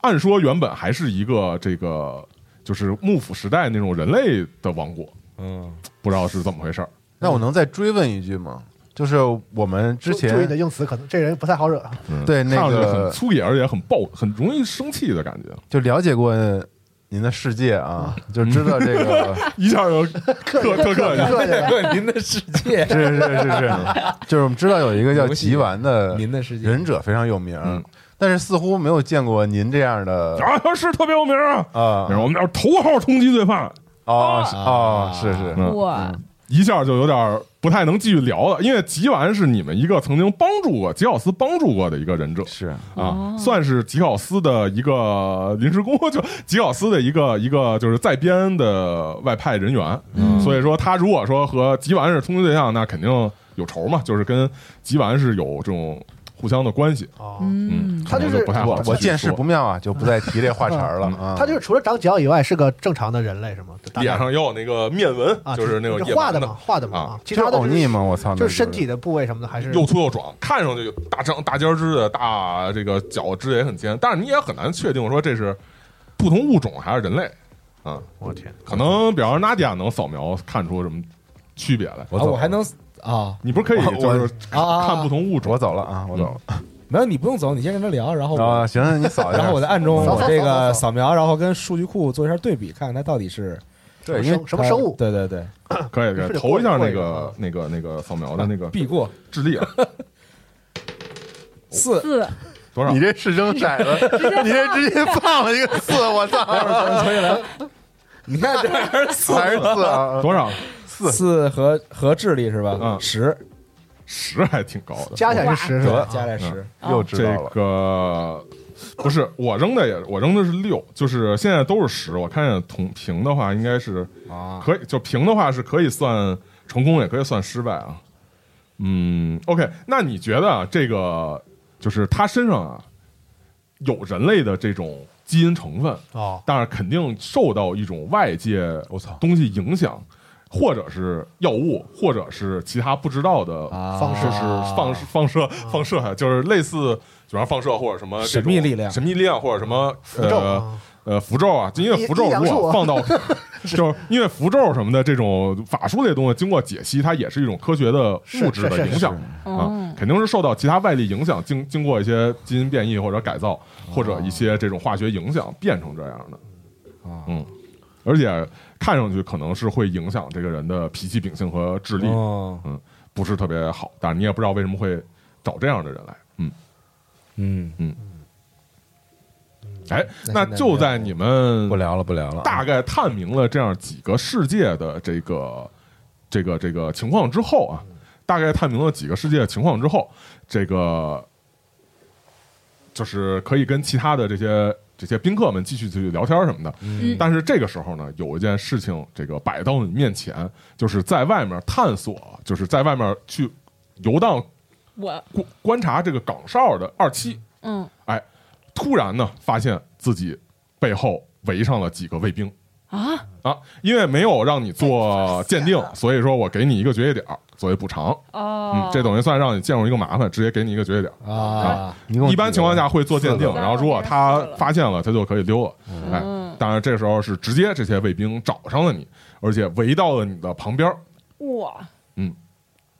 S2: 按说原本还是一个这个就是幕府时代那种人类的王国，
S6: 嗯，
S2: 不知道是怎么回事儿。
S1: 那我能再追问一句吗？就是我们之
S4: 注意的
S1: 前
S4: 用词可能这人不太好惹，啊
S2: 嗯
S1: 对那
S2: 看上去很
S1: 个
S2: 粗野，而且很暴，很容易生气的感觉，
S1: 就了解过您的世界 啊，就知道这个。
S2: 一下就特特客气。
S4: 客气了
S6: 对，您的世界，
S1: 是是是 是，就是我们知道有一个叫吉丸的
S6: 您的世界，
S1: 忍者非常有名，
S2: 嗯
S1: 但是似乎没有见过您这样的
S2: 啊，是特别有名啊！
S1: 啊
S2: 然后我们那儿头号通缉罪犯，
S1: 哦是哦是是
S2: 嗯
S3: 哇，
S2: 一下就有点儿不太能继续聊了，因为吉丸是你们一个曾经帮助过吉奥斯帮助过的一个忍者
S1: 是
S2: 啊，算是吉奥斯的一个临时工，就吉奥斯的一个一个就是在编的外派人员。啊所以说他如果说和吉丸是通缉对象，那肯定有仇嘛，就是跟吉丸是有这种互相的关系。
S4: 哦，
S3: 嗯，
S4: 他
S2: 可能
S4: 就是
S2: 不太好
S1: 我
S2: 继续
S1: 我见势
S2: 说
S1: 不妙啊，就不再提这话茬儿了
S2: 嗯
S1: 啊。
S4: 他就是除了长角以外是个正常的人类是吗？大概
S2: 脸上也有那个面纹，
S4: 啊，
S2: 就是那个野
S4: 画的
S2: 蛮
S4: 嘛，，画的嘛
S2: 啊，
S4: 其
S1: 就
S4: 他的
S1: 欧
S4: 是
S1: 尼嘛，我操，那
S4: 就是身体的部位什么的还是
S2: 又粗又壮，看上去有大张大尖儿之的大这个脚趾也很尖，但是你也很难确定说这是不同物种还是人类。
S4: 我天，
S2: 可能比方说纳迪亚能扫描看出什么区别来。
S1: 我
S6: 啊
S1: 走了
S6: 我还能啊
S2: 你不是可以
S1: 我
S2: 就是
S6: 啊，
S2: 看不同物种
S1: 我走了啊，我走了。
S6: 没有，你不用走，你先跟他聊，然后我
S1: 啊，行，你扫一下。
S6: 嗯然后我在暗中
S4: 扫扫
S6: 我这个
S4: 扫扫
S6: 扫描，然后跟数据库做一下对比，看看它到底是
S1: 对，因为
S4: 什么生物？
S6: 对对对，
S2: 可以可
S4: 是
S2: 以
S4: 得
S2: 投一下
S4: 过
S2: 那
S4: 一过一
S2: 个那个那个扫描
S1: 啊
S2: 的那个
S6: 必过
S2: 智力啊，
S6: 四
S3: 四，
S2: 多少
S1: 你？这是扔骰子，你这直接放了一个四，我操，
S6: 所以来，你看这还是四
S1: 还是四啊？
S2: 多少？
S1: 四
S6: 四和和智力是吧？
S2: 嗯
S6: 十
S2: 十还挺高的。
S4: 加起来是十是
S6: 对
S4: 吧？
S6: 加在十，
S3: 啊
S1: 又知
S2: 这
S1: 道了，
S2: 个不是我扔的也，我扔的是六，就是现在都是十。我看见同平的话，应该是
S6: 啊，
S2: 可以，就平的话是可以算成功，也可以算失败啊。嗯，OK，那你觉得啊，这个就是他身上啊有人类的这种基因成分，
S4: 哦，
S2: 但是肯定受到一种外界
S1: 我操，
S2: 东西影响，或者是药物，或者是其他不知道的
S6: 啊
S2: 方式，是放放射放射，就是类似，比方放射或者什么这种
S6: 神秘力量
S2: 神秘力量或者什么符
S4: 咒
S2: 呃
S4: 啊
S2: 呃符咒啊，因为符咒
S4: 阴阴阳
S2: 如
S4: 术
S2: 果
S4: 啊
S2: 放到就是因为符咒什么的这种法术类东西，经过解析，它也是一种科学的物质
S4: 是
S2: 的
S4: 是
S2: 影响啊
S6: 嗯
S3: 哦，
S2: 肯定是受到其他外力影响，经经过一些基因变异或者改造，或者一些这种化学影响变成这样的。
S6: 啊
S2: 嗯，而且看上去可能是会影响这个人的脾气、秉性和智力，
S6: 哦，
S2: 不是特别好。但是你也不知道为什么会找这样的人来。嗯，
S6: 嗯，
S2: 哎，
S6: 那
S2: 那
S6: 现在
S2: 就在你们
S1: 不聊了，不聊了。
S2: 大概探明了这样几个世界的这个这个这个情况之后啊，大概探明了几个世界的情况之后，这个就是可以跟其他的这些这些宾客们继续去聊天什么的。
S3: 嗯
S2: 但是这个时候呢，有一件事情这个摆到你面前，就是在外面探索，就是在外面去游荡
S3: 我
S2: 观观察这个岗哨的二七，
S3: 嗯
S2: 突然呢发现自己背后围上了几个卫兵。
S3: 啊，
S2: 啊，因为没有让你做鉴定，所以说我给你一个决定点儿作为补偿。
S3: 哦
S2: 嗯，，这等于算让你陷入一个麻烦，直接给你一个决定点儿。
S6: 啊，
S1: 一共
S2: 一般情况
S1: 几个
S2: 下会做鉴定，
S3: 四个
S2: 然后如果他发现了，他就可以溜了。哎
S3: 嗯，
S2: 当然这时候是直接这些卫兵找上了你，而且围到了你的旁边儿。
S3: 哇，
S2: 嗯，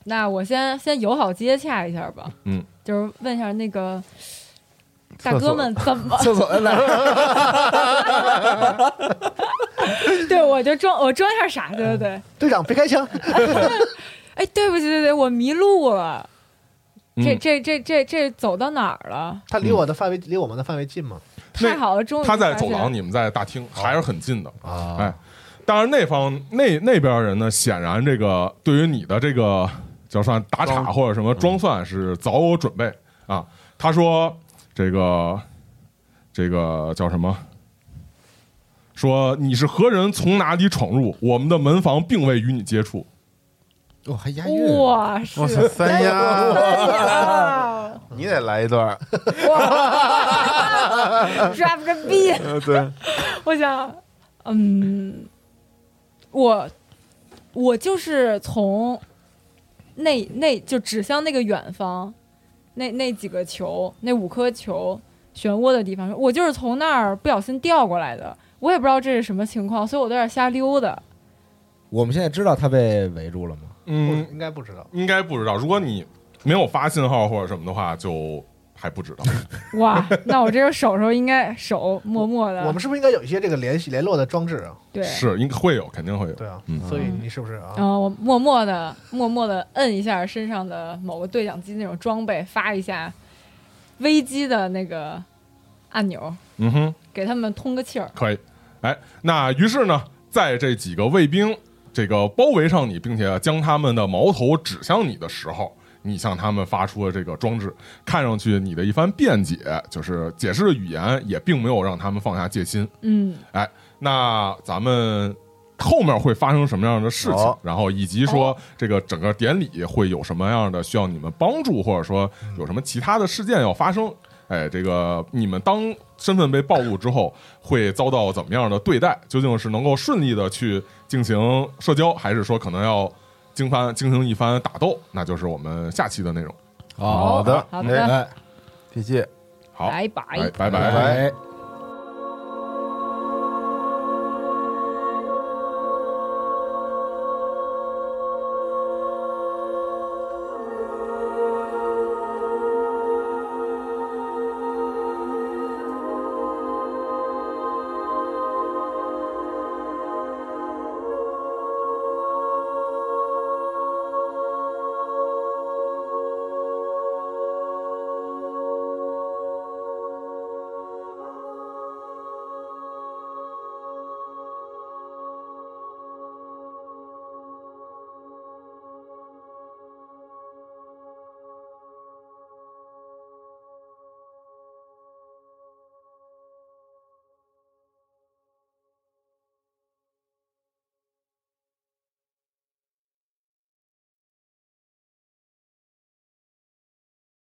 S3: 那我先先友好接洽一下吧，
S2: 嗯，
S3: 就是问一下那个大
S1: 厕所
S3: 哥们怎么，
S6: 厕所哎来
S3: 对我就装我装一下傻，对
S2: 嗯
S3: 对对，
S4: 队长别开枪，
S3: 哎，对不起，对对，我迷路了，
S2: 嗯
S3: 这这这这这走到哪儿了？
S4: 他离我的范围离我们的范围近吗？
S2: 那
S3: 太好了，终于
S2: 他在
S3: 发
S2: 走
S3: 现
S2: 廊，你们在大厅，还是很近的。
S6: 啊
S2: 哎，当然那方那那边人呢，显然这个对于你的这个叫算打岔或者什么装蒜是早有准备啊。他说这个这个叫什么？说你是何人，从哪里闯入？我们的门房并未与你接触。
S6: 我还押韵，
S3: 哇，
S1: 我操，
S3: 是
S1: 三丫，
S3: 啊
S1: 你得来一段。
S3: ，drop 个 B，
S1: 呃，对，
S3: 我想，嗯，我我就是从那那就指向那个远方，那那几个球，那五颗球漩涡的地方，我就是从那儿不小心掉过来的。我也不知道这是什么情况，所以我在这儿瞎溜达。
S6: 我们现在知道他被围住了吗？
S2: 嗯
S4: 不，应该不知道。
S2: 应该不知道。如果你没有发信号或者什么的话，就还不知道。
S3: 哇，那我这个手手应该手默默的，
S4: 我们是不是应该有一些这个联系联络的装置啊？
S3: 对，
S2: 是应会有，肯定会有。
S4: 对啊
S2: 嗯，
S4: 所以你是不是
S3: 然
S4: 啊？
S3: 后我默默的默默的摁一下身上的某个对讲机那种装备，发一下危机的那个按钮，
S2: 嗯哼。
S3: 给他们通个气儿。
S2: 可以。哎，那于是呢，在这几个卫兵这个包围上你，并且将他们的矛头指向你的时候，你向他们发出了这个装置。看上去你的一番辩解，就是解释的语言，也并没有让他们放下戒心。
S3: 嗯，
S2: 哎，那咱们。后面会发生什么样的事情，
S1: 好
S2: 然后以及说这个整个典礼会有什么样的需要你们帮助，或者说有什么其他的事件要发生？哎，这个你们当身份被暴露之后，会遭到怎么样的对待？究竟是能够顺利的去进行社交，还是说可能要经番进行一番打斗？那就是我们下期的内容。
S6: 好
S1: 的
S3: 好
S1: 哎
S3: 的，
S6: 哎，
S1: 谢谢。
S2: 好，
S3: 拜拜
S2: 哎拜拜
S1: 拜。